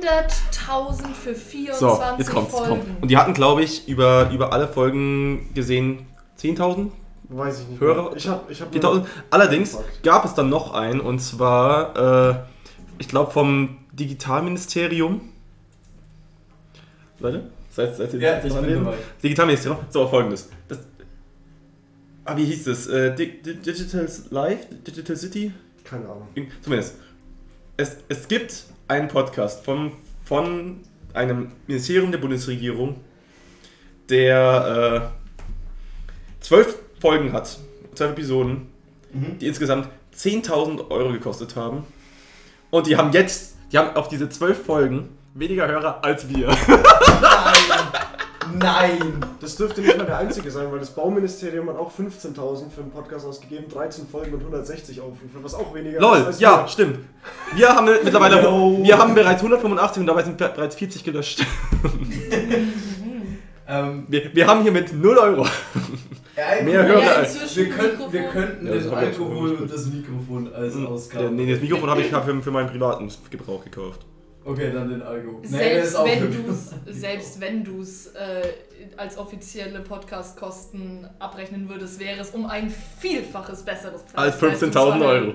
Speaker 4: 100.000 für 24
Speaker 3: So, jetzt kommt's, komm.
Speaker 4: Folgen.
Speaker 3: Und die hatten, glaube ich, über, über alle Folgen gesehen 10.000,
Speaker 2: Weiß ich nicht.
Speaker 3: Hörer-
Speaker 2: mehr. Ich hab, ich hab
Speaker 3: 4000. Allerdings
Speaker 2: Fakt.
Speaker 3: gab es dann noch einen und zwar, äh, ich glaube, vom Digitalministerium. Warte, seid, seid ihr
Speaker 1: Ja,
Speaker 3: seid ihr
Speaker 1: ich
Speaker 3: dran
Speaker 1: bin
Speaker 3: reden?
Speaker 1: dabei.
Speaker 3: Digitalministerium. So, folgendes. Das, ah, wie hieß das? Äh, Dig- Dig- Digital Life? Digital City?
Speaker 2: Keine Ahnung.
Speaker 3: Zumindest. Es, es gibt einen Podcast von, von einem Ministerium der Bundesregierung, der, äh, zwölf Folgen hat, zwölf Episoden,
Speaker 1: Mhm.
Speaker 3: die insgesamt 10.000 Euro gekostet haben. Und die haben jetzt, die haben auf diese zwölf Folgen weniger Hörer als wir.
Speaker 1: Nein!
Speaker 2: Das dürfte nicht mal der einzige sein, weil das Bauministerium hat auch 15.000 für einen Podcast ausgegeben, 13 Folgen und 160 Aufrufe, was auch weniger
Speaker 3: Lol,
Speaker 2: als
Speaker 3: ja,
Speaker 2: wir.
Speaker 3: stimmt. Wir haben mittlerweile,
Speaker 1: Yo.
Speaker 3: wir haben bereits 185 und dabei sind bereits 40 gelöscht.
Speaker 1: Ähm,
Speaker 3: Wir, wir haben hier mit 0 Euro.
Speaker 1: ja,
Speaker 3: Mehr
Speaker 1: wir-
Speaker 3: Hörer
Speaker 4: Ja,
Speaker 3: als-
Speaker 4: inzwischen
Speaker 1: Wir, könnten, wir
Speaker 4: Mikrofon.
Speaker 1: könnten
Speaker 3: Ja, das
Speaker 1: den
Speaker 3: haben wir jetzt
Speaker 1: Alkohol
Speaker 3: schon
Speaker 1: und das Mikrofon also als Ausgabe.
Speaker 3: Hm. Nee, das Mikrofon habe ich für, für meinen privaten Gebrauch gekauft.
Speaker 1: Okay, dann den Alkohol. Nee, der
Speaker 4: Selbst,
Speaker 1: ist auch
Speaker 4: wenn
Speaker 1: für-
Speaker 4: du's, selbst wenn du es äh, als offizielle Podcast-Kosten abrechnen würdest, wäre es um ein Vielfaches besseres Preis.
Speaker 3: Als 15.000 Euro.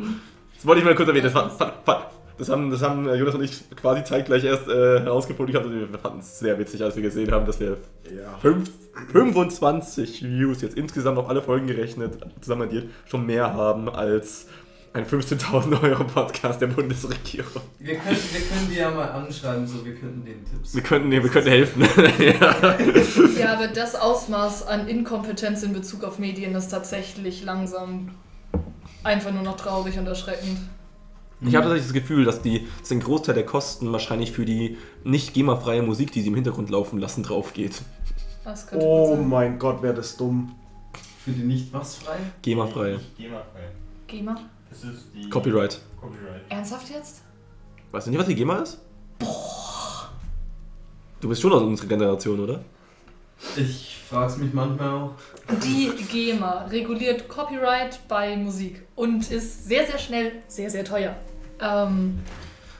Speaker 3: Das wollte ich mal kurz erwähnen. Das, war, fand- fand- das, haben, das haben äh, Jonas und ich quasi zeitgleich erst äh, herausgefunden. Ich hab- wir fanden es sehr witzig, als wir gesehen haben, dass wir
Speaker 2: Ja.
Speaker 3: fünf, 25 Views jetzt insgesamt auf alle Folgen gerechnet, zusammen addiert, schon mehr haben als ein 15.000 Euro Podcast der Bundesregierung.
Speaker 1: Wir können, wir können die ja mal anschreiben, so wir könnten den Tipps.
Speaker 3: Wir könnten, nee, wir könnten helfen. ja.
Speaker 4: Ja, aber das Ausmaß an Inkompetenz in Bezug auf Medien ist tatsächlich langsam einfach nur noch traurig und erschreckend.
Speaker 3: Ich habe tatsächlich das Gefühl, dass, die, dass ein Großteil der Kosten wahrscheinlich für die nicht GEMA-freie Musik, die sie im Hintergrund laufen lassen, drauf geht.
Speaker 4: Das könnte gut
Speaker 2: Oh
Speaker 4: sein.
Speaker 2: mein Gott, wäre das dumm.
Speaker 1: Für die nicht was frei?
Speaker 3: GEMA-frei.
Speaker 5: Geh mal frei.
Speaker 4: GEMA?
Speaker 5: Das ist die
Speaker 3: Copyright.
Speaker 5: Copyright.
Speaker 4: Ernsthaft jetzt?
Speaker 3: Weißt du nicht, was die GEMA ist? Du bist schon aus unserer Generation, oder?
Speaker 1: Ich frag's mich manchmal auch.
Speaker 4: Die GEMA reguliert Copyright bei Musik und ist sehr, sehr schnell, sehr, sehr teuer. Ähm,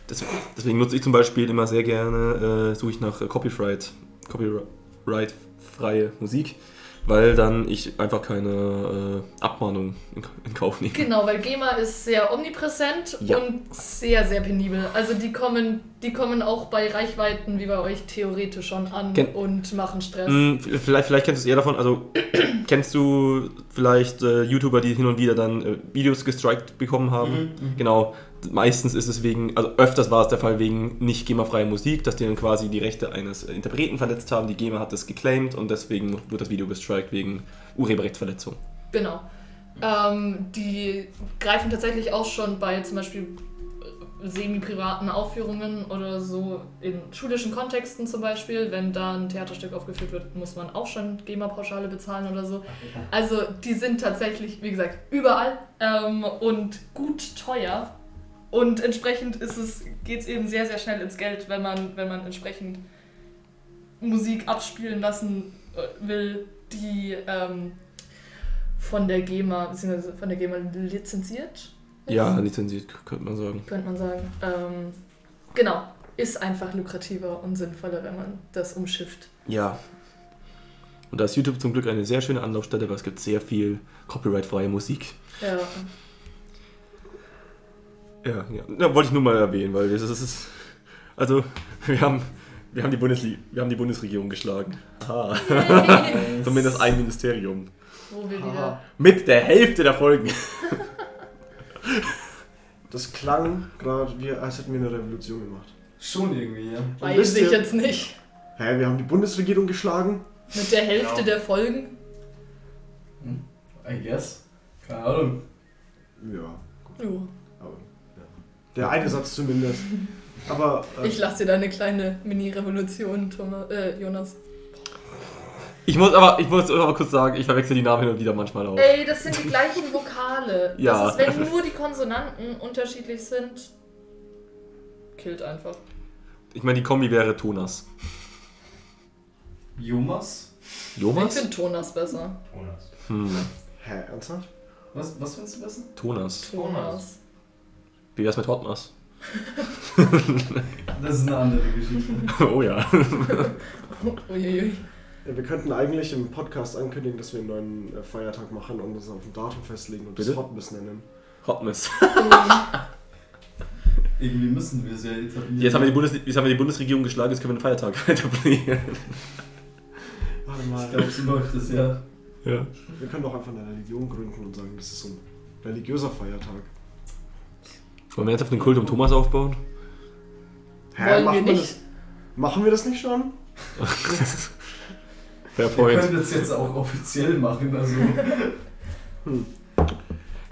Speaker 3: Des- Deswegen nutze ich zum Beispiel immer sehr gerne, äh, suche ich nach äh, Copyright, Copyright-freie Musik, weil dann ich einfach keine äh, Abmahnung in, in Kauf nehme.
Speaker 4: genau, weil GEMA ist sehr omnipräsent
Speaker 3: Ja.
Speaker 4: und sehr, sehr penibel. Also die kommen, die kommen auch bei Reichweiten wie bei euch theoretisch schon an
Speaker 3: Gen-
Speaker 4: und machen Stress.
Speaker 3: Mm, Vielleicht, vielleicht kennst du es eher davon, also kennst du vielleicht äh, YouTuber, die hin und wieder dann äh, Videos gestrikt bekommen haben? Genau, meistens ist es wegen, also öfters war es der Fall wegen nicht GEMA-freier Musik, dass die dann quasi die Rechte eines äh, Interpreten verletzt haben, die GEMA hat das geclaimed und deswegen wird das Video gestrikt wegen Urheberrechtsverletzung.
Speaker 4: Genau. Ähm, die greifen tatsächlich auch schon bei zum Beispiel äh, semi-privaten Aufführungen oder so in schulischen Kontexten zum Beispiel, wenn da ein Theaterstück aufgeführt wird, muss man auch schon GEMA-Pauschale bezahlen oder so. Also die sind tatsächlich, wie gesagt, überall ähm, und gut teuer. Und entsprechend geht es geht's eben sehr, sehr schnell ins Geld, wenn man, wenn man entsprechend Musik abspielen lassen äh, will, die ähm, von der GEMA, beziehungsweise von der GEMA lizenziert. ist,
Speaker 3: Ja, lizenziert, k- könnte man sagen.
Speaker 4: Könnte man sagen. Ähm, genau. Ist einfach lukrativer und sinnvoller, wenn man das umschifft.
Speaker 3: Ja. Und da ist YouTube zum Glück eine sehr schöne Anlaufstelle, weil es gibt sehr viel copyright-freie Musik.
Speaker 4: Ja.
Speaker 3: Ja, ja. ja wollte ich nur mal erwähnen, weil das ist, das ist also wir haben, wir haben die Bundesliga, wir haben die Bundesregierung geschlagen. Aha. Zumindest ein Ministerium.
Speaker 4: Wo wir wieder.
Speaker 2: Haha.
Speaker 3: Mit der Hälfte der Folgen.
Speaker 2: Das klang gerade wie, als hätten wir eine Revolution gemacht.
Speaker 1: Schon irgendwie, ja.
Speaker 4: Weiß
Speaker 2: wisst
Speaker 4: ich
Speaker 2: ihr-
Speaker 4: jetzt nicht.
Speaker 2: Hä, wir haben die Bundesregierung geschlagen?
Speaker 4: Mit der Hälfte
Speaker 2: Genau.
Speaker 5: Ja.
Speaker 4: der Folgen.
Speaker 1: I guess. Keine Ahnung.
Speaker 2: Ja.
Speaker 4: Jo.
Speaker 2: Aber, ja. Der eine Satz zumindest. Aber äh,
Speaker 4: Ich lasse dir deine kleine Mini-Revolution, Thomas, äh, Jonas.
Speaker 3: Ich muss aber, ich muss aber kurz sagen, ich verwechsel die Namen hin und wieder manchmal
Speaker 2: Oh.
Speaker 3: auch.
Speaker 4: Ey, das sind die gleichen Vokale.
Speaker 3: Ja.
Speaker 4: Das ist, wenn nur die Konsonanten unterschiedlich sind, killt einfach.
Speaker 3: Ich meine, die Kombi wäre Tonas.
Speaker 1: Jomas?
Speaker 4: Ich
Speaker 3: Jonas?
Speaker 4: finde Tonas besser.
Speaker 5: Jonas.
Speaker 3: Hm,
Speaker 2: hä, ernsthaft?
Speaker 1: Was, was findest du besser?
Speaker 3: Tonas.
Speaker 4: Thomas.
Speaker 5: Thomas.
Speaker 3: Wie wär's mit Hotmas?
Speaker 1: Das ist eine andere Geschichte.
Speaker 3: oh ja.
Speaker 4: Uiuiui.
Speaker 2: Ja, wir könnten eigentlich im Podcast ankündigen, dass wir einen neuen äh, Feiertag machen und uns auf ein Datum festlegen und das
Speaker 3: Bitte?
Speaker 2: Hotness nennen.
Speaker 3: Hotmas.
Speaker 1: irgendwie müssen wir es ja etablieren.
Speaker 3: Jetzt haben, wir die Bundes jetzt haben wir die Bundesregierung geschlagen, jetzt können wir einen Feiertag etablieren.
Speaker 2: Warte
Speaker 1: Ich glaube, so läuft das ja.
Speaker 3: Ja.
Speaker 2: Wir können doch einfach eine Religion gründen und sagen, das ist so ein religiöser Feiertag.
Speaker 3: Wollen wir jetzt auf den Kult um Thomas aufbauen?
Speaker 4: Wollen wir
Speaker 2: machen
Speaker 4: nicht.
Speaker 2: das, machen wir das nicht schon?
Speaker 3: Fair
Speaker 1: Wir
Speaker 3: point.
Speaker 1: können das jetzt auch offiziell machen. Also,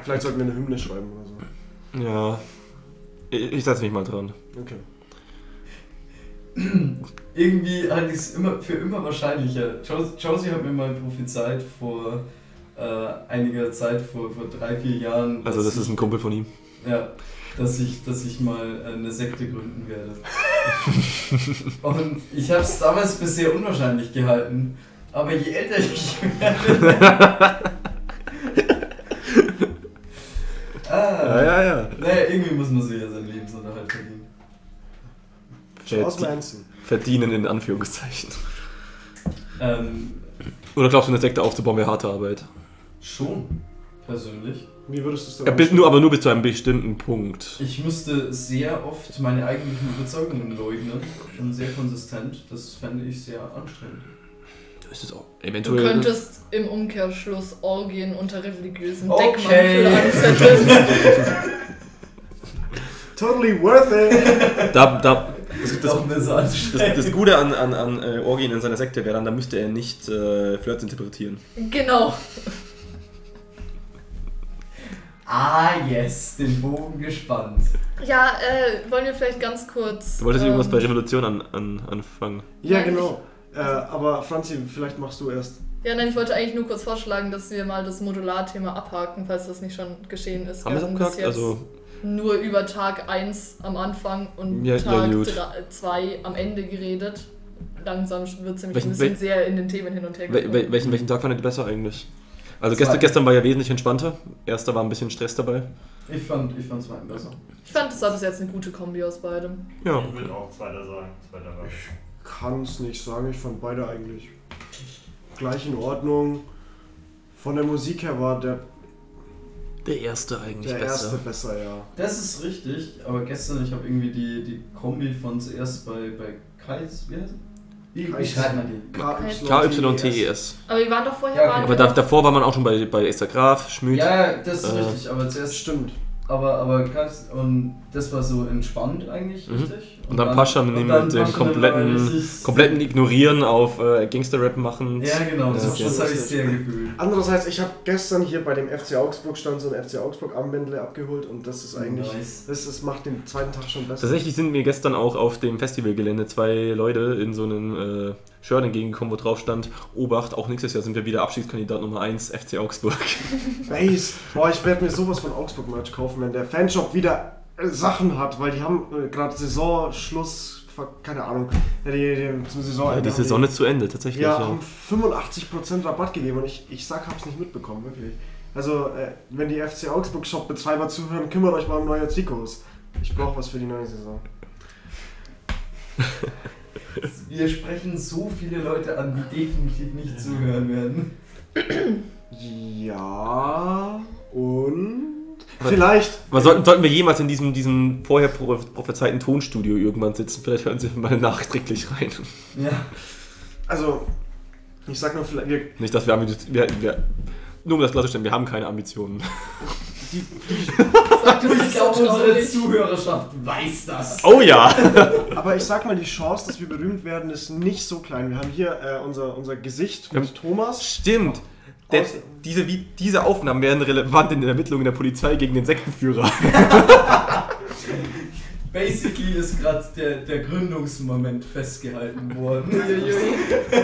Speaker 2: Vielleicht sollten wir eine Hymne schreiben oder so.
Speaker 3: Ja. Ich, ich setze mich mal dran.
Speaker 2: Okay.
Speaker 1: irgendwie halte ich es immer, für immer wahrscheinlicher. Jos- Josie hat mir mal prophezeit vor äh, einiger Zeit, vor, vor drei, vier Jahren.
Speaker 3: Also,
Speaker 1: dass
Speaker 3: das
Speaker 1: ich-
Speaker 3: ist ein Kumpel von ihm.
Speaker 1: Ja, dass ich, dass ich mal äh, eine Sekte gründen werde. Und ich habe es damals für sehr unwahrscheinlich gehalten. Aber je älter ich werde. ah,
Speaker 3: ja, ja.
Speaker 1: Naja, irgendwie muss man sich ja seinen Lebensunterhalt verdienen.
Speaker 2: Charles Manson.
Speaker 3: Verdienen in Anführungszeichen.
Speaker 1: Ähm,
Speaker 3: Oder glaubst du, eine Sekte aufzubauen wäre harte Arbeit?
Speaker 1: schon, persönlich.
Speaker 2: Wie würdest du es denn
Speaker 3: Ja, bis- nur, aber nur bis zu einem bestimmten Punkt.
Speaker 1: Ich müsste sehr oft meine eigentlichen Überzeugungen leugnen. Schon sehr konsistent. Das fände ich sehr anstrengend.
Speaker 3: Du müsstest auch
Speaker 4: Du
Speaker 3: eventuell.
Speaker 4: könntest im Umkehrschluss Orgien unter religiösem
Speaker 1: Okay.
Speaker 4: Deckmantel anzetteln.
Speaker 2: Totally worth it!
Speaker 3: da, da, das, das,
Speaker 1: Doch, das ist anstrengend.
Speaker 3: das, das Gute an, an, an äh, Orgien in seiner Sekte wäre dann, da müsste er nicht äh, Flirts interpretieren.
Speaker 4: genau.
Speaker 1: Ah, yes, den Bogen gespannt.
Speaker 4: Ja, äh, wollen wir vielleicht ganz kurz.
Speaker 3: Du wolltest
Speaker 4: ähm,
Speaker 3: irgendwas bei Revolution an, an, anfangen.
Speaker 2: ja,
Speaker 4: Nein,
Speaker 2: genau. Äh, aber Franzi, vielleicht machst du erst.
Speaker 4: Ja, nein, ich wollte eigentlich nur kurz vorschlagen, dass wir mal das Modularthema abhaken, falls das nicht schon geschehen ist.
Speaker 3: Haben wir es
Speaker 4: hatten
Speaker 3: abgehakt?
Speaker 4: bis jetzt
Speaker 3: Also,
Speaker 4: nur über Tag 1 am Anfang und
Speaker 3: Ja, ja,
Speaker 4: Tag
Speaker 3: gut.
Speaker 4: 2 am Ende geredet. Langsam wird es nämlich
Speaker 3: Welchen-
Speaker 4: ein bisschen
Speaker 3: wel-
Speaker 4: sehr in den Themen hin und her
Speaker 3: wel, wel,
Speaker 4: gekommen.
Speaker 3: welchen, welchen Tag fandet ihr besser eigentlich? Also,
Speaker 1: Zwei.
Speaker 3: gestern, gestern war ja wesentlich entspannter. Erster war ein bisschen Stress dabei.
Speaker 1: Ich fand, ich fand's mal besser.
Speaker 4: Ich fand, es war bis jetzt eine gute Kombi aus beidem.
Speaker 3: Ja.
Speaker 5: Ich würde auch zweiter sagen. Zweiter war.
Speaker 2: Kann es nicht sagen, ich fand beide eigentlich gleich in Ordnung. Von der Musik her war der,
Speaker 3: Der erste eigentlich
Speaker 2: der erste
Speaker 3: besser.
Speaker 2: besser, ja.
Speaker 1: Das ist richtig, aber gestern, ich habe irgendwie die, die Kombi von zuerst bei, bei Kais, wie heißt er? Wie, wie
Speaker 2: Kais.
Speaker 1: schreibt man die?
Speaker 3: E KYTES.
Speaker 4: Aber wir waren doch vorher.
Speaker 1: Ja, okay.
Speaker 4: waren
Speaker 3: Aber
Speaker 4: wir
Speaker 3: da,
Speaker 4: doch-
Speaker 3: davor war man auch schon bei, bei Esther Graf, Schmüd.
Speaker 1: Ja, ja, das ist
Speaker 3: Äh.
Speaker 1: richtig, aber
Speaker 2: Das
Speaker 1: zuerst,
Speaker 2: stimmt.
Speaker 1: aber, aber Kais, und das war so entspannt eigentlich,
Speaker 3: Mhm.
Speaker 1: richtig?
Speaker 3: Und dann Pascha mit dem- mit dem
Speaker 1: Pascha dann
Speaker 3: kompletten-
Speaker 1: war richtig-
Speaker 3: Kompletten Ignorieren auf äh, Gangster-Rap machen.
Speaker 1: Ja, genau, das,
Speaker 3: Ja,
Speaker 1: das,
Speaker 3: ja.
Speaker 1: habe ich sehr gefühlt.
Speaker 2: Andererseits, ich habe gestern hier bei dem FC Augsburg stand so ein FC Augsburg Armbändle abgeholt und das ist eigentlich,
Speaker 1: Nice.
Speaker 2: das, das macht den zweiten Tag schon besser.
Speaker 3: Tatsächlich sind mir gestern auch auf dem Festivalgelände zwei Leute in so einem äh, Shirt entgegengekommen, wo drauf stand, Obacht, auch nächstes Jahr sind wir wieder Abschiedskandidat Nummer 1, FC Augsburg.
Speaker 2: Base. Boah, ich werde mir sowas von Augsburg-Merch kaufen, wenn der Fanshop wieder äh, Sachen hat, weil die haben äh, gerade Saisonschluss, ver- keine Ahnung, ja, die, die,
Speaker 1: Oh,
Speaker 2: zum Saisonende.
Speaker 3: Ja, die
Speaker 1: genau.
Speaker 2: haben
Speaker 3: Saison ist zu Ende, tatsächlich.
Speaker 2: ja,
Speaker 3: ja.
Speaker 2: haben 85% Rabatt gegeben und ich, ich sag, hab's nicht mitbekommen, wirklich. Also, äh, wenn die FC Augsburg-Shop-Betreiber zuhören, kümmert euch mal um neue Trikots. Ich brauche was für die neue Saison.
Speaker 1: Wir sprechen so viele Leute an, die definitiv nicht zuhören werden.
Speaker 2: Ja, und.
Speaker 3: Was-
Speaker 2: Vielleicht.
Speaker 3: Aber sollten, sollten wir jemals in diesem, diesem vorher pro- prophezeiten Tonstudio irgendwann sitzen? Vielleicht hören Sie mal nachträglich rein.
Speaker 1: Ja,
Speaker 2: Also, ich sag nur, vielleicht. Wir,
Speaker 3: Nicht, dass wir, ambi- wir, wir nur um das klarzustellen, wir haben keine Ambitionen.
Speaker 2: die,
Speaker 4: Sagt es
Speaker 1: ich
Speaker 4: nicht so
Speaker 1: glaube, unsere
Speaker 4: traurig.
Speaker 1: Zuhörerschaft weiß das.
Speaker 3: Oh ja!
Speaker 2: Aber ich sag mal, die Chance, dass wir berühmt werden, ist nicht so klein. Wir haben hier äh, unser, unser Gesicht
Speaker 3: Wir
Speaker 2: mit Thomas.
Speaker 3: Stimmt! Der,
Speaker 2: Aus-
Speaker 3: diese, Vi- diese Aufnahmen wären relevant in den Ermittlungen der Polizei gegen den Sektenführer.
Speaker 1: Basically ist gerade der, der Gründungsmoment festgehalten worden.
Speaker 4: Uiuiui.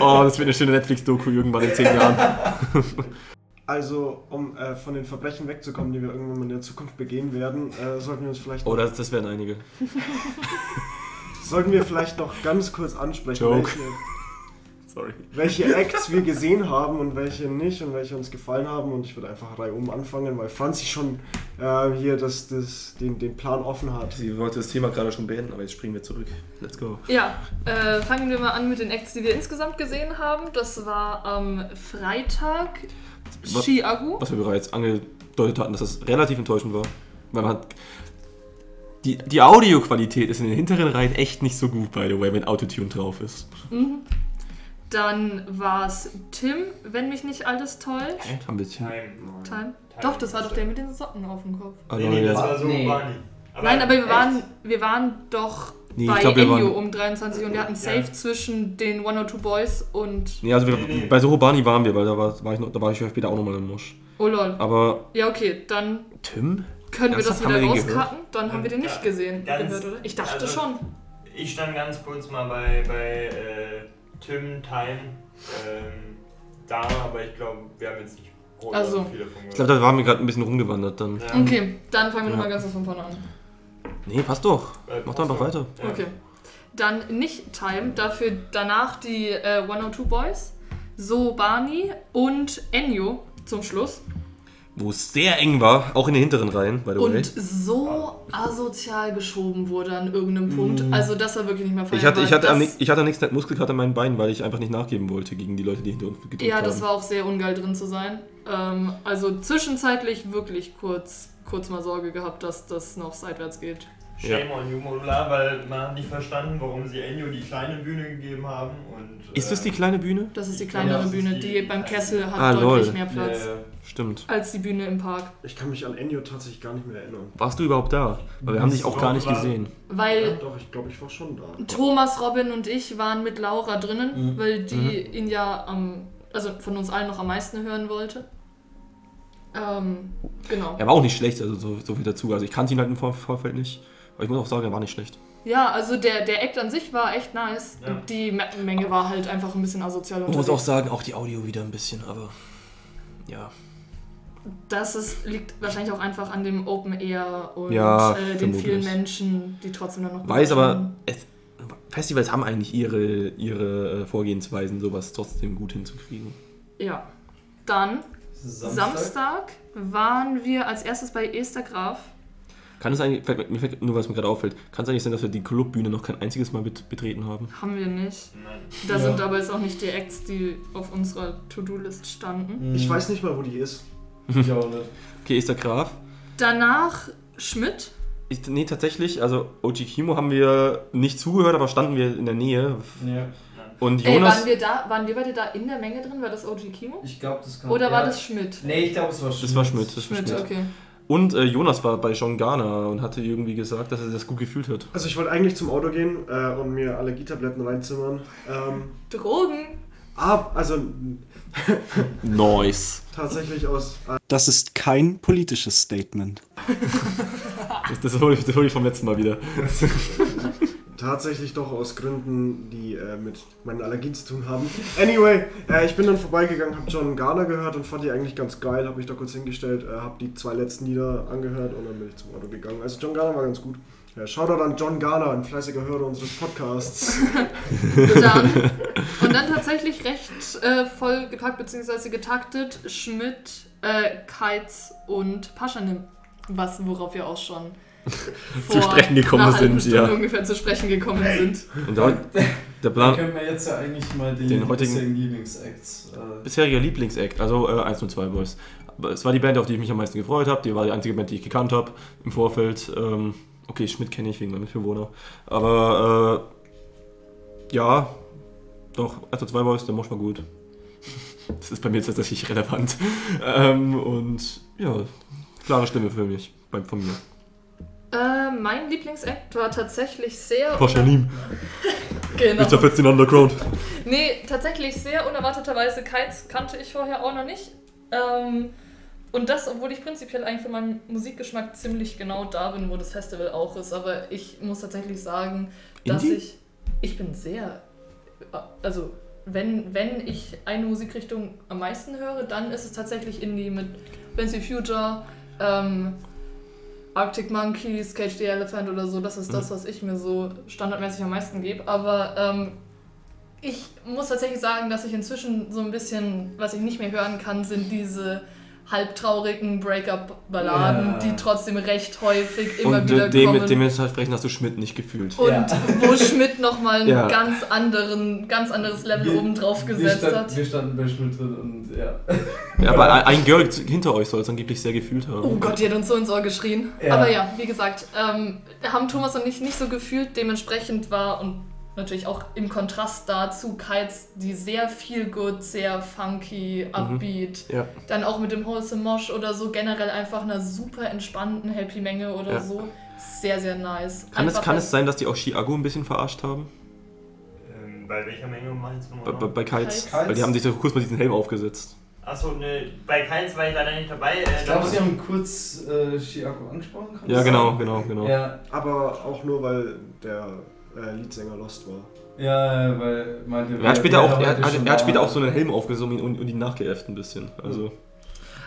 Speaker 3: Oh, das wird eine schöne Netflix-Doku irgendwann in zehn Jahren.
Speaker 2: Also, um äh, von den Verbrechen wegzukommen, die wir irgendwann in der Zukunft begehen werden, äh, sollten wir uns vielleicht,
Speaker 3: Oh, das, das wären einige.
Speaker 2: sollten wir vielleicht noch ganz kurz ansprechen,
Speaker 3: Joke.
Speaker 2: welche,
Speaker 3: Sorry.
Speaker 2: welche Acts wir gesehen haben und welche nicht und welche uns gefallen haben. Und ich würde einfach reihum anfangen, weil Franzi schon äh, hier das, das, den, den Plan offen hat.
Speaker 3: Sie wollte das Thema gerade schon beenden, aber jetzt springen wir zurück. Let's go.
Speaker 4: Ja, äh, fangen wir mal an mit den Acts, die wir insgesamt gesehen haben. Das war am Freitag
Speaker 3: Was-
Speaker 4: Shiagu.
Speaker 3: Was wir bereits angedeutet hatten, dass das relativ enttäuschend war. Weil man hat. Die, die Audioqualität ist in den hinteren Reihen echt nicht so gut, by the way, wenn Autotune drauf ist.
Speaker 4: Mhm. Dann war es Tim, wenn mich nicht alles täuscht.
Speaker 3: Haben wir Tim?
Speaker 5: Time.
Speaker 4: Time. Doch, das war doch der mit den Socken auf dem Kopf.
Speaker 3: Ah,
Speaker 5: Nee, nee,
Speaker 3: lol,
Speaker 5: das
Speaker 3: ja.
Speaker 5: war so
Speaker 1: Nee.
Speaker 5: Barney. Aber
Speaker 4: Nein, aber wir
Speaker 1: echt?
Speaker 4: waren, wir waren doch
Speaker 3: Nee,
Speaker 4: bei
Speaker 3: ich glaube, wir
Speaker 4: Enyo
Speaker 3: waren.
Speaker 4: um 23 und wir hatten Safe zwischen den 102 Boys und.
Speaker 3: Nee, also wir,
Speaker 5: Nee, nee.
Speaker 3: bei Sohobani waren wir, weil da war, war ich noch, da war ich ja später auch nochmal im Musch.
Speaker 4: Oh lol.
Speaker 3: Aber
Speaker 4: Ja, okay, dann
Speaker 3: Tim?
Speaker 4: können wir das
Speaker 3: Ernsthaft?
Speaker 4: wieder
Speaker 3: Haben wir den gehört?
Speaker 4: rauscutten. Dann haben wir den nicht
Speaker 5: Ja,
Speaker 4: gesehen.
Speaker 5: ganz-
Speaker 4: Gehört, oder? Ich dachte
Speaker 5: also-
Speaker 4: schon.
Speaker 5: Ich stand ganz kurz mal bei, bei äh, Tim Time ähm, da, aber ich glaube, wir haben jetzt nicht groß
Speaker 4: Also.
Speaker 5: viele von
Speaker 3: Ich glaube, da waren wir gerade ein bisschen rumgewandert dann.
Speaker 5: Ja.
Speaker 4: Okay, dann fangen
Speaker 3: Ähm,
Speaker 4: wir
Speaker 3: Ja.
Speaker 4: nochmal ganz von vorne an.
Speaker 3: Nee, passt doch.
Speaker 5: Äh,
Speaker 3: Mach doch einfach
Speaker 5: passt
Speaker 3: weiter.
Speaker 5: Ja.
Speaker 4: Okay. Dann nicht Time, dafür danach die äh, 102 Boys, So Barney und Enyo zum Schluss.
Speaker 3: Wo es sehr eng war, auch in den hinteren Reihen, by the way.
Speaker 4: Und so asozial geschoben wurde an irgendeinem Punkt. Also das war wirklich nicht mehr
Speaker 3: Mm. Ich hatte, ich, hatte am,
Speaker 4: das,
Speaker 3: nä- ich hatte am nächsten Tag Muskelkater in meinen Beinen, weil ich einfach nicht nachgeben wollte gegen die Leute, die hinter uns gedrückt
Speaker 4: Ja,
Speaker 3: haben.
Speaker 4: das war auch sehr ungeil drin zu sein. Ähm, also zwischenzeitlich wirklich kurz, kurz mal Sorge gehabt, dass das noch seitwärts geht.
Speaker 5: Shame on you, Modular, weil man hat nicht verstanden, warum sie Enyo die kleine Bühne gegeben haben. Und,
Speaker 3: Ist das die
Speaker 5: äh,
Speaker 3: kleine Bühne?
Speaker 4: Das ist die
Speaker 5: Ja,
Speaker 4: kleinere
Speaker 5: das ist
Speaker 4: Bühne,
Speaker 5: die-
Speaker 4: die beim Kessel hat
Speaker 3: Ah,
Speaker 4: deutlich
Speaker 3: lol.
Speaker 5: äh,
Speaker 4: mehr Platz
Speaker 1: Ja, ja.
Speaker 3: Stimmt.
Speaker 4: als die Bühne im Park.
Speaker 2: Ich kann mich an Enyo tatsächlich gar nicht mehr erinnern.
Speaker 3: Warst du überhaupt da? Weil wir haben dich auch gar nicht gesehen.
Speaker 4: Weil
Speaker 2: Ja, doch, ich glaube, ich war schon da.
Speaker 4: Thomas, Robin und ich waren mit Laura drinnen,
Speaker 1: Mhm.
Speaker 4: weil die ihn ja am, also von uns allen noch am meisten hören wollte. Ähm, genau.
Speaker 3: Er war auch nicht schlecht, also so, so viel dazu. Also ich kannte ihn halt im Vor- Vorfeld nicht. Aber ich muss auch sagen, er war nicht schlecht.
Speaker 4: Ja, also der, der Act an sich war echt nice.
Speaker 5: Ja.
Speaker 4: Die Me Menge war halt einfach ein bisschen asozial
Speaker 3: Man muss
Speaker 4: unterwegs.
Speaker 3: auch sagen, auch die Audio wieder ein bisschen, aber ja.
Speaker 4: Das ist, liegt wahrscheinlich auch einfach an dem Open Air und
Speaker 3: Ja,
Speaker 4: äh, den vielen
Speaker 3: vermutlich.
Speaker 4: Menschen, die trotzdem dann noch
Speaker 3: Weiß aber,
Speaker 4: kommen.
Speaker 3: es, Festivals haben eigentlich ihre, ihre äh, Vorgehensweisen, sowas trotzdem gut hinzukriegen.
Speaker 4: Ja. Dann, Samstag? waren wir als erstes bei Esther Graf.
Speaker 3: Kann es eigentlich, fällt, mir- mir fällt nur was mir gerade auffällt, kann es eigentlich sein, dass wir die Clubbühne noch kein einziges Mal bet betreten haben?
Speaker 4: Haben wir nicht.
Speaker 5: Nein.
Speaker 4: Da
Speaker 1: Ja.
Speaker 4: sind aber jetzt auch nicht die Acts, die auf unserer To-Do-List standen.
Speaker 3: Mhm.
Speaker 2: Ich weiß nicht mal, wo die ist.
Speaker 1: nicht. Ich auch nicht.
Speaker 3: Okay, ist der Graf.
Speaker 4: Danach Schmidt.
Speaker 3: Ich, nee, tatsächlich, also Oji Kimo haben wir nicht zugehört, aber standen wir in der Nähe.
Speaker 1: Ja.
Speaker 3: Und
Speaker 4: Ey, waren
Speaker 3: Jonas,
Speaker 4: wir da, waren wir beide da in der Menge drin? War das OG Kimo?
Speaker 1: Ich glaube, das kann.
Speaker 4: Oder
Speaker 1: ja.
Speaker 4: war das Schmidt?
Speaker 1: Nee, ich glaube, es war Schmidt.
Speaker 3: das war Schmidt. Das war
Speaker 4: Schmidt,
Speaker 3: Schmidt.
Speaker 4: okay.
Speaker 3: Und äh, Jonas war bei John Garner und hatte irgendwie gesagt, dass er das gut gefühlt hat.
Speaker 2: Also ich wollte eigentlich zum Auto gehen äh, und mir Allergietabletten reinzimmern. Ähm,
Speaker 4: Drogen.
Speaker 2: ab, also
Speaker 3: Nice.
Speaker 2: tatsächlich aus...
Speaker 6: Das ist kein politisches Statement.
Speaker 3: Das, das, hole ich, das hole ich vom letzten Mal wieder.
Speaker 2: Tatsächlich doch aus Gründen, die äh, mit meinen Allergien zu tun haben. Anyway, äh, ich bin dann vorbeigegangen, habe John Garner gehört und fand die eigentlich ganz geil. Habe mich da kurz hingestellt, äh, habe die zwei letzten Lieder angehört und dann bin ich zum Auto gegangen. Also John Garner war ganz gut. Ja, Shoutout an John Garner, ein fleißiger Hörer unseres Podcasts.
Speaker 4: Dann. Und dann tatsächlich recht äh, voll gepackt bzw. getaktet. Schmidt, äh, Keitz und Paschanim. Was, worauf wir auch schon vor
Speaker 3: sprechen gekommen
Speaker 4: einer halben
Speaker 3: sind, ja.
Speaker 4: Stunde ungefähr zu sprechen gekommen sind.
Speaker 3: Und da, der
Speaker 1: Dann
Speaker 3: Plan,
Speaker 1: können wir jetzt ja eigentlich mal die
Speaker 3: Den heutigen-
Speaker 1: bisherigen Lieblingsacts. Äh,
Speaker 3: bisheriger Lieblingsact, also äh, 102 Boys. Aber es war die Band, auf die ich mich am meisten gefreut habe. Die war die einzige Band, die ich gekannt habe im Vorfeld. Ähm, okay, Schmidt kenne ich wegen meinem Mitbewohner. Aber äh, ja, doch, 102 Boys, der Mosch war gut. Das ist bei mir jetzt tatsächlich relevant. Ähm, und ja, klare Stimme für mich, bei, von mir.
Speaker 4: Äh, mein Lieblingsact war tatsächlich sehr.
Speaker 3: Paschanim,
Speaker 4: Genau.
Speaker 3: Mr. 14 Underground.
Speaker 4: Nee, tatsächlich sehr unerwarteterweise Kites kannte ich vorher auch noch nicht. Ähm, und das, obwohl ich prinzipiell eigentlich für meinen Musikgeschmack ziemlich genau da bin, wo das Festival auch ist. Aber ich muss tatsächlich sagen, dass
Speaker 3: Indie?
Speaker 4: ich. Ich bin sehr. Also, wenn, wenn ich eine Musikrichtung am meisten höre, dann ist es tatsächlich Indie mit Fancy Future, ähm, Arctic Monkeys, Cage the Elephant oder so. Das ist
Speaker 3: Mhm.
Speaker 4: das, was ich mir so standardmäßig am meisten gebe. Aber ähm, ich muss tatsächlich sagen, dass ich inzwischen so ein bisschen, was ich nicht mehr hören kann, sind diese halbtraurigen Break-up-Balladen,
Speaker 1: Ja.
Speaker 4: die trotzdem recht häufig immer
Speaker 3: Und
Speaker 4: wieder Oh
Speaker 3: äh, dem,
Speaker 4: kommen.
Speaker 3: dementsprechend hast du Schmidt nicht gefühlt.
Speaker 4: und
Speaker 1: Ja.
Speaker 4: wo Schmidt nochmal ein
Speaker 3: Ja.
Speaker 4: ganz, anderen, ganz anderes Level
Speaker 1: Wir-
Speaker 4: oben drauf
Speaker 1: wir,
Speaker 4: gesetzt hat.
Speaker 1: stand, wir standen bei Schmidt drin und ja.
Speaker 3: Ja, aber ein- ein Girl hinter euch soll es angeblich sehr gefühlt haben.
Speaker 4: Oh Gott, die hat uns so ins Ohr geschrien.
Speaker 1: Ja.
Speaker 4: Aber ja, wie gesagt, ähm, haben Thomas und ich nicht so gefühlt. Dementsprechend war und natürlich auch im Kontrast dazu Kites, die sehr viel good, sehr
Speaker 3: Mhm.
Speaker 4: funky, upbeat,
Speaker 3: Ja.
Speaker 4: dann auch mit dem Wholesome Mosh oder so generell einfach einer super entspannten Happy Menge oder
Speaker 3: Ja.
Speaker 4: so. sehr, sehr nice.
Speaker 3: Kann, es,
Speaker 4: Einfach
Speaker 3: kann
Speaker 4: das-
Speaker 3: es sein, dass die auch Chiago ein bisschen verarscht haben?
Speaker 5: Ähm, bei welcher Menge meinst du?
Speaker 3: Bei, bei, bei Kites?
Speaker 4: Kites.
Speaker 3: Weil die haben sich doch kurz mal diesen Helm aufgesetzt.
Speaker 5: Achso, ne, bei Keins war ich leider nicht dabei. Äh,
Speaker 1: Ich glaube, sie haben kurz äh, Chiago angesprochen. kann
Speaker 3: Ja,
Speaker 1: das
Speaker 3: genau,
Speaker 1: sein?
Speaker 3: genau, genau.
Speaker 1: Ja,
Speaker 2: Aber auch nur, weil der äh, Leadsänger lost war.
Speaker 1: ja, weil meinte.
Speaker 3: Er hat später, auch, er, hat-
Speaker 1: schon
Speaker 3: er hat später
Speaker 1: da.
Speaker 3: auch so einen Helm aufgesetzt und, ihn- und ihn nachgeäfft ein bisschen. Also,
Speaker 4: Hm.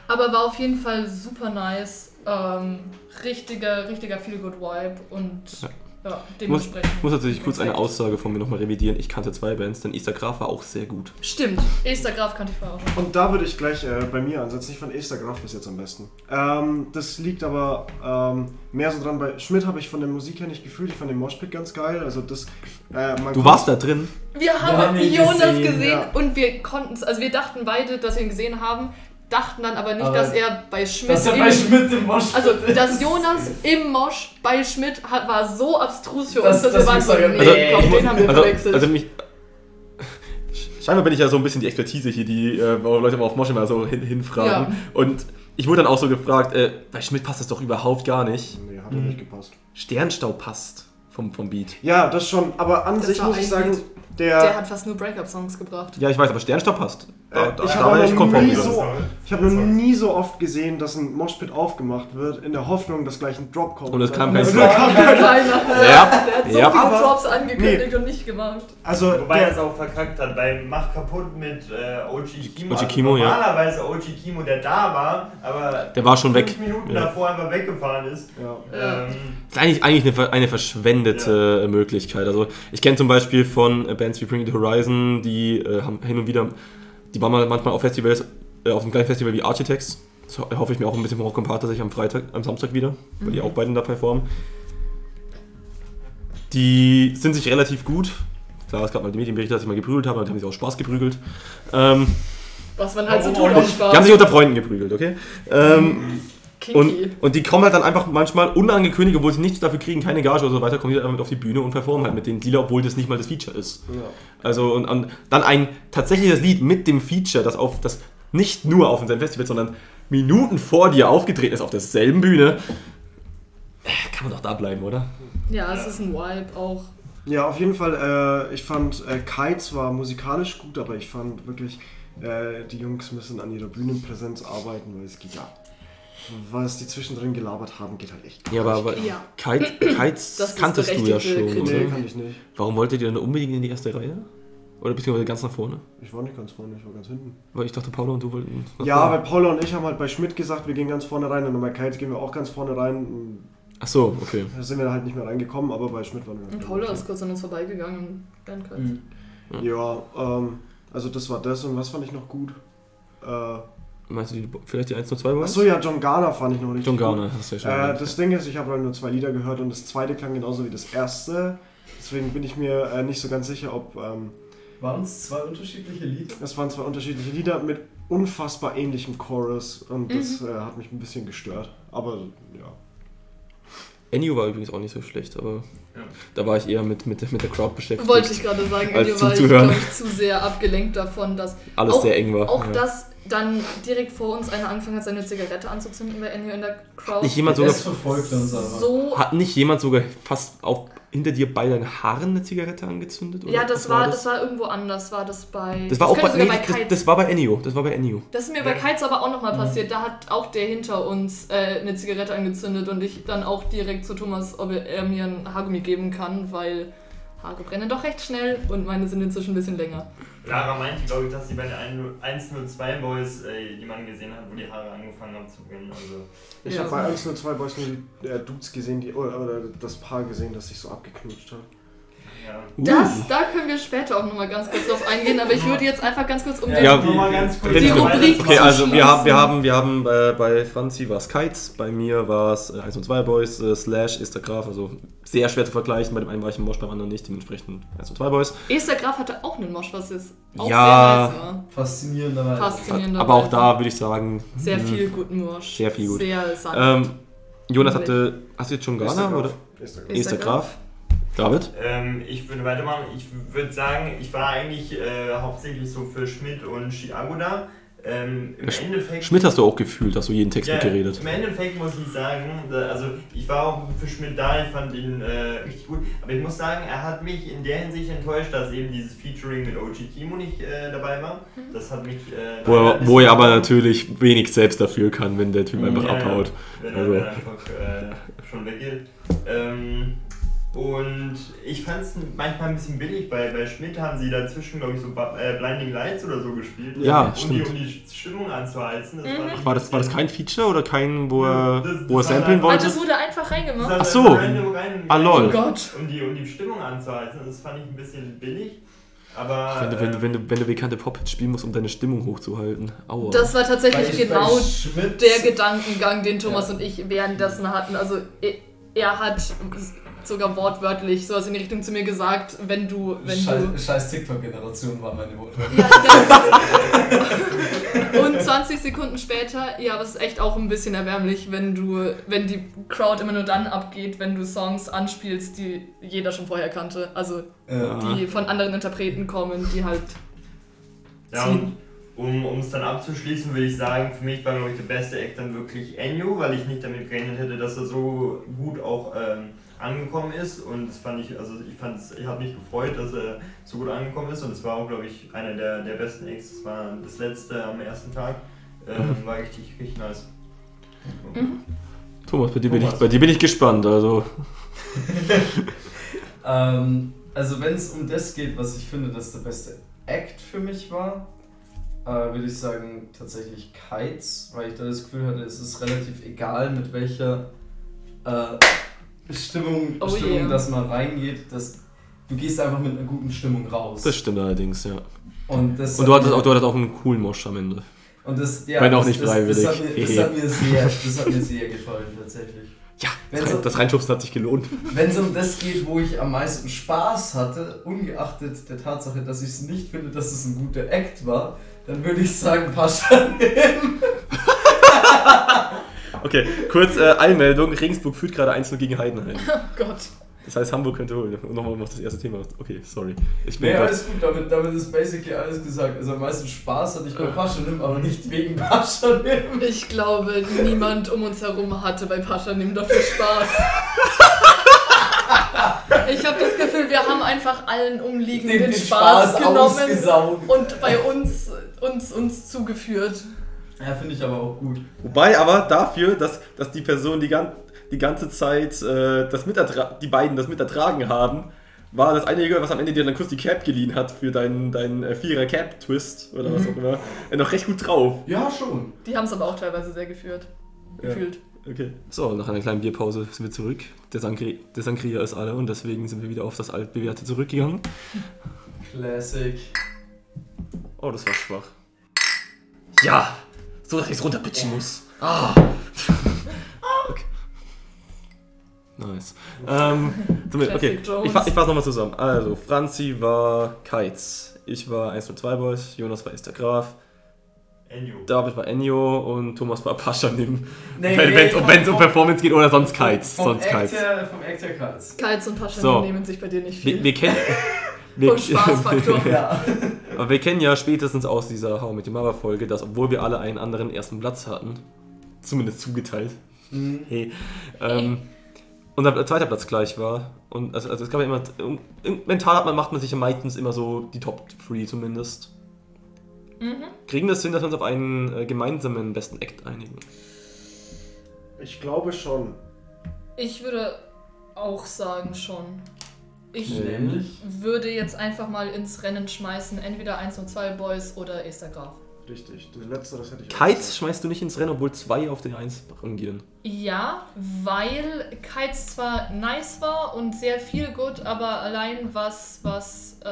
Speaker 4: Aber war auf jeden Fall super nice. Ähm, richtiger, richtiger Feel-Good-Vibe und
Speaker 3: Ja.
Speaker 4: ja. dementsprechend.
Speaker 3: ich muss natürlich kurz eine Aussage von mir nochmal revidieren. Ich kannte zwei Bands, denn Easter Graf war auch sehr gut.
Speaker 4: Stimmt, Esther Graf kannte ich vorher auch.
Speaker 2: Und da würde ich gleich äh, bei mir ansetzen. Ich fand Esther Graf bis jetzt am besten. Ähm, das liegt aber ähm, mehr so dran. Bei Schmidt habe ich von der Musik her nicht gefühlt. Ich fand den Moshpit ganz geil. Also das, äh, man
Speaker 3: Du warst da drin.
Speaker 4: Wir
Speaker 1: Wir
Speaker 4: haben
Speaker 1: haben ihn
Speaker 4: Jonas gesehen,
Speaker 1: gesehen,
Speaker 2: ja.
Speaker 4: und wir konnten es, also wir dachten beide, dass wir ihn gesehen haben, dachten dann aber nicht,
Speaker 1: Aber
Speaker 4: dass er bei Schmidt,
Speaker 1: Dass er bei
Speaker 4: im-
Speaker 1: Schmidt im Mosch
Speaker 4: also dass Jonas im Mosch bei Schmidt hat, war so abstrus für
Speaker 1: Das-
Speaker 4: uns, dass
Speaker 1: das
Speaker 4: wir waren so,
Speaker 1: muss man-
Speaker 4: nee,
Speaker 1: Also,
Speaker 4: ich glaub,
Speaker 1: ich
Speaker 4: den haben wir
Speaker 3: also,
Speaker 4: verwechselt.
Speaker 3: also mich. Scheinbar bin ich ja so ein bisschen die Expertise hier, die äh, warum Leute immer auf Mosch immer so hin, hinfragen.
Speaker 4: Ja.
Speaker 3: Und ich wurde dann auch so gefragt, äh, bei Schmidt passt das doch überhaupt gar nicht.
Speaker 2: Nee, hat doch nicht gepasst.
Speaker 3: Sternstau passt vom, vom Beat.
Speaker 2: Ja, das schon. Aber an
Speaker 4: Das
Speaker 2: sich
Speaker 4: war
Speaker 2: muss ich
Speaker 4: ein
Speaker 2: sagen,
Speaker 4: Lied.
Speaker 2: der,
Speaker 4: Der hat fast nur Break-Up-Songs gebracht.
Speaker 3: Ja, ich weiß, aber Sternstau passt.
Speaker 2: Äh, ich hab auch noch
Speaker 3: konform
Speaker 2: nie
Speaker 3: wieder.
Speaker 2: so- ich habe noch nie so oft gesehen, dass ein Moshpit aufgemacht wird, in der Hoffnung, dass gleich ein Drop kommt.
Speaker 3: Und es kam
Speaker 1: kein
Speaker 2: Und
Speaker 1: Drop.
Speaker 2: da kam kein-
Speaker 4: Keiner.
Speaker 3: Ja,
Speaker 4: Der hat so
Speaker 3: ja.
Speaker 4: viele
Speaker 2: Aber-
Speaker 4: Drops angekündigt und nicht gemacht.
Speaker 2: Also,
Speaker 5: Wobei er
Speaker 2: der,
Speaker 5: es auch verkackt hat, bei Mach kaputt mit äh, OG Kimo.
Speaker 3: OG Kimo, ja.
Speaker 5: Normalerweise OG Kimo, der da war, aber
Speaker 3: Der war schon weg.
Speaker 5: fünf Minuten
Speaker 3: Ja.
Speaker 5: davor einfach weggefahren ist.
Speaker 2: ja.
Speaker 4: Ja.
Speaker 5: Ähm,
Speaker 3: Das ist eigentlich, eigentlich eine, ver- eine verschwendete Möglichkeit. Also ich kenne zum Beispiel von äh, Bands wie Bring It Horizon, die äh, haben hin und wieder, die waren mal manchmal auf Festivals, äh, auf dem gleichen Festival wie Architects. Das ho- hoffe ich mir auch ein bisschen vom Rock and Park tatsächlich am Freitag, am Samstag wieder, weil die auch beiden da performen. Die sind sich relativ gut. Klar, es gab mal die Medienberichte, dass sie mal geprügelt haben, aber die haben sich auch Spaß geprügelt. Ähm,
Speaker 4: Was man halt so
Speaker 5: Oh,
Speaker 4: tut,
Speaker 5: und-
Speaker 4: auch Spaß.
Speaker 3: die haben sich unter Freunden geprügelt, okay? Ähm,
Speaker 4: Kinky.
Speaker 3: und, und die kommen halt dann einfach manchmal unangekündigt, obwohl sie nichts dafür kriegen, keine Gage oder so weiter, kommen die dann einfach mit auf die Bühne und performen halt mit dem Dealer, obwohl das nicht mal das Feature ist. Also und, und dann ein tatsächliches Lied mit dem Feature, das auf das nicht nur auf seinem Festival, sondern Minuten vor dir aufgetreten ist auf derselben Bühne. Äh, Kann man doch da bleiben, oder?
Speaker 4: ja, es ist ein Vibe auch.
Speaker 2: Ja, auf jeden Fall. Äh, ich fand äh, Kai zwar musikalisch gut, aber ich fand wirklich, äh, die Jungs müssen an ihrer Bühnenpräsenz arbeiten, weil es geht ja. Was die zwischendrin gelabert haben, geht halt echt gar
Speaker 3: Ja, aber, aber
Speaker 4: Ja.
Speaker 3: Kites, Kites
Speaker 4: Das ist
Speaker 3: kanntest du ja
Speaker 4: berechtigte
Speaker 3: schon,
Speaker 4: Kritik.
Speaker 2: Nee,
Speaker 3: oder?
Speaker 2: kann ich nicht.
Speaker 3: Warum wolltet ihr denn unbedingt in die erste Reihe? Oder beziehungsweise ganz nach vorne?
Speaker 2: Ich war nicht ganz vorne, ich war ganz hinten.
Speaker 3: Weil ich dachte, Paula und du wollten. nach
Speaker 2: Ja,
Speaker 3: vorne.
Speaker 2: aber Paula und ich haben halt bei Schmidt gesagt, wir gehen ganz vorne rein und bei Kites gehen wir auch ganz vorne rein.
Speaker 3: Ach so, okay.
Speaker 2: Da sind wir halt nicht mehr reingekommen, aber bei Schmidt waren wir.
Speaker 4: Und Paula ist kurz an uns vorbeigegangen. Dann kurz.
Speaker 1: Mhm.
Speaker 2: Ja, ähm, also das war das und was fand ich noch gut? Äh,
Speaker 3: Meinst du die, vielleicht die 102 war?
Speaker 2: achso, ja, John Garner fand ich noch richtig
Speaker 3: John
Speaker 2: gut.
Speaker 3: Garner, hast du ja schon
Speaker 2: Äh,
Speaker 3: gesagt.
Speaker 2: das Ding ist, ich habe halt nur zwei Lieder gehört und das zweite klang genauso wie das erste. Deswegen bin ich mir äh, nicht so ganz sicher, ob ähm,
Speaker 1: Waren es zwei unterschiedliche Lieder?
Speaker 2: es waren zwei unterschiedliche Lieder mit unfassbar ähnlichem Chorus und
Speaker 1: Mhm.
Speaker 2: das äh, hat mich ein bisschen gestört. Aber ja.
Speaker 3: Ennio war übrigens auch nicht so schlecht, aber
Speaker 5: Ja.
Speaker 3: da war ich eher mit, mit, mit der Crowd beschäftigt.
Speaker 4: Wollte ich gerade sagen,
Speaker 3: Als
Speaker 4: irgendwie war ich,
Speaker 3: zuzuhören.
Speaker 4: glaub ich, zu sehr abgelenkt davon, dass
Speaker 3: Alles
Speaker 4: auch-
Speaker 3: sehr eng war.
Speaker 4: auch
Speaker 3: ja.
Speaker 4: dass dann direkt vor uns einer angefangen hat, seine Zigarette anzuzünden bei Ennio in der Crowd.
Speaker 3: nicht jemand sogar,
Speaker 1: Es verfolgt uns aber.
Speaker 4: so.
Speaker 3: hat nicht jemand sogar fast auch hinter dir bei deinen Haaren eine Zigarette angezündet? Oder
Speaker 4: Ja, das war, das?
Speaker 3: das?
Speaker 4: war irgendwo anders, war das bei.
Speaker 3: Das war auch bei,
Speaker 4: könnte
Speaker 3: nee,
Speaker 4: sogar
Speaker 3: das,
Speaker 4: Kites-
Speaker 3: das war bei Ennio. Das war bei Ennio.
Speaker 4: Das ist mir bei Kites aber auch nochmal passiert. Da hat auch der hinter uns äh, eine Zigarette angezündet und ich dann auch direkt zu Thomas, ob er er mir ein Haargummi geben kann, weil Haare brennen doch recht schnell und meine sind inzwischen ein bisschen länger.
Speaker 5: Lara meinte, glaube ich, dass sie bei den 102 Boys äh, jemanden gesehen hat, wo die Haare angefangen haben zu brennen. Also,
Speaker 2: Ich
Speaker 4: Ja,
Speaker 2: habe bei
Speaker 4: so.
Speaker 2: 1 und 2 Boys nur die äh, Dudes gesehen, die, oder, oder das Paar gesehen, das sich so abgeknutscht hat.
Speaker 5: ja.
Speaker 3: Uh.
Speaker 4: Das, da können wir später auch nochmal ganz kurz drauf eingehen, aber ich würde jetzt einfach ganz kurz um den
Speaker 3: Ja,
Speaker 5: nur mal ganz kurz
Speaker 4: die
Speaker 5: weiter-
Speaker 4: Rubrik
Speaker 3: Okay,
Speaker 4: zu
Speaker 3: also wir
Speaker 4: schließen.
Speaker 3: haben, wir haben, wir haben äh, bei Franzi war es Kites, bei mir war es äh, 1 und 2 Boys, äh, Slash ist der Graf, also sehr schwer zu vergleichen. Bei dem einen war ich im Mosch, beim anderen nicht, dementsprechend 1 und 2 Boys.
Speaker 4: Esther Graf hatte auch einen Mosch, was jetzt auch
Speaker 3: Ja.
Speaker 4: sehr nice ne? war.
Speaker 1: Faszinierenderweise.
Speaker 4: Faszinierender.
Speaker 3: Aber auch da würde ich sagen,
Speaker 4: Sehr
Speaker 3: mh,
Speaker 4: viel guten Mosch.
Speaker 3: Sehr viel gut.
Speaker 4: Sehr sanft.
Speaker 3: Ähm, Jonas hatte. Hast du jetzt schon Ghana oder?
Speaker 2: Instagram.
Speaker 4: Ist
Speaker 3: Esther
Speaker 4: der
Speaker 3: Graf. David?
Speaker 5: Ähm, ich würde weitermachen. Ich würde sagen, ich war eigentlich äh, hauptsächlich so für Schmidt und Chiago da. Ähm, Im
Speaker 3: Sch-
Speaker 5: Endeffekt.
Speaker 3: Schmidt hast du auch gefühlt, hast du jeden Text
Speaker 5: Ja,
Speaker 3: mitgeredet.
Speaker 5: Im Endeffekt muss ich sagen, da- also ich war auch für Schmidt da, ich fand ihn äh, richtig gut, aber ich muss sagen, er hat mich in der Hinsicht enttäuscht, dass eben dieses Featuring mit OG Kimo nicht äh, dabei war. Das hat mich. Äh,
Speaker 3: Wo
Speaker 5: leider ein
Speaker 3: er, wo er
Speaker 5: bisschen-
Speaker 3: aber natürlich wenig selbst dafür kann, wenn der Typ einfach
Speaker 5: Ja, ja.
Speaker 3: abhaut.
Speaker 5: Wenn er,
Speaker 3: Also.
Speaker 5: wenn er einfach äh, schon weggeht. Ähm, und ich fand es manchmal ein bisschen billig, bei, bei Schmidt haben sie dazwischen, glaube ich, so Ba- äh, Blinding Lights oder so gespielt.
Speaker 3: Ja,
Speaker 5: um
Speaker 3: stimmt.
Speaker 5: Die, um die Stimmung anzuheizen. Das fand ich
Speaker 3: War das, war das
Speaker 5: ein bisschen-
Speaker 3: kein Feature oder kein, wo er,
Speaker 5: Das- das
Speaker 3: wo er
Speaker 5: war
Speaker 3: samplen
Speaker 5: leider-
Speaker 4: Also
Speaker 3: wollte?
Speaker 4: es wurde einfach reingemacht.
Speaker 5: Das hat
Speaker 3: so.
Speaker 5: random rein-
Speaker 3: Ah, lol.
Speaker 4: Oh Gott.
Speaker 5: Um die, um die Stimmung anzuheizen, das fand ich ein bisschen billig. Aber.
Speaker 3: Wenn du, wenn, du,
Speaker 5: äh,
Speaker 3: wenn, du, wenn du bekannte Pop-Hits spielen musst, um deine Stimmung hochzuhalten. Aua.
Speaker 4: Das war tatsächlich
Speaker 1: Bei-
Speaker 4: genau
Speaker 1: bei Schmidt-
Speaker 4: der Gedankengang, den Thomas
Speaker 1: Ja.
Speaker 4: und ich währenddessen hatten. Also er, er hat sogar wortwörtlich sowas in die Richtung zu mir gesagt, wenn du, wenn du
Speaker 1: Scheiß, scheiß TikTok-Generation war meine Mutter.
Speaker 4: Und 20 Sekunden später, ja, aber es ist echt auch ein bisschen erbärmlich, wenn du, wenn die Crowd immer nur dann abgeht, wenn du Songs anspielst, die jeder schon vorher kannte. Also
Speaker 1: Ja.
Speaker 4: die von anderen Interpreten kommen, die halt.
Speaker 5: Ja, und um um es dann abzuschließen, würde ich sagen, für mich war, glaube ich, der beste Act dann wirklich Enyo, weil ich nicht damit gerechnet hätte, dass er so gut auch ähm, angekommen ist. Und das fand ich, also ich fand ich habe mich gefreut, dass er so gut angekommen ist. Und es war auch, glaube ich, einer der, der besten Acts. Das war das letzte am ersten Tag. Ähm, war richtig, richtig nice.
Speaker 3: Thomas, bei dir, bin ich,
Speaker 5: Thomas.
Speaker 3: bei dir bin ich gespannt. Also,
Speaker 1: Ähm, also wenn es um das geht, was ich finde, dass der beste Act für mich war, äh, würde ich sagen tatsächlich Kites, weil ich da das Gefühl hatte, es ist relativ egal, mit welcher äh, Stimmung,
Speaker 4: Oh
Speaker 1: Stimmung
Speaker 4: yeah.
Speaker 1: dass man reingeht, dass du gehst einfach mit einer guten Stimmung raus.
Speaker 3: das stimmt allerdings, ja.
Speaker 1: Und, das
Speaker 3: Und du hattest auch, du hattest auch einen coolen Mosch am Ende.
Speaker 1: und das, ja,
Speaker 3: Wenn auch
Speaker 1: das,
Speaker 3: nicht
Speaker 1: das,
Speaker 3: freiwillig.
Speaker 1: Das hat mir, das hat mir, sehr, das hat mir sehr gefallen tatsächlich.
Speaker 3: Ja,
Speaker 1: Wenn
Speaker 3: das,
Speaker 1: so-
Speaker 3: Rein- das Reinschubsen hat sich gelohnt.
Speaker 1: Wenn es um das geht, wo ich am meisten Spaß hatte, ungeachtet der Tatsache, dass ich es nicht finde, dass es ein guter Act war, dann würde ich sagen, Pascha.
Speaker 3: Okay, kurz äh, Einmeldung. Regensburg führt gerade 1-0 gegen Heidenheim.
Speaker 4: Oh Gott.
Speaker 3: Das heißt, Hamburg könnte holen. Und nochmal noch das erste Thema. Okay, sorry. Ich bin
Speaker 1: Nee,
Speaker 3: grad-
Speaker 1: alles gut, damit, damit ist basically alles gesagt. Also am meisten Spaß hatte ich bei Pascha Lim, aber nicht wegen Pascha Lim.
Speaker 4: Ich glaube, niemand um uns herum hatte bei Pascha Nim dafür Spaß. Ich habe das Gefühl, wir haben einfach allen Umliegenden den, Spaß, genommen
Speaker 1: ausgesaugt.
Speaker 4: und bei uns, uns, uns zugeführt.
Speaker 1: Ja, finde ich aber auch gut.
Speaker 3: Wobei aber dafür, dass, dass die Person die, gan die ganze Zeit äh, das mitertra- die beiden das mitertragen haben, war das einige, was am Ende dir dann kurz die Cap geliehen hat für deinen, deinen äh, Vierer-Cap-Twist oder was auch immer, äh, noch recht gut drauf.
Speaker 1: Ja, schon.
Speaker 4: Die haben es aber auch teilweise sehr geführt.
Speaker 3: Ja.
Speaker 4: Gefühlt.
Speaker 3: Okay. So, nach einer kleinen Bierpause sind wir zurück. Der, Sangri der Sangria ist alle und deswegen sind wir wieder auf das altbewährte zurückgegangen.
Speaker 1: Classic.
Speaker 3: Oh, das war schwach. Ja! So, dass ich es runterpitchen muss. Ah! okay. Nice. Ähm, somit, okay.
Speaker 4: Classic Jones.
Speaker 3: Ich, fa ich fasse nochmal zusammen. Also, Franzi war Kites. Ich war 102 Boys, Jonas war Esther Graf,
Speaker 5: Enyo.
Speaker 3: David war Ennio und Thomas war Pascha Nim.
Speaker 1: Nee,
Speaker 3: wenn
Speaker 1: nee, Um
Speaker 3: es um, wenn's um
Speaker 1: vom-
Speaker 3: Performance geht oder sonst Kites.
Speaker 1: vom
Speaker 3: Sonst
Speaker 1: Act
Speaker 3: Kites.
Speaker 1: her- Vom Act her Kites.
Speaker 4: Kites und Pascha
Speaker 3: So.
Speaker 4: nehmen sich bei dir nicht viel.
Speaker 3: Wir, wir kennen.
Speaker 4: Vom Spaßfaktor.
Speaker 1: Ja.
Speaker 3: Aber wir kennen ja spätestens aus dieser How I Met Your Mother Folge, dass obwohl wir alle einen anderen ersten Platz hatten, zumindest zugeteilt,
Speaker 1: Mhm.
Speaker 3: hey, ähm, unser zweiter Platz gleich war. Und also, also es gab ja immer, im- mental hat man, macht man sich ja meistens immer so die Top 3 zumindest. Kriegen wir es hin, dass wir uns auf einen äh, gemeinsamen besten Act einigen?
Speaker 2: Ich glaube schon.
Speaker 4: Ich würde auch sagen schon. Ich
Speaker 1: Nämlich?
Speaker 4: würde jetzt einfach mal ins Rennen schmeißen, entweder 1 und 2 Boys oder Esther Graf.
Speaker 2: Richtig. Das letzte, das hätte ich. auch
Speaker 3: Kites
Speaker 2: gesagt.
Speaker 3: schmeißt du nicht ins Rennen, obwohl zwei auf den 1 rangieren.
Speaker 4: Ja, weil Kites zwar nice war und sehr viel gut, aber allein was, was äh,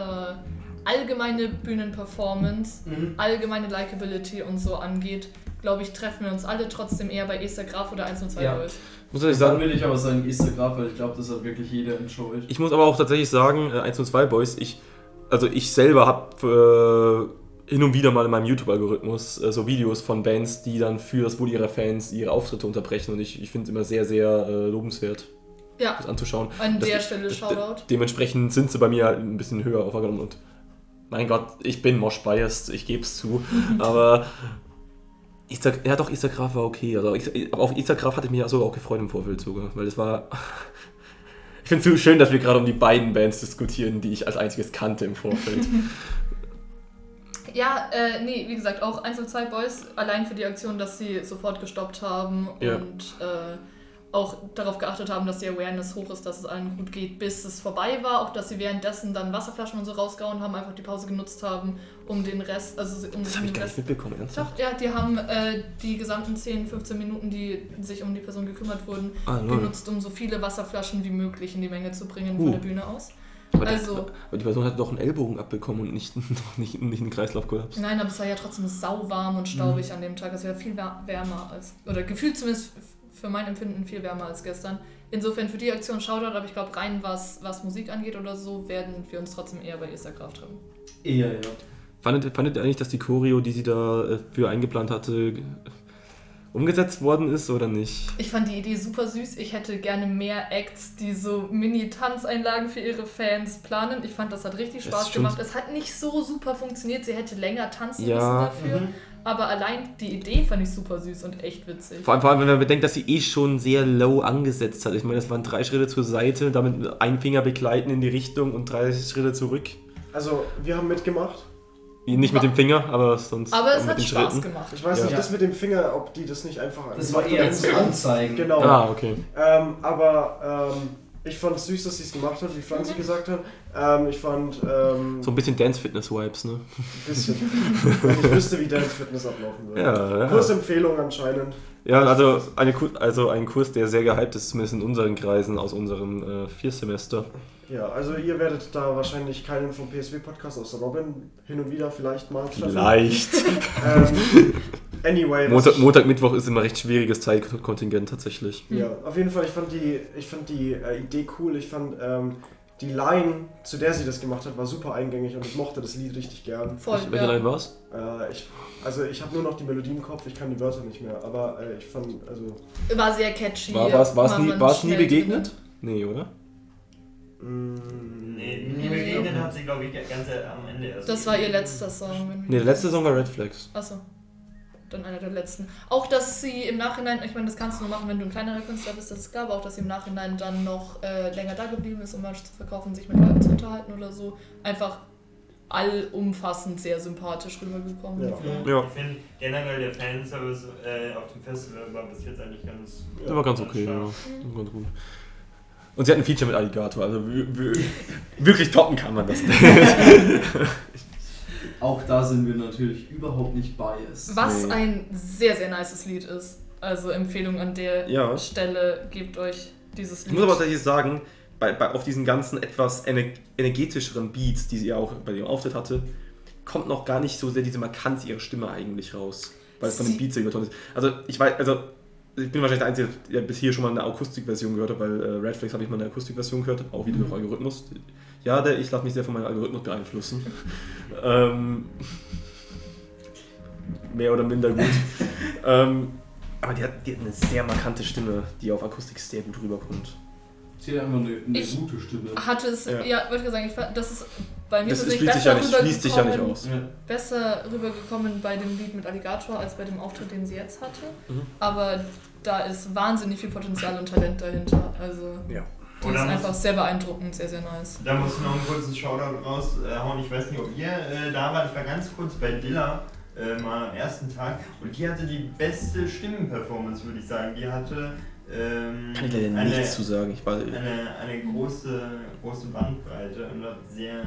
Speaker 4: allgemeine Bühnenperformance,
Speaker 1: Mhm.
Speaker 4: allgemeine Likability und so angeht, glaube ich, treffen wir uns alle trotzdem eher bei Esther Graf oder 1 und 2
Speaker 1: Ja.
Speaker 4: Boys.
Speaker 3: Muss ich
Speaker 1: Dann
Speaker 3: sagen,
Speaker 1: will ich aber sagen, Easter Graf, weil ich glaube, das hat wirklich jeder entschuldigt.
Speaker 3: Ich muss aber auch tatsächlich sagen, äh, 1 und 2 Boys, ich, also ich selber habe äh, hin und wieder mal in meinem YouTube-Algorithmus äh, so Videos von Bands, die dann für das Wohl ihrer Fans ihre Auftritte unterbrechen und ich, ich finde es immer sehr, sehr äh, lobenswert,
Speaker 4: Ja,
Speaker 3: das anzuschauen.
Speaker 4: an
Speaker 3: Das-
Speaker 4: der Stelle
Speaker 3: das-
Speaker 4: Shoutout.
Speaker 3: Dementsprechend sind sie bei mir halt ein bisschen höher aufgenommen und Mein Gott, ich bin Mosch-biased, ich gebe es zu. aber Isaac, ja doch, Isaac Graf war okay. Also Isaac- auf Isaac Graf hatte ich mich ja sogar auch gefreut im Vorfeld sogar, weil das war. Ich finde es so schön, dass wir gerade um die beiden Bands diskutieren, die ich als einziges kannte im Vorfeld.
Speaker 4: Ja, äh, nee, wie gesagt, auch 1 und 2 Boys, allein für die Aktion, dass sie sofort gestoppt haben
Speaker 3: Ja.
Speaker 4: und äh, auch darauf geachtet haben, dass die Awareness hoch ist, dass es allen gut geht, bis es vorbei war. Auch, dass sie währenddessen dann Wasserflaschen und so rausgehauen haben, einfach die Pause genutzt haben, um den Rest, also um
Speaker 3: Das habe ich
Speaker 4: den
Speaker 3: gar
Speaker 4: Rest
Speaker 3: nicht mitbekommen, ernsthaft.
Speaker 4: Doch, ja, die haben äh, die gesamten 10, 15 Minuten, die sich um die Person gekümmert wurden,
Speaker 3: Ah, lol.
Speaker 4: genutzt, um so viele Wasserflaschen wie möglich in die Menge zu bringen
Speaker 3: Uh.
Speaker 4: von der Bühne aus.
Speaker 3: Aber, der-
Speaker 4: Also-
Speaker 3: aber die Person hat doch einen Ellbogen abbekommen und nicht, noch nicht, nicht einen Kreislaufkollaps.
Speaker 4: Nein, aber es war ja trotzdem sauwarm und
Speaker 3: Mhm.
Speaker 4: staubig an dem Tag. Es war viel wär- wärmer als, oder gefühlt zumindest f- für mein Empfinden viel wärmer als gestern. Insofern für die Aktion Shoutout, aber ich glaube rein, was, was Musik angeht oder so, werden wir uns trotzdem eher bei Esther Kraft treffen.
Speaker 1: Eher, ja.
Speaker 3: Fandet, fandet ihr eigentlich, dass die Choreo, die sie da äh, für eingeplant hatte, g- umgesetzt worden ist oder nicht?
Speaker 4: Ich fand die Idee super süß. Ich hätte gerne mehr Acts, die so Mini-Tanzeinlagen für ihre Fans planen. Ich fand, das hat richtig
Speaker 3: Das
Speaker 4: Spaß
Speaker 3: stimmt.
Speaker 4: gemacht. Es hat nicht so super funktioniert. Sie hätte länger tanzen
Speaker 3: Ja. Mhm.
Speaker 4: müssen dafür. Aber allein die Idee fand ich super süß und echt witzig.
Speaker 3: Vor allem, vor allem, wenn man bedenkt, dass sie eh schon sehr low angesetzt hat. Ich meine, das waren drei Schritte zur Seite, damit einen Finger begleiten in die Richtung und drei Schritte zurück.
Speaker 2: Also, wir haben mitgemacht.
Speaker 3: Nicht mit dem Finger, aber sonst
Speaker 4: Aber es
Speaker 3: mit
Speaker 4: hat
Speaker 3: den
Speaker 4: Spaß
Speaker 3: Schritten.
Speaker 4: gemacht.
Speaker 2: Ich weiß
Speaker 3: Ja.
Speaker 2: nicht, das mit dem Finger, ob die das nicht einfach
Speaker 1: Das war
Speaker 2: angemacht
Speaker 1: eher
Speaker 2: haben.
Speaker 1: zum Anzeigen.
Speaker 2: Genau.
Speaker 3: Ah, okay.
Speaker 2: Ähm, aber ähm, ich fand es süß, dass sie es gemacht hat, wie Franzi
Speaker 4: Mhm.
Speaker 2: gesagt hat. Ähm, ich fand ähm,
Speaker 3: So ein bisschen Dance-Fitness-Vibes, ne?
Speaker 2: ein bisschen. wenn ich wüsste, wie Dance Fitness ablaufen würde.
Speaker 3: Ja, ja.
Speaker 2: Kurze Empfehlung anscheinend.
Speaker 3: Ja, also, eine, Ku- also ein Kurs, der sehr gehypt ist, zumindest in unseren Kreisen aus unserem äh, Viersemester.
Speaker 2: Ja, also ihr werdet da wahrscheinlich keinen vom PSW-Podcast außer Robin hin und wieder vielleicht mal treffen.
Speaker 3: Leicht.
Speaker 2: Ähm, anyway. was
Speaker 3: Montag,
Speaker 2: ich-
Speaker 3: Montag, Mittwoch ist immer recht schwieriges Zeitkontingent tatsächlich.
Speaker 2: Ja, auf jeden Fall, ich fand die, ich fand die äh, Idee cool. Ich fand ähm, die Line, zu der sie das gemacht hat, war super eingängig und ich mochte das Lied richtig gern.
Speaker 4: Voll,
Speaker 3: Welche
Speaker 4: ja.
Speaker 3: Line war's?
Speaker 2: Äh, ich, also ich habe nur noch die Melodie im Kopf, ich kann die Wörter nicht mehr, aber äh, ich fand, also,
Speaker 4: War sehr catchy.
Speaker 3: War war's, war's
Speaker 4: War
Speaker 3: nie,
Speaker 4: man
Speaker 3: war's nie
Speaker 4: schnell
Speaker 3: begegnet? Nee, oder?
Speaker 2: mh,
Speaker 5: Nee, nie begegnet hat sie, glaube ich, ganz am Ende
Speaker 4: drin.
Speaker 5: erst.
Speaker 4: Das war ihr letzter Song. wenn mich-
Speaker 3: Nee, der letzte Song war Red Flags.
Speaker 4: Achso. Dann einer der letzten. Auch, dass sie im Nachhinein, ich meine, das kannst du nur machen, wenn du ein kleinerer Künstler bist, das ist klar, aber auch, dass sie im Nachhinein dann noch äh, länger da geblieben ist, um was zu verkaufen, sich mit Leuten zu unterhalten oder so. Einfach allumfassend sehr sympathisch rübergekommen.
Speaker 2: Ja.
Speaker 3: Ja.
Speaker 5: Ich finde generell der Fanservice äh, auf dem Festival war bis jetzt eigentlich ganz.
Speaker 3: Der war ganz okay, ja. Der war Ganz gut. Und sie hat ein Feature mit Alligator, also wir- wir- wirklich toppen kann man das nicht.
Speaker 1: Auch da sind wir natürlich überhaupt nicht biased.
Speaker 4: Was
Speaker 3: Nee.
Speaker 4: ein sehr, sehr nices Lied ist. Also Empfehlung an der
Speaker 3: Ja.
Speaker 4: Stelle, gebt euch dieses
Speaker 3: Ich
Speaker 4: Lied.
Speaker 3: muss aber tatsächlich sagen, bei, bei, auf diesen ganzen etwas ener energetischeren Beats, die sie ja auch bei ihrem Auftritt hatte, kommt noch gar nicht so sehr diese Markanz ihrer Stimme eigentlich raus, weil es von den
Speaker 4: Sie-
Speaker 3: Beats so übertont ist. Also ich weiß, also ich bin wahrscheinlich der Einzige, der bis hier schon mal eine Akustikversion gehört hat, weil äh, Red Flags habe ich mal eine Akustikversion gehört, auch wieder durch Algorithmus. Ja, der, ich lasse mich sehr von meinem Algorithmus beeinflussen. ähm, mehr oder minder gut. ähm, aber die hat, die hat eine sehr markante Stimme, die auf Akustik sehr gut rüberkommt.
Speaker 1: Sie hat einfach eine, eine
Speaker 4: Ich-
Speaker 1: gute Stimme.
Speaker 4: Hatte es,
Speaker 3: Ja.
Speaker 4: ja, wollte ich sagen, ich, fand- das ist bei mir
Speaker 3: Das
Speaker 4: persönlich
Speaker 3: schließt sich, ja nicht,
Speaker 4: besser
Speaker 3: schließt sich ja nicht
Speaker 4: rübergekommen.
Speaker 3: aus.
Speaker 1: Ja.
Speaker 4: besser rübergekommen bei dem Lied mit Alligator als bei dem Auftritt, den sie jetzt hatte.
Speaker 3: Mhm.
Speaker 4: Aber da ist wahnsinnig viel Potenzial und Talent dahinter. Also
Speaker 3: Ja.
Speaker 4: das
Speaker 5: Und
Speaker 4: ist
Speaker 5: dann
Speaker 4: einfach
Speaker 5: muss-
Speaker 4: sehr beeindruckend, sehr, sehr nice.
Speaker 5: Da muss ich noch ein kurzes Shoutout raushauen. Ich weiß nicht, ob ihr äh, da wart. Ich war ganz kurz bei Dilla äh, mal am ersten Tag und die hatte die beste Stimmenperformance, würde ich sagen. Die hatte ähm,
Speaker 3: Kann ich leider
Speaker 5: eine,
Speaker 3: nichts zu sagen. Ich weiß,
Speaker 5: eine, eine große, große Bandbreite und hat sehr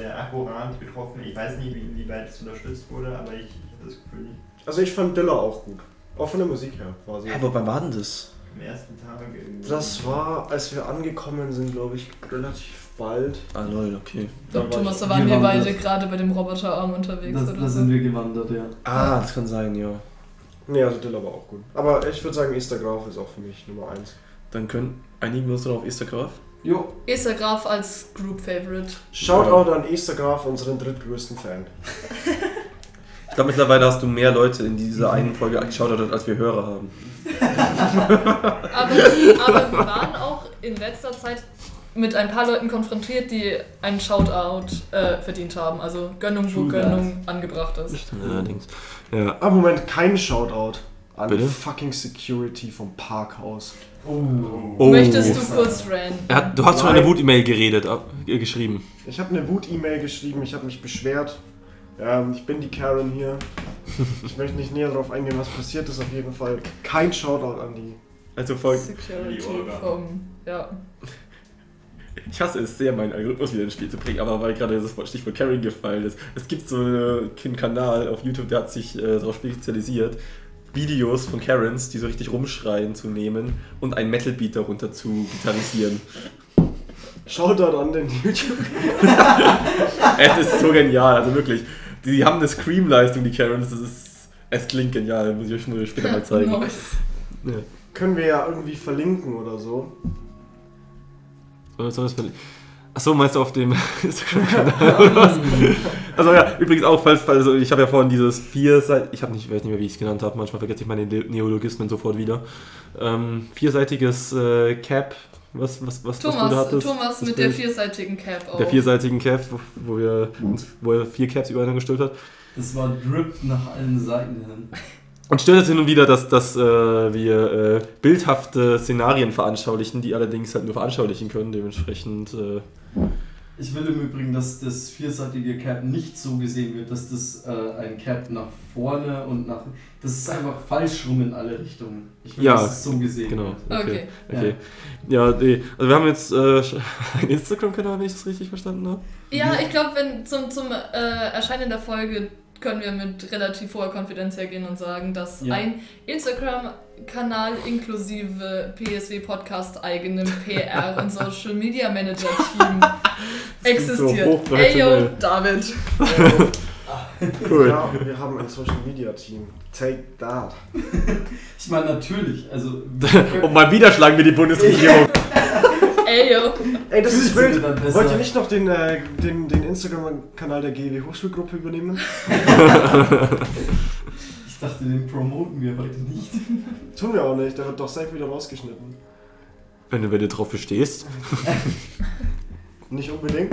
Speaker 5: äh, akkurat getroffen. Ich weiß nicht, wie- inwieweit es unterstützt wurde, aber ich, ich habe das Gefühl, nicht
Speaker 2: also ich fand Dilla auch gut. Auch von der Musik her quasi.
Speaker 3: Hä, wobei war denn das?
Speaker 5: am ersten Tag irgendwie.
Speaker 2: Das war, als wir angekommen sind, glaube ich, relativ bald.
Speaker 3: Ah, lol, okay.
Speaker 2: Da war
Speaker 4: Thomas,
Speaker 2: ich-
Speaker 4: da waren
Speaker 1: wir
Speaker 4: wir
Speaker 1: waren
Speaker 4: beide
Speaker 1: das-
Speaker 4: gerade bei dem Roboterarm unterwegs.
Speaker 1: Das,
Speaker 4: oder
Speaker 1: da
Speaker 4: so.
Speaker 1: sind wir gewandert, ja.
Speaker 3: Ah, das kann sein, ja.
Speaker 2: Nee, also Dilla war auch gut. Aber ich würde sagen, Esther Graf ist auch für mich Nummer 1.
Speaker 3: Dann können einigen wir uns dann auf Instagram.
Speaker 1: Jo,
Speaker 4: Esther Graf als Group Favorite.
Speaker 2: Shoutout an Esther Graf, unseren drittgrößten Fan.
Speaker 3: Ich glaube, mittlerweile hast du mehr Leute in dieser einen Folge geschaut, als wir Hörer haben.
Speaker 4: Aber, aber wir waren auch in letzter Zeit mit ein paar Leuten konfrontiert, die einen Shoutout äh, verdient haben. Also Gönnung, wo
Speaker 1: True that.
Speaker 4: Gönnung angebracht ist.
Speaker 3: Allerdings. Ja.
Speaker 2: Aber Moment, kein Shoutout an
Speaker 3: Bitte?
Speaker 2: fucking Security vom Parkhaus.
Speaker 1: Oh.
Speaker 3: Oh.
Speaker 4: Möchtest du kurz ran?
Speaker 3: Er hat, du hast schon eine Wut-E-Mail geredet, ab- äh, geschrieben.
Speaker 2: Ich habe eine Wut-E-Mail geschrieben, ich habe mich beschwert. Ähm, ich bin die Karen hier. Ich möchte nicht näher darauf eingehen, was passiert ist. Auf jeden Fall kein Shoutout an die.
Speaker 3: Also
Speaker 4: Security
Speaker 5: Die Olga.
Speaker 4: vom. Ja.
Speaker 3: Ich hasse es sehr, meinen Algorithmus wieder ins Spiel zu bringen, aber weil gerade das Wort- Stichwort Carrying gefallen ist. Es gibt so eine- einen Kanal auf YouTube, der hat sich äh, darauf spezialisiert, Videos von Karens, die so richtig rumschreien, zu nehmen und einen Metal-Beat darunter zu gitarrisieren.
Speaker 2: Shoutout an den YouTube.
Speaker 3: es ist so genial, also wirklich. Die haben eine Scream-Leistung, die Karens, das ist. Es klingt genial, muss ich euch nur später mal zeigen.
Speaker 4: Nice.
Speaker 3: Ja.
Speaker 2: Können wir ja irgendwie verlinken oder so.
Speaker 3: Soll soll das verli- Ach so, meinst du auf dem Instagram-Kanal oder was? Also ja, übrigens auch, falls, falls also ich habe ja vorhin dieses vierseit, ich habe nicht, weiß nicht mehr, wie ich es genannt habe, manchmal vergesse ich meine Le- Neologismen sofort wieder. Ähm, vierseitiges äh, Cap, was, was, was, was du da
Speaker 4: Thomas,
Speaker 3: hattest.
Speaker 4: Thomas
Speaker 3: das
Speaker 4: mit der Oh.
Speaker 3: Bild.
Speaker 4: vierseitigen Cap auf.
Speaker 3: der vierseitigen Cap, wo, wo, wir, uns- wo er vier Caps übereinander gestülpt hat.
Speaker 1: Das war Drip nach allen Seiten hin.
Speaker 3: Und stört es hin und wieder, dass, dass äh, wir äh, bildhafte Szenarien veranschaulichen, die allerdings halt nur veranschaulichen können, dementsprechend. Äh,
Speaker 1: Ich will im Übrigen, dass das vierseitige Cap nicht so gesehen wird, dass das äh, ein Cap nach vorne und nach. Das ist einfach falsch rum in alle Richtungen. Ich will,
Speaker 3: Ja,
Speaker 1: dass es so gesehen
Speaker 3: Genau.
Speaker 1: wird.
Speaker 4: Okay.
Speaker 3: okay. Ja, nee. Also wir haben jetzt äh, einen Instagram-Kanal, wenn ich das richtig verstanden habe.
Speaker 4: Ja, ich glaube, wenn zum, zum äh, Erscheinen der Folge können wir mit relativ hoher Konfidenz hergehen und sagen, dass
Speaker 1: Ja.
Speaker 4: ein Instagram-Kanal inklusive PSW-Podcast eigenem PR und Social Media Manager Team existiert.
Speaker 3: hochprofessionell.
Speaker 4: Ey yo, David.
Speaker 3: Cool.
Speaker 2: Ja, und wir haben ein Social Media Team. Take that.
Speaker 1: Ich meine, natürlich. Also,
Speaker 3: Und mal wieder schlagen wir die Bundesregierung.
Speaker 4: Ey yo.
Speaker 2: Ey, das ist
Speaker 1: Fühlst du
Speaker 2: wild.
Speaker 1: dich dann besser?
Speaker 2: Wollt ihr nicht noch den, äh, den, den Instagram-Kanal der GW Hochschulgruppe übernehmen?
Speaker 1: ich dachte, den promoten wir heute nicht.
Speaker 2: Tun wir auch nicht, der wird doch safe wieder rausgeschnitten.
Speaker 3: Wenn du, wenn du drauf bestehst.
Speaker 2: Nicht unbedingt.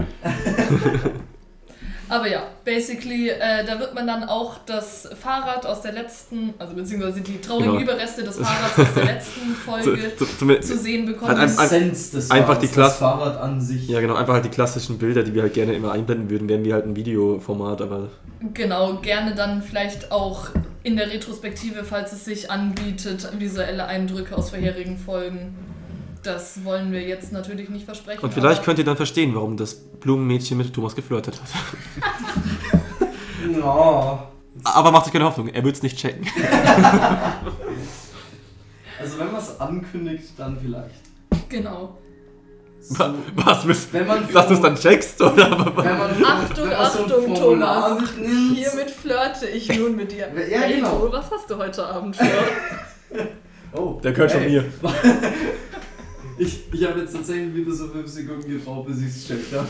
Speaker 4: Aber ja, basically, äh, da wird man dann auch das Fahrrad aus der letzten, also beziehungsweise die traurigen
Speaker 3: Genau.
Speaker 4: Überreste des Fahrrads aus der letzten
Speaker 3: Zu,
Speaker 4: Folge
Speaker 3: zu, zum,
Speaker 4: zu sehen
Speaker 3: Hat
Speaker 4: bekommen.
Speaker 3: ein- ein-
Speaker 1: Essenz des
Speaker 3: einfach
Speaker 1: Fahrrads,
Speaker 3: die Klasse-
Speaker 1: Das Fahrrad an sich.
Speaker 3: ja, genau. Einfach halt die klassischen Bilder, die wir halt gerne immer einblenden würden, wären wir halt ein Videoformat, aber
Speaker 4: Genau, gerne dann vielleicht auch in der Retrospektive, falls es sich anbietet, visuelle Eindrücke aus vorherigen Folgen. Das wollen wir jetzt natürlich nicht versprechen.
Speaker 3: Und vielleicht
Speaker 4: aber
Speaker 3: könnt ihr dann verstehen, warum das Blumenmädchen mit Thomas geflirtet hat.
Speaker 1: Ja.
Speaker 3: Aber macht euch keine Hoffnung, er wird's nicht checken.
Speaker 1: Also, wenn man es ankündigt, dann vielleicht.
Speaker 4: Genau.
Speaker 1: So,
Speaker 3: Was? Mit,
Speaker 1: wenn man.
Speaker 3: dass du's dann checkst, oder?
Speaker 1: Wenn man
Speaker 4: Achtung,
Speaker 1: wenn man so ein
Speaker 4: Achtung,
Speaker 1: Formular
Speaker 4: Thomas.
Speaker 1: sich nimmt.
Speaker 4: Hiermit flirte ich nun mit dir.
Speaker 1: Ja,
Speaker 4: Hey,
Speaker 1: genau.
Speaker 4: Toro, was hast du heute Abend für?
Speaker 1: Oh,
Speaker 3: Der gehört
Speaker 1: hey.
Speaker 3: von mir.
Speaker 1: Ich, ich habe jetzt tatsächlich wieder so 5 Sekunden gebraucht, bis ich es checkt habe.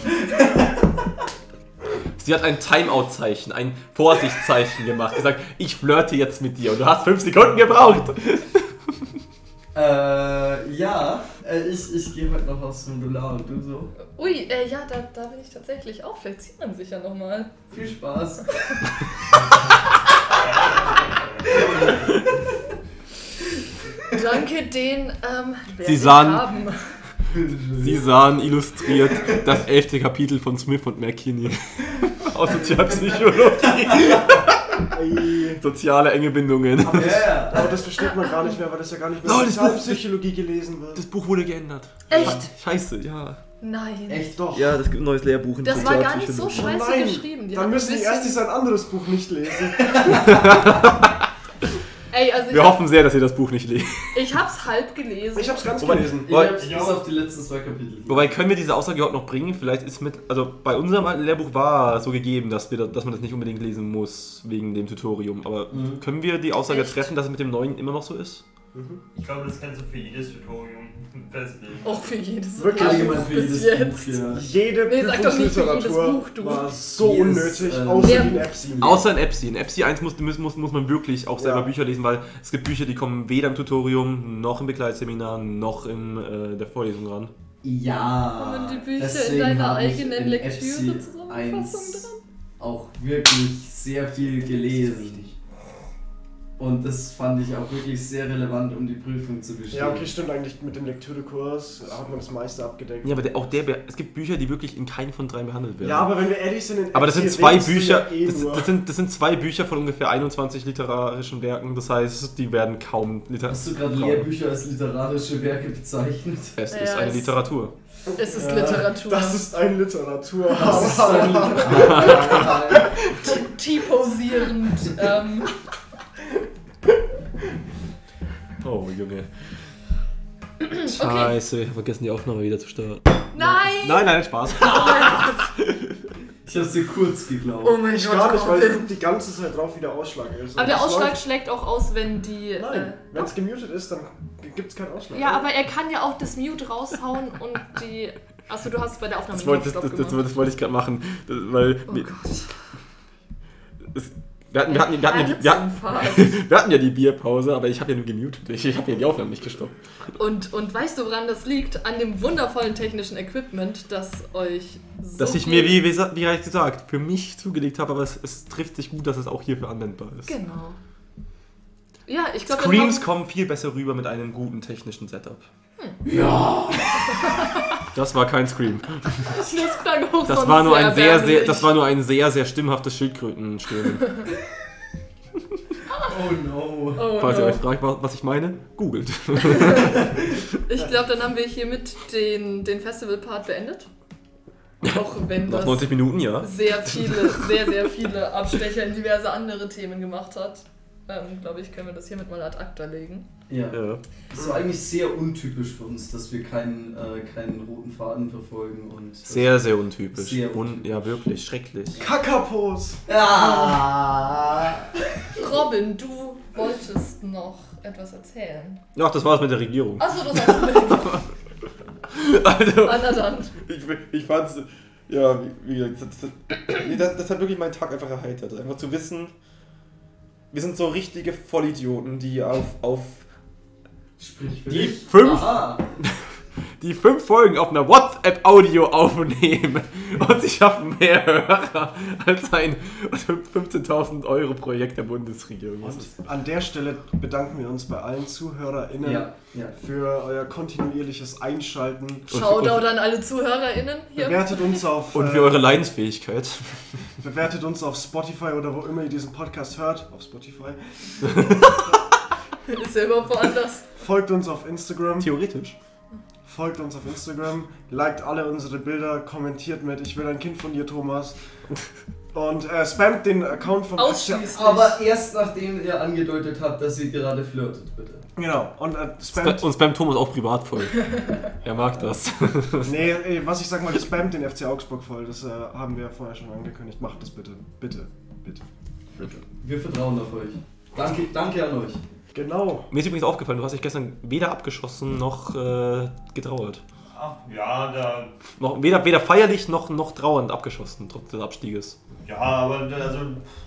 Speaker 3: Sie hat ein Timeout-Zeichen, ein Vorsichtszeichen gemacht. Sie sagt, ich flirte jetzt mit dir und du hast fünf Sekunden gebraucht.
Speaker 1: Äh, ja, äh, ich, ich gehe heute noch aufs Modular und du so.
Speaker 4: Ui, äh, ja, da, da bin ich tatsächlich auch. Vielleicht sieht man sich ja nochmal.
Speaker 1: Viel Spaß.
Speaker 4: Danke, den ähm, werde
Speaker 3: Sie sahen-
Speaker 4: ich haben.
Speaker 3: Sie sahen illustriert das elfte Kapitel von Smith und McKinney aus Sozialpsychologie.
Speaker 2: Ey.
Speaker 3: Soziale enge Bindungen.
Speaker 1: Ja, yeah.
Speaker 2: Aber das versteht man gar nicht mehr, weil das ja gar nicht mehr
Speaker 3: Leute, das Buch-
Speaker 2: Sozialpsychologie gelesen wird.
Speaker 3: Das Buch wurde geändert.
Speaker 4: Echt?
Speaker 3: Scheiße, ja.
Speaker 4: Nein.
Speaker 1: echt doch.
Speaker 3: Ja, es gibt ein neues Lehrbuch in
Speaker 4: Das war gar nicht so
Speaker 3: Sozialpsychologie.
Speaker 4: scheiße
Speaker 2: Nein,
Speaker 4: geschrieben. Die
Speaker 2: Dann
Speaker 4: haben
Speaker 2: müssen
Speaker 4: ein
Speaker 2: die
Speaker 4: bisschen-
Speaker 2: erst dieses ein anderes Buch nicht lesen.
Speaker 4: Ey, also ich
Speaker 3: Wir
Speaker 4: hab-
Speaker 3: hoffen sehr, dass ihr das Buch nicht lest.
Speaker 4: Ich hab's halb gelesen.
Speaker 2: Ich hab's ganz
Speaker 3: Wobei-
Speaker 2: gelesen.
Speaker 1: Ich habe
Speaker 5: Ich
Speaker 1: bis
Speaker 5: auch.
Speaker 1: auf die letzten zwei Kapitel.
Speaker 3: Wobei können wir diese Aussage überhaupt noch bringen? Vielleicht ist mit, also bei unserem alten Lehrbuch war so gegeben, dass, wir, da- dass man das nicht unbedingt lesen muss wegen dem Tutorium. Aber
Speaker 1: Mhm.
Speaker 3: können wir die Aussage
Speaker 4: Echt?
Speaker 3: treffen, dass es mit dem neuen immer noch so ist?
Speaker 5: Ich glaube, das kannst du für jedes Tutorium festlegen.
Speaker 4: auch für jedes
Speaker 2: Wirklich?
Speaker 4: Jahr
Speaker 1: Allgemein für
Speaker 4: bis
Speaker 1: jedes
Speaker 4: jetzt.
Speaker 1: Buch, ja.
Speaker 2: Jede
Speaker 4: Nee, sag doch nicht für jedes
Speaker 2: Prüfungsliteratur
Speaker 4: Buch, du.
Speaker 2: war so
Speaker 1: Jedes,
Speaker 2: unnötig,
Speaker 1: ähm,
Speaker 2: außer
Speaker 4: Lehrbuch.
Speaker 2: in Epsi.
Speaker 3: Außer in EPSI. In EPSI 1 muss, muss, muss, muss man wirklich auch selber
Speaker 2: Ja.
Speaker 3: Bücher lesen, weil es gibt Bücher, die kommen weder im Tutorium noch im Begleitseminar noch in äh, der Vorlesung ran.
Speaker 1: Ja.
Speaker 4: Haben die Bücher in
Speaker 1: deswegen
Speaker 4: deiner
Speaker 1: habe ich
Speaker 4: eigenen
Speaker 1: in
Speaker 4: Lektüre
Speaker 1: Etsy
Speaker 4: Zusammenfassung
Speaker 1: eins
Speaker 4: drin?
Speaker 1: Auch wirklich sehr viel gelesen. Und das fand ich auch wirklich sehr relevant, um die Prüfung zu bestehen.
Speaker 2: Ja, okay, stimmt eigentlich mit dem Lektürekurs hat man das meiste abgedeckt.
Speaker 3: Ja, aber der, auch der, Be- es gibt Bücher, die wirklich in keinem von drei behandelt werden.
Speaker 2: Ja, aber wenn wir ehrlich sind, in
Speaker 3: Aber das
Speaker 2: Etsy
Speaker 3: sind zwei
Speaker 2: erwähnst du
Speaker 3: Bücher,
Speaker 2: ja eh
Speaker 3: das,
Speaker 2: nur.
Speaker 3: das, sind, das sind zwei Bücher von ungefähr 21 literarischen Werken, das heißt, die werden kaum liter
Speaker 1: Hast du gerade
Speaker 3: kaum-
Speaker 1: Lehrbücher als literarische Werke bezeichnet?
Speaker 3: Es
Speaker 4: Ja,
Speaker 3: ist eine
Speaker 4: es-
Speaker 3: Literatur.
Speaker 4: Es ist
Speaker 2: Ja,
Speaker 4: Literatur.
Speaker 2: Das ist ein Literatur.
Speaker 1: Das ist ein
Speaker 4: T-posierend. Ähm,
Speaker 3: Oh, Junge.
Speaker 4: okay.
Speaker 3: Scheiße, ich habe vergessen, die Aufnahme wieder zu starten.
Speaker 4: Nein!
Speaker 3: Nein, nein, Spaß.
Speaker 1: Ich hab's dir kurz geglaubt.
Speaker 4: Oh mein
Speaker 2: Ich
Speaker 4: Gott,
Speaker 2: gar nicht, weil
Speaker 4: Robin.
Speaker 2: eben die ganze Zeit drauf wieder Ausschlag ist.
Speaker 4: Aber der
Speaker 2: Und das
Speaker 4: Ausschlag
Speaker 2: läuft-
Speaker 4: schlägt auch aus, wenn die.
Speaker 2: Nein, wenn es gemutet ist, dann gibt es keinen
Speaker 4: Äh,
Speaker 2: Ausschlag.
Speaker 4: ja, aber er kann ja auch das Mute raushauen und die. Achso, du hast bei der Aufnahme
Speaker 3: Das wollte, das,
Speaker 4: Stopp
Speaker 3: das, das,
Speaker 4: gemacht.
Speaker 3: das wollte ich gerade machen, das, weil
Speaker 4: Oh
Speaker 3: wir-
Speaker 4: Gott.
Speaker 3: es, wir, hatten, wir, hatten, wir, hatten ja, die- wir, hatten,
Speaker 4: Herzinfarkt.
Speaker 3: wir hatten ja die Bierpause, aber ich habe ja nur gemutet. Ich, ich habe ja die Aufnahme nicht gestoppt.
Speaker 4: Und, und weißt du, woran das liegt? An dem wundervollen technischen Equipment, das euch so
Speaker 3: Dass ich
Speaker 4: viel-
Speaker 3: mir, wie, wie sa- wie bereits gesagt, für mich zugelegt habe, aber es, es trifft sich gut, dass es auch hierfür anwendbar ist.
Speaker 4: Genau. Ja, ich glaube.
Speaker 3: Screams kommen viel besser rüber mit einem guten technischen Setup.
Speaker 4: Hm.
Speaker 1: Ja!
Speaker 3: Das war kein Scream. Das
Speaker 4: Das
Speaker 3: war nur ein sehr, sehr, das war nur ein sehr, sehr stimmhaftes Schildkrötenstöhnen.
Speaker 1: Oh no.
Speaker 4: Oh,
Speaker 3: Falls ihr
Speaker 4: no.
Speaker 3: euch fragt, wa- was ich meine, googelt.
Speaker 4: Ich glaube, dann haben wir hiermit den, den Festival-Part beendet. Auch wenn
Speaker 3: Nach
Speaker 4: das
Speaker 3: 90 Minuten, ja.
Speaker 4: sehr viele, sehr, sehr viele Abstecher in diverse andere Themen gemacht hat. Ähm, glaube ich, können wir das hiermit mal ad acta legen.
Speaker 1: Ja.
Speaker 3: Ja.
Speaker 1: Das war eigentlich sehr untypisch für uns, dass wir keinen, äh, keinen roten Faden verfolgen und.
Speaker 3: Sehr, sehr untypisch.
Speaker 1: Sehr
Speaker 3: Un ja, wirklich, schrecklich.
Speaker 2: Kakapos!
Speaker 1: Ah!
Speaker 4: Robin, du wolltest noch etwas erzählen.
Speaker 3: Ja, das war's mit der Regierung.
Speaker 4: Achso, das hast du nicht.
Speaker 3: Also,
Speaker 4: Anna dann.
Speaker 3: ich, ich fand's, ja, wie- wie gesagt, das, das, nee, das, das hat wirklich meinen Tag einfach erheitert. Einfach zu wissen, wir sind so richtige Vollidioten, die auf, auf
Speaker 1: Sprich für
Speaker 3: die
Speaker 1: dich.
Speaker 3: fünf
Speaker 1: Ah,
Speaker 3: die fünf Folgen auf einer WhatsApp-Audio aufnehmen und sie schaffen mehr Hörer als ein 15.000 Euro Projekt der Bundesregierung. Das ist-
Speaker 2: Und an der Stelle bedanken wir uns bei allen ZuhörerInnen
Speaker 1: ja, ja.
Speaker 2: für euer kontinuierliches Einschalten.
Speaker 4: Shoutout an alle ZuhörerInnen hier.
Speaker 2: Bewertet uns auf
Speaker 3: Und
Speaker 2: äh,
Speaker 3: für eure Leidensfähigkeit.
Speaker 2: bewertet uns auf Spotify oder wo immer ihr diesen Podcast hört. Auf Spotify.
Speaker 4: Ist ja überhaupt woanders.
Speaker 2: Folgt uns auf Instagram.
Speaker 3: Theoretisch.
Speaker 2: Folgt uns auf Instagram. Liked alle unsere Bilder. Kommentiert mit. Ich will ein Kind von dir, Thomas. Und äh, spammt den Account von
Speaker 4: Ausschließlich.
Speaker 1: Aber erst nachdem ihr angedeutet habt, dass ihr gerade flirtet, bitte.
Speaker 2: Genau. Und äh, spammt.
Speaker 3: Und spam Thomas auch privat voll. Er mag das.
Speaker 2: Nee, ey, was ich sag mal, spammt den FC Augsburg voll. Das äh, haben wir vorher schon angekündigt. Macht das bitte. Bitte. Bitte.
Speaker 1: Wir vertrauen auf euch. Danke, danke an euch.
Speaker 2: Genau.
Speaker 3: Mir ist übrigens aufgefallen, du hast dich gestern weder abgeschossen noch äh, getrauert.
Speaker 5: Ach, ja, da.
Speaker 3: Noch, weder, weder feierlich noch, noch trauernd abgeschossen, trotz des Abstieges.
Speaker 5: Ja, aber da, also,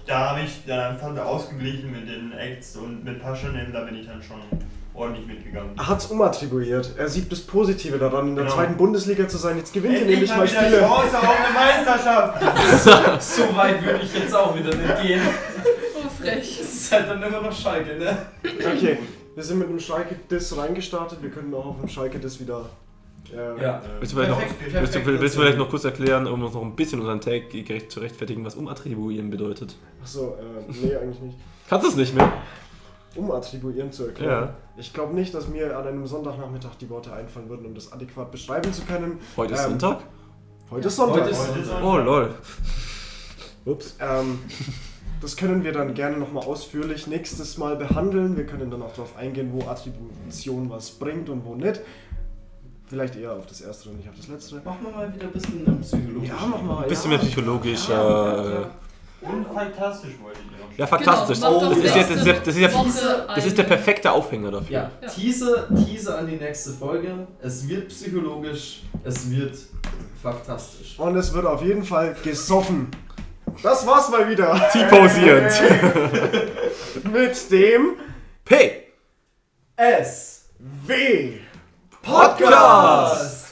Speaker 5: da habe ich dann einfach ausgeglichen mit den Acts und mit Pascha nehmen, da bin ich dann schon ordentlich mitgegangen.
Speaker 2: Er hat's umattribuiert. Er sieht das Positive daran, in der
Speaker 5: Genau.
Speaker 2: zweiten Bundesliga zu sein. Jetzt gewinnt er
Speaker 5: Endlich
Speaker 2: nämlich
Speaker 5: mal
Speaker 2: mal
Speaker 5: wieder
Speaker 2: Spiele.
Speaker 5: Chance auf eine Meisterschaft!
Speaker 1: So weit würde ich jetzt auch wieder nicht gehen.
Speaker 4: So Oh, frech.
Speaker 1: Es ist halt dann immer noch Schalke, ne?
Speaker 2: Okay, wir sind mit einem Schalke-Diss reingestartet. Wir können auch auf dem Schalke-Diss wieder. Äh,
Speaker 1: Ja.
Speaker 3: Willst du vielleicht,
Speaker 1: Perfekt,
Speaker 3: noch,
Speaker 1: perfekt
Speaker 3: willst du, willst du vielleicht
Speaker 1: erzählt.
Speaker 3: noch kurz erklären, um uns noch ein bisschen unseren Tag gerecht zu rechtfertigen, was umattribuieren bedeutet?
Speaker 2: Achso, äh, nee, eigentlich nicht.
Speaker 3: Kannst du es nicht mehr?
Speaker 2: Umattribuieren zu erklären. Ich glaube nicht, dass mir an einem Sonntagnachmittag die Worte einfallen würden, um das adäquat beschreiben zu können.
Speaker 3: Heute ist
Speaker 2: Ähm,
Speaker 3: Sonntag?
Speaker 2: Heute ist Sonntag.
Speaker 1: Heute ist-
Speaker 3: Oh lol. Ups.
Speaker 2: Ähm, das können wir dann gerne nochmal ausführlich nächstes Mal behandeln. Wir können dann auch darauf eingehen, wo Attribution was bringt und wo nicht. Vielleicht eher auf das erste und nicht auf das letzte.
Speaker 1: Machen wir mal wieder ein bisschen einen Psychologen.
Speaker 2: Ja, mach mal.
Speaker 3: Bist du
Speaker 2: ja.
Speaker 3: mehr psychologisch?
Speaker 2: Ja,
Speaker 3: äh,
Speaker 2: ja.
Speaker 5: Und fantastisch wollte ich dir noch
Speaker 3: ja,
Speaker 5: sagen.
Speaker 3: fantastisch.
Speaker 4: Genau, mach
Speaker 3: das,
Speaker 4: doch
Speaker 3: ist jetzt, das, ist jetzt, das, ist jetzt,
Speaker 4: nächste Woche
Speaker 3: das ist der
Speaker 4: einen-
Speaker 3: perfekte Aufhänger dafür.
Speaker 1: Ja,
Speaker 4: Ja.
Speaker 1: Teaser, Teaser an die nächste Folge. Es wird psychologisch, es wird fantastisch.
Speaker 2: Und es wird auf jeden Fall gesoffen. Das war's mal wieder
Speaker 3: T-posierend.
Speaker 2: mit dem
Speaker 3: P.
Speaker 1: S.
Speaker 2: W.
Speaker 1: Podcast!